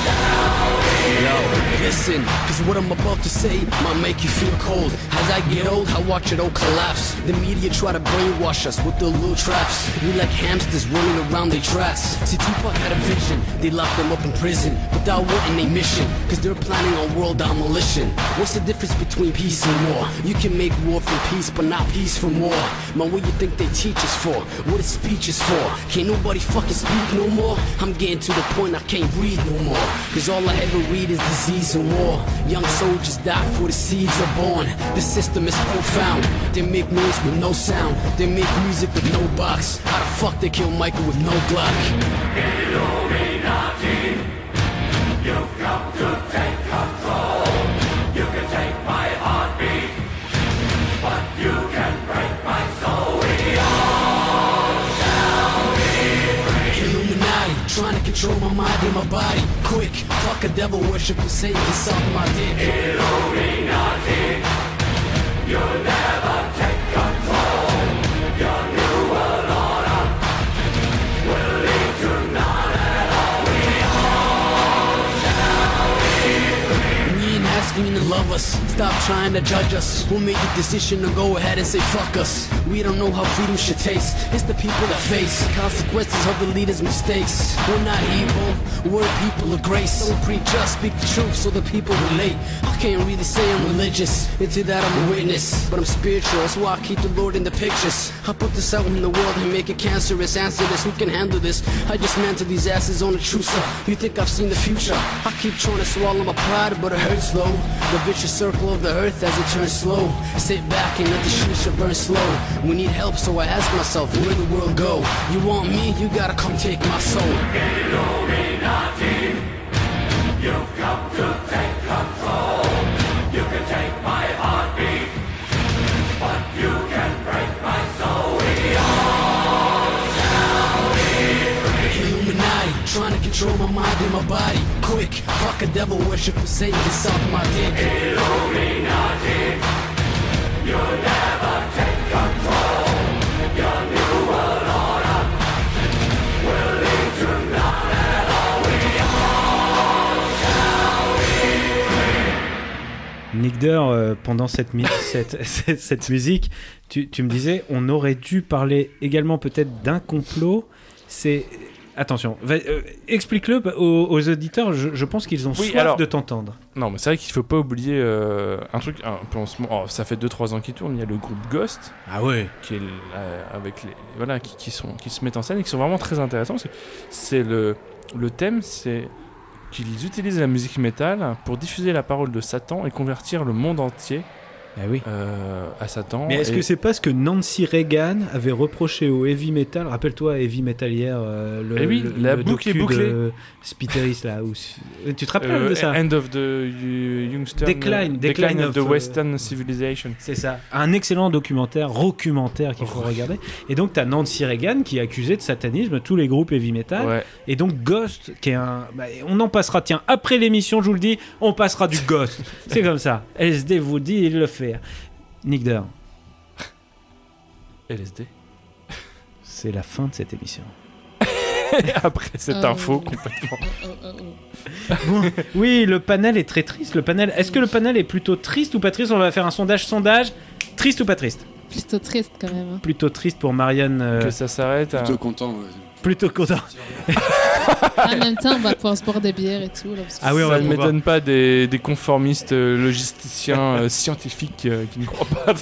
N: are shall we? listen, cause what I'm about to say might make you feel cold. As I get old, I watch it all collapse. The media try to brainwash us with their little traps. We like hamsters running around their tracks. See, Tupac had a vision, they locked them up in prison without wanting a mission, cause they're planning on world demolition. What's the difference between peace and war? You can make war from peace, but not peace from war. Man, what you think they teach us for? What a speech is for? Can't nobody fucking speak no more? I'm getting to the point I can't read no more. Cause all I ever read is disease and war. Young soldiers die before the seeds are born. The system is profound. They make noise with no sound. They make music with no box. How the fuck they kill Michael with no Glock?
O: You've got to take control. You can take my heartbeat, but you can break my soul. We all shall be free.
N: Illuminati, trying to control my mind and my body. Quick, fuck a devil worshiper, Satan, suck my dick.
O: Illuminati. You'll never take control. Your new world order will lead to none at all. We all shall be free.
N: We ain't asking you to love us. Stop trying to judge us. We'll make the decision to go ahead and say fuck us. We don't know how freedom should taste. It's the people that face the consequences of the leader's mistakes. We're not evil. We're people of grace. Don't preach us. Speak the truth so the people relate. I can't really say I'm religious. Into that I'm a witness. But I'm spiritual. That's why I keep the Lord in the pictures. I put this out in the world and make it cancerous. Answer this. Who can handle this? I just mantle these asses on a trucer. You think I've seen the future? I keep trying to swallow my pride, but it hurts low. The vicious circle of the earth as it turns slow. Sit back and let the shit should burn slow. We need help, so I ask myself, where the world go? You want me? You gotta come take my soul.
O: Illuminati. You've come to take control. You can take my heartbeat, but you can break my soul. We all shall be free.
N: Illuminati, trying to control my mind and my body. Quick, fuck a devil worshiper, Satan, suck my dick.
O: Illuminati. You'll never take control. Your new world order will lead to none at all. We all shall be free.
D: Nick Durr, euh, pendant cette, mi- cette, cette- cette musique, tu, tu me disais, on aurait dû parler également peut-être d'un complot. C'est. Attention, va- euh, explique-le bah, aux, aux auditeurs, je, je pense qu'ils ont
E: Oui,
D: soif
E: alors-
D: de t'entendre.
E: Non, mais c'est vrai qu'il faut pas oublier euh, un truc un peu en ce moment. oh, ça fait 2-3 ans qu'il tourne. Il y a le groupe Ghost.
D: Ah ouais.
E: Qui est l- euh, avec les voilà qui, qui sont qui se mettent en scène et qui sont vraiment très intéressants. parce que C'est le le thème, c'est qu'ils utilisent la musique métal pour diffuser la parole de Satan et convertir le monde entier. euh, à Satan.
D: Eh Mais est-ce
E: Et-
D: que c'est pas ce que Nancy Reagan avait reproché au heavy metal Rappelle-toi heavy metal hier, euh, le,
E: Eh oui,
D: le-
E: la
D: le
E: boucle est
D: docu
E: bouclée.
D: de Spiteris là. où- Tu te rappelles
E: Euh,
D: de ça
E: End of the Yu- Youngstern.
D: Decline,
E: euh,
D: Decline
E: of,
D: of,
E: the
D: euh,
E: Western Civilization.
D: C'est ça. un excellent documentaire, rocumentaire qu'il faut
E: Oh.
D: regarder. Et donc, tu as Nancy Reagan qui est accusée de satanisme, tous les groupes heavy metal.
E: Ouais.
D: Et donc, Ghost, qui est un. bah, on en passera, tiens, après l'émission, je vous le dis, on passera du Ghost. C'est comme ça. LSD vous dit, il le fait. Nick Durr,
E: LSD.
D: c'est la fin de cette émission.
E: Après cette
D: Oh.
F: Euh.
E: info
C: Euh,
E: complètement.
D: Bon, oui, le panel est très triste. Le panel. Est-ce que le panel est plutôt triste ou pas triste On va faire un sondage. Sondage, triste ou pas triste
F: Plutôt triste quand même. hein.
D: Plutôt triste pour Marianne. euh,
E: Que ça s'arrête. hein.
L: Plutôt content. ouais.
D: plutôt content.
F: en même temps, on va pouvoir se boire des bières et tout. là, parce
D: Ah
F: que-
E: ça ne m'étonne pas des, des conformistes euh, logisticiens euh, scientifiques euh, qui ne croient pas.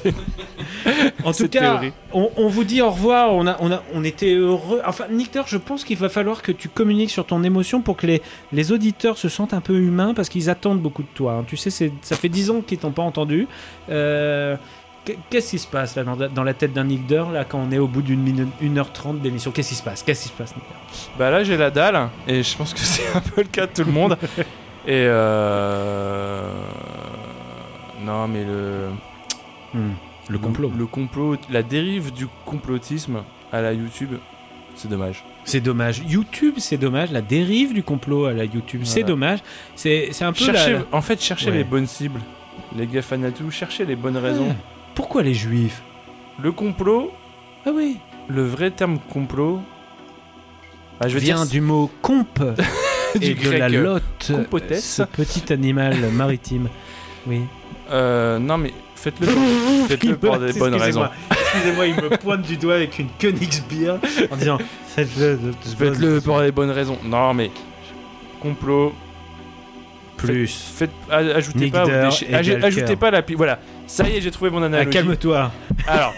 D: En tout cas, on, on vous dit au revoir. On, a, on, a, on était heureux. Enfin, Nicteur, je pense qu'il va falloir que tu communiques sur ton émotion pour que les, les auditeurs se sentent un peu humains parce qu'ils attendent beaucoup de toi. hein. Tu sais, c'est- ça fait 10 ans qu'ils t'ont pas entendu. Euh, qu'est- Qu'est-ce qui se passe là, dans, dans la tête d'un Nicteur là, quand on est au bout d'une minute- 1h30 d'émission Qu'est-ce qui se passe Qu'est-ce qui se passe, Nick Durr
E: Bah là, j'ai la dalle et je pense que c'est un peu le cas de tout le monde. et euh... non, mais le
D: Hmm, le complot.
E: le complot, la dérive du complotisme à la YouTube, c'est dommage.
D: C'est dommage. YouTube, c'est dommage. La dérive du complot à la YouTube, c'est
E: Voilà.
D: dommage. C'est c'est un peu la-
E: Cherchez-
D: la-
E: En fait, cherchez
D: Ouais.
E: les bonnes cibles, les gars fanatou, cherchez les bonnes raisons.
D: Ouais. Pourquoi les juifs
E: Le complot.
D: Ah oui.
E: Le vrai terme complot. Ah, je veux
D: vient
E: dire,
D: du mot comp, et
E: Du
D: de la
E: grec, euh,
D: lotte,
E: compotès.
D: ce petit animal maritime. Oui.
E: Euh, non, mais faites-le faites-le pour des bonnes raisons.
D: Excusez-moi. Excusez-moi, il me pointe du doigt avec une Königsbier en disant faites-le. de- de-
E: Faites-le pour des bonnes raisons. Non, mais complot.
D: Plus.
E: Faites, faites- aj- ajoutez
D: Nick
E: pas, aux
D: Deur
E: déchets-
D: et
E: aj-
D: Dalker.
E: ajoutez pas la pi- Voilà, ça y est, j'ai trouvé mon analogie.
D: Ah, calme-toi.
E: Alors,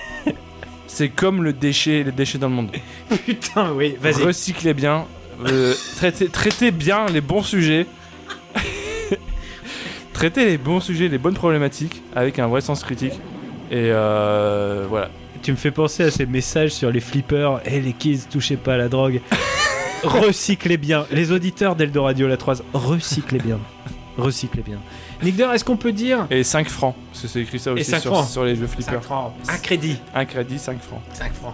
E: c'est comme le déchet, les déchets dans le monde.
D: Putain, oui, vas-y.
E: Recyclez bien, euh, traitez, traitez bien les bons sujets. traitez les bons sujets, les bonnes problématiques avec un vrai sens critique. Et euh, voilà.
D: Tu me fais penser à ces messages sur les flippers. Eh les kids, touchez pas à la drogue. recyclez bien. Les auditeurs d'Eldo Radio La 3, recyclez bien. Recyclez bien. Nick Deur, est-ce qu'on peut dire
E: Et 5 francs, parce que c'est écrit ça
D: Et
E: aussi
D: 5
E: sur,
D: francs.
E: sur les jeux flippers.
D: 5 francs. Un crédit.
E: Un crédit, 5 francs.
D: 5 francs.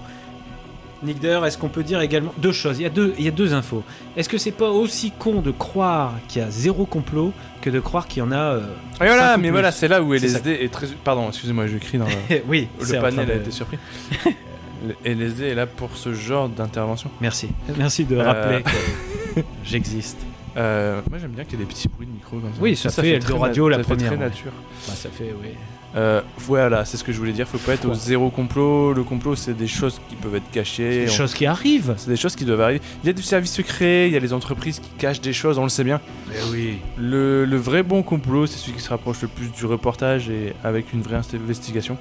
D: Nick Deur, est-ce qu'on peut dire également deux choses Il y a deux, il y a deux infos. Est-ce que c'est pas aussi con de croire qu'il y a zéro complot que de croire qu'il y en a. euh,
E: Et voilà,
D: cinq ou
E: mais
D: plus
E: voilà, c'est là où
D: C'est ça.
E: LSD est très. Pardon, excusez-moi, je crie dans le.
D: Oui, c'est
E: le
D: en train
E: panel
D: de-
E: a été surpris. Le LSD est là pour ce genre d'intervention.
D: Merci. Merci de
E: Euh,
D: rappeler que j'existe.
E: euh, moi j'aime bien qu'il y ait des petits bruits de micro comme ça.
D: Oui, ça, fait,
E: très
D: Eldo Radio
E: nat-
D: la
E: ça fait
D: première.
E: très
D: ouais.
E: nature.
D: Bah, ça fait, oui.
E: Euh, voilà, c'est ce que je voulais dire. Faut pas être au zéro complot. Le complot, c'est des choses qui peuvent être cachées.
D: C'est des choses qui arrivent.
E: C'est des choses qui doivent arriver. Il y a du service secret, il y a les entreprises qui cachent des choses, on le sait bien.
D: Mais Eh oui.
E: Le, le vrai bon complot, c'est celui qui se rapproche le plus du reportage et avec une vraie investigation.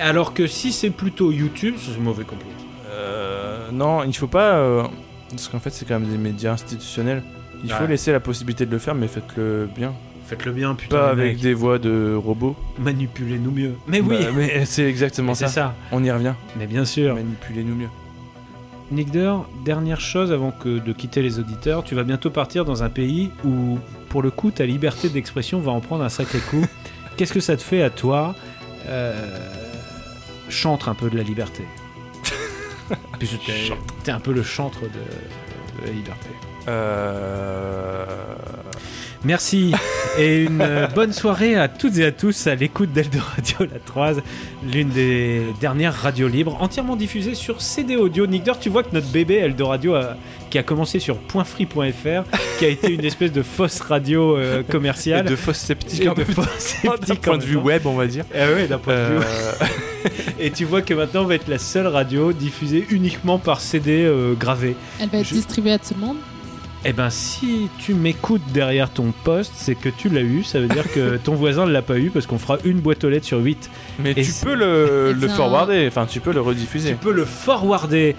D: Alors que si c'est plutôt YouTube, c'est un mauvais complot.
E: Euh, non, il faut pas. euh, parce qu'en fait, c'est quand même des médias institutionnels. Il faut
D: Ouais.
E: laisser la possibilité de le faire, mais faites-le bien.
D: Faites-le bien, putain.
E: Pas
D: les
E: avec
D: mecs.
E: des voix de robots.
D: Manipulez-nous mieux. Mais oui.
E: Bah, mais c'est exactement
D: Mais
E: ça.
D: c'est ça.
E: On y revient.
D: Mais bien sûr.
E: Manipulez-nous mieux.
D: Nick Deur, dernière chose avant que de quitter les auditeurs, tu vas bientôt partir dans un pays où, pour le coup, ta liberté d'expression va en prendre un sacré coup. Qu'est-ce que ça te fait à toi euh, Chantre un peu de la liberté. Puisque t'es- t'es un peu le chantre de, de la euh, liberté.
E: Euh.
D: Merci et une euh, bonne soirée à toutes et à tous à l'écoute d'Eldo Radio La Troise, l'une des dernières radios libres entièrement diffusée sur CD Audio. Nick Deur, tu vois que notre bébé Eldo Radio a- qui a commencé sur .free.fr, qui a été une espèce de fausse radio euh, commerciale.
E: Et de fausse sceptique
D: Et
E: en
D: de
E: même
D: fausse
E: temps.
D: sceptique
E: D'un
D: en
E: point de
D: même
E: vue
D: temps.
E: web, on va dire.
D: Eh ouais, d'un point de vue
E: Euh,
D: et tu vois que maintenant on va être la seule radio diffusée uniquement par CD euh, gravé.
F: Elle va être distribuée à tout le monde.
D: Eh ben, si tu m'écoutes derrière ton poste, c'est que tu l'as eu. Ça veut dire que ton voisin ne l'a pas eu parce qu'on fera une boîte aux lettres sur 8.
E: Mais tu peux le, le forwarder, enfin tu peux le rediffuser. Tu
D: peux le forwarder.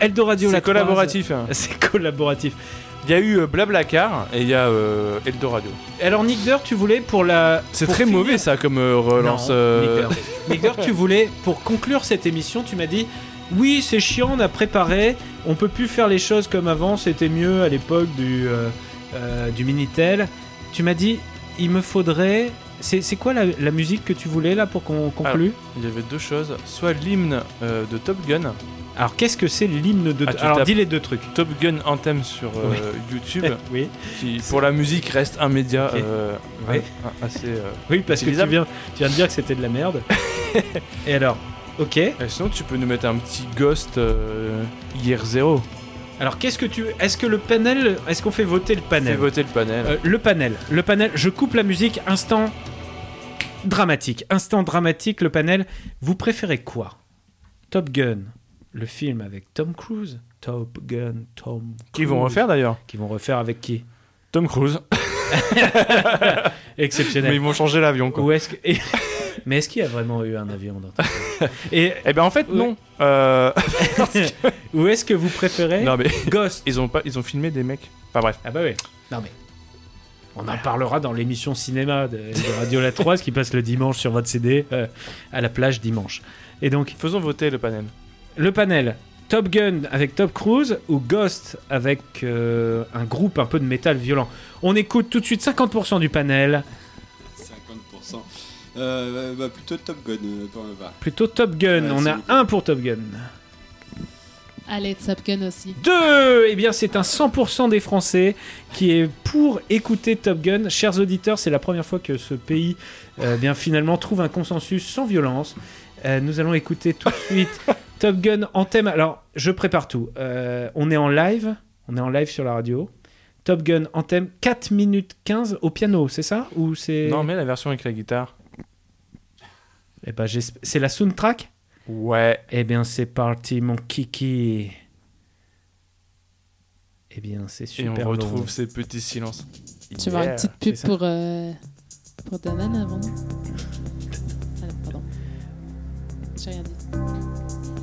D: Eldoradio,
E: C'est
D: la Croise.
E: collaboratif. hein.
D: C'est collaboratif.
E: Il y a eu euh, Blablacar et il y a euh, Eldoradio.
D: Alors, Nick Deur, tu voulais pour la.
E: C'est très mauvais ça comme euh, relance.
D: Non,
E: euh,
D: Nick Deur. Nick Deur, tu voulais, pour conclure cette émission, tu m'as dit Oui, c'est chiant, on a préparé, on peut plus faire les choses comme avant, c'était mieux à l'époque du, euh, euh, du Minitel. Tu m'as dit Il me faudrait. C'est c'est quoi la, la musique que tu voulais là pour qu'on conclue
E: Alors, Ah, il y avait deux choses. Soit l'hymne euh, de Top Gun.
D: Alors, qu'est-ce que c'est l'hymne de
E: Ah, tu
D: Alors,
E: tapes
D: dis les deux trucs.
E: Top Gun Anthem sur euh,
D: Oui.
E: YouTube.
D: oui.
E: Qui pour la musique reste un média
D: Ok.
E: euh,
D: Oui.
E: un- un- assez. euh,
D: Oui, parce que tu
E: utilisable.
D: viens, tu viens de dire que c'était de la merde. Et alors Ok.
E: sinon, tu peux nous mettre un petit Ghost euh, Year Zero.
D: Alors qu'est-ce que tu est-ce que le panel est-ce qu'on fait voter le panel
E: Fais voter le panel.
D: Euh, le panel le panel je coupe la musique instant dramatique instant dramatique le panel vous préférez quoi Top Gun le film avec Tom Cruise Top Gun Tom
E: Qu'ils vont
D: Cruise.
E: refaire, d'ailleurs.
D: qui vont refaire avec qui
E: Tom Cruise.
D: exceptionnel
E: Mais ils vont changer l'avion quoi.
D: Ou est-ce que- et- mais est-ce qu'il y a vraiment eu un avion dans Top Gun et
E: Eh ben en fait
D: Oui.
E: non. Euh,
D: Où est-ce que vous préférez
E: non mais
D: Ghost.
E: Ils ont pas, ils ont filmé des mecs. Enfin bref.
D: Ah bah oui. Non mais. On en parlera dans l'émission cinéma de, de Radio La 3 qui passe le dimanche sur votre CD euh, à la plage dimanche. Et donc.
E: Faisons voter le panel.
D: Le panel. Top Gun avec Top Cruise ou Ghost avec euh, un groupe un peu de métal violent. On écoute tout de suite 50% du panel.
L: 50%. Euh, bah, plutôt Top Gun. euh, pour- bah.
D: Plutôt Top Gun.
L: Ouais,
D: On
L: c'est
D: a
L: beaucoup.
D: un pour Top Gun.
F: Allez, Top Gun aussi.
D: Deux Eh bien, c'est un 100% des Français qui est pour écouter Top Gun. Chers auditeurs, c'est la première fois que ce pays, euh, bien finalement, trouve un consensus sans violence. Euh, nous allons écouter tout de suite Top Gun en thème. Alors, je prépare tout. Euh, on est en live. On est en live sur la radio. Top Gun Anthem 4 minutes 15 au piano, c'est ça Ou c'est
E: Non, mais la version avec la guitare.
D: Eh ben, j'esp- c'est la soundtrack
E: Ouais.
D: Eh bien, c'est parti, mon kiki. Eh bien, c'est
E: Et
D: super.
E: on retrouve
D: long.
E: ces petits silences.
F: Tu vas avoir une
E: Yeah.
F: petite
D: c'est
F: pub
D: ça.
F: pour, euh, pour Danone avant, non Ah, Pardon. J'ai rien dit.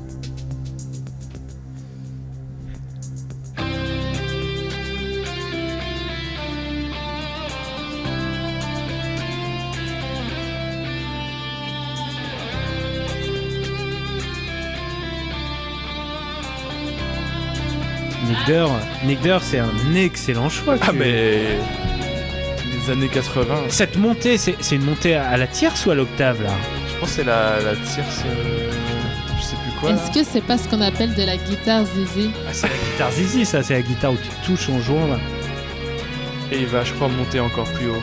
D: Nick Durr, Nick Durr, c'est un excellent choix.
E: Ah,
D: que-
E: mais. Les années 80.
D: Cette montée, c'est c'est une montée à à la tierce ou à l'octave là
E: Je pense que c'est la, la tierce. euh, putain, je sais plus quoi. là.
F: Est-ce que c'est pas ce qu'on appelle de la guitare zizi
D: Ah, c'est la guitare zizi, ça, c'est la guitare où tu touches en jouant là.
E: Et il va, je crois, monter encore plus haut.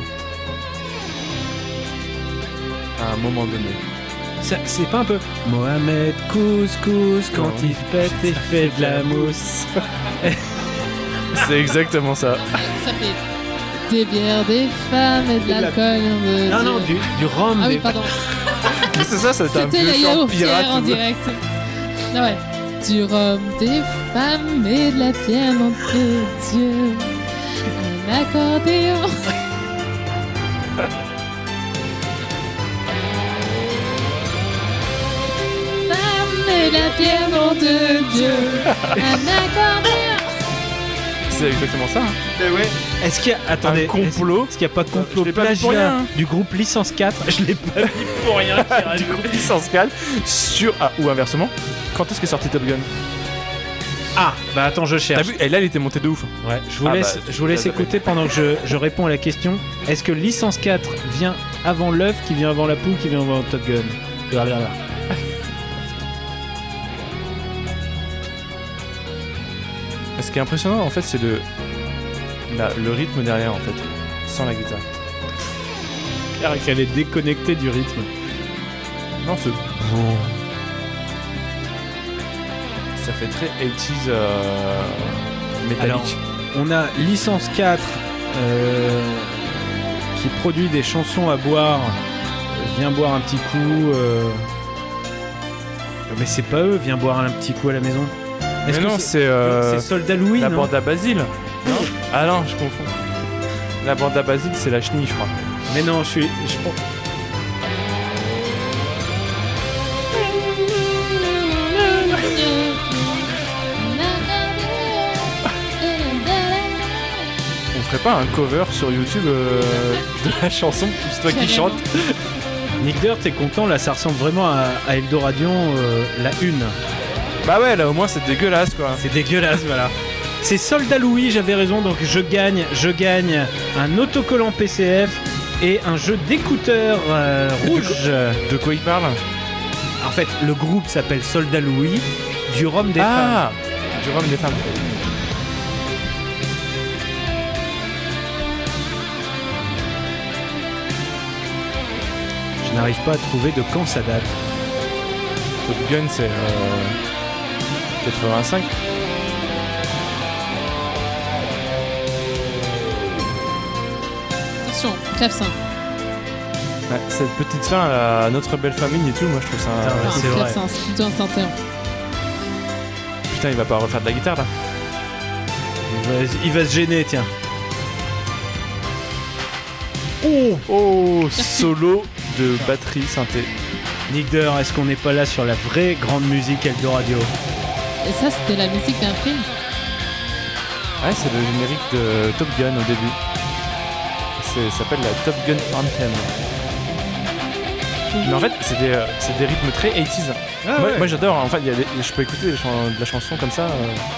E: À un moment donné.
D: Ça- C'est pas un peu Mohamed Couscous quand
E: Non.
D: il pète et fait de la mousse.
E: C'est exactement ça.
F: Ça fait des bières, des femmes et de l'alcool. de-
D: Non,
F: de-
D: non, du, du rhum.
F: Ah oui,
D: des-
F: pardon.
E: c'est ça, c'était un
F: C'était
E: vieux
F: la
E: chant pirate.
F: yaourtière en direct. Ah ouais. Du rhum, des femmes et de la pierre, mon petit Dieu. Un accordéon. Femme et de la pierre, mon de Dieu. Un accordéon.
E: C'est exactement ça.
D: Est-ce qu'il y a. Attendez. hein. Un complot Est-ce qu'il n'y a pas de complot
E: l'ai pas mis pour
D: plagiat
E: rien, hein.
D: du groupe Licence 4 Je l'ai pas mis pour rien.
E: du coup, licence calme sur. Ah, ou inversement. Quand est-ce qu'est sorti Top Gun
D: Ah, bah attends, je cherche.
E: T'as vu Et là, il était monté de ouf.
D: Ouais, je vous
E: Ah
D: laisse,
E: bah,
D: je vous laisse
E: j'avais-
D: écouter pendant que je, je réponds à la question. Est-ce que Licence 4 vient avant l'œuf, qui vient avant la poule, qui vient avant Top Gun Regarde, regarde, regarde.
E: Mais Ce qui est impressionnant, en fait, c'est le. la- le rythme derrière, en fait. Sans la guitare.
D: Claire qu'elle est déconnectée du rythme.
E: Non, ce. Ça fait très 80s euh, métallique.
D: Alors, on a Licence 4 euh, qui produit des chansons à boire. Euh, Viens boire un petit coup. euh. Mais c'est pas eux, viens boire un petit coup à la maison.
E: Mais
D: Est-ce que
E: non, c'est. euh,
D: c'est Soldat Louis
E: La
D: non
E: bande à Basile. Non Ah non, je confonds. La bande à Basile, c'est la chenille, je crois.
D: Mais non, je suis. Je... pense-
E: On ferait pas un cover sur YouTube euh, de la chanson, c'est toi qui
D: Carrément.
E: chante.
D: Nick Dirt, t'es content là, ça ressemble vraiment à, à Eldoradion, euh, la une.
E: Bah ouais, là au moins c'est dégueulasse quoi.
D: C'est dégueulasse, voilà. C'est Soldat Louis, j'avais raison, donc je gagne, je gagne un autocollant PCF et un jeu d'écouteurs euh, rouge.
E: De quoi il parle
D: En fait, le groupe s'appelle Soldat Louis, du rhum des
E: Ah Du rhum des femmes.
D: femmes. Je n'arrive pas à trouver de quand ça date.
E: Top Gun c'est euh,
D: euh,
E: 85.
F: Attention, crève ça.
E: Ouais, cette petite fin là, notre belle famille et tout, moi je trouve ça.
D: Putain,
F: Crève ça, c'est plutôt instantané.
E: Putain, il va pas refaire de la guitare là.
D: Il va, il va se gêner, tiens.
E: Oh Oh Solo de batterie synthé.
D: Nick Dirt, est-ce qu'on n'est pas là sur la vraie grande musique Eldoradio
F: Et ça, c'était la musique d'un film.
E: Ouais, c'est le générique de Top Gun au début. C'est- Ça s'appelle la Top Gun Anthem. Mais en fait, c'est des, euh, c'est des rythmes très 80s.
D: Ah
E: moi
D: ouais.
E: moi, j'adore, hein. en fait, il y a des- je peux écouter des chan- de la chanson comme ça euh,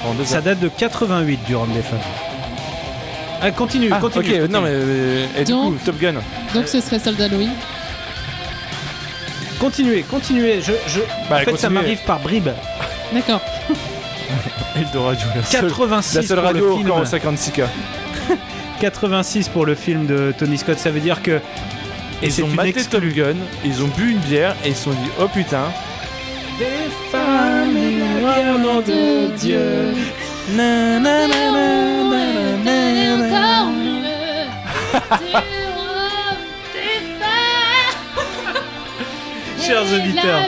E: pendant deux
D: Ça
E: heures.
D: date de 88 du rhum des femmes. Ah, continue,
E: Ah,
D: continue.
E: ok,
D: continue.
E: non mais. euh, et du
F: Donc-
E: coup, Top Gun.
F: Donc ce serait Soldat Louis.
D: Continuez, continuez. Je, je...
E: Bah,
D: en fait, ça
E: continuez.
D: m'arrive par bribes.
F: D'accord.
E: Eldoradio, la seule,
D: 86
E: la seule
D: pour le
E: radio
D: film.
E: encore au 56K.
D: 86 pour le film de Tony Scott, ça veut dire que. Et
E: Ils
D: c'est
E: ont
D: une
E: maté
D: ex-
E: Top Gun, ils ont bu une bière et ils se sont dit oh putain.
D: Des femmes et la bière, nom de Dieu.
F: encore mieux.
E: Chers auditeurs,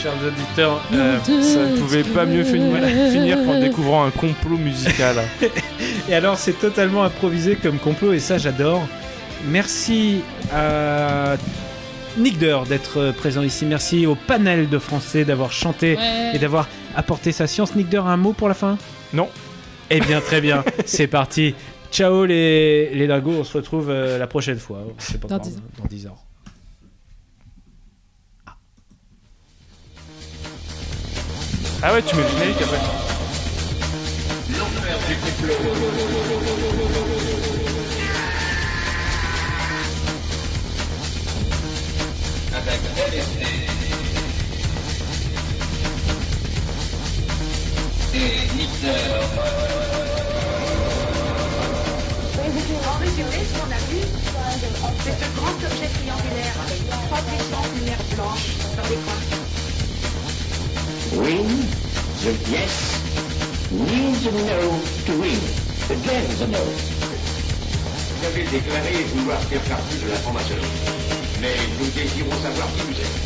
E: chers auditeurs, euh, ça ne pouvait pas mieux finir, finir qu'en découvrant un complot musical.
D: Et alors, c'est totalement improvisé comme complot, et ça, j'adore. Merci à Nick Deur d'être présent ici. Merci au panel de Français d'avoir chanté
E: Ouais.
D: et d'avoir apporté sa science. Nick Deur, un mot pour la fin Non. Eh bien, très bien. c'est parti. Ciao les, les dingos. On se retrouve euh, la prochaine fois. On sait pas
F: Dans
D: quand,
F: dix ans.
D: dans 10 ans.
E: Ah ouais, tu mets le générique après.
C: Mais En résumé, ce qu'on a vu, c'est ce grand objet triangulaire avec trois puissantes lumières blanches sur les coins.
P: Win the yes, need the no to win. Again the no.
Q: Vous avez déclaré vouloir faire partie de la formation. Mais nous désirons savoir qui vous êtes.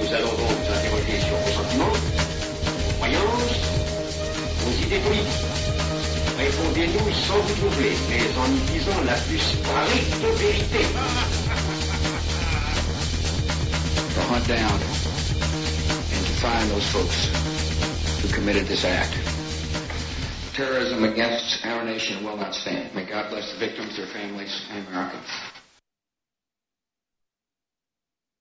Q: Nous allons donc vous interroger sur vos sentiments, vos croyances, vos idées politiques. Répondez-nous sans vous troubler, mais en nous disant la plus stricte vérité.
R: hunt down and to find those folks who committed this act. Terrorism against our nation will not stand. May God bless the victims, their families, and America.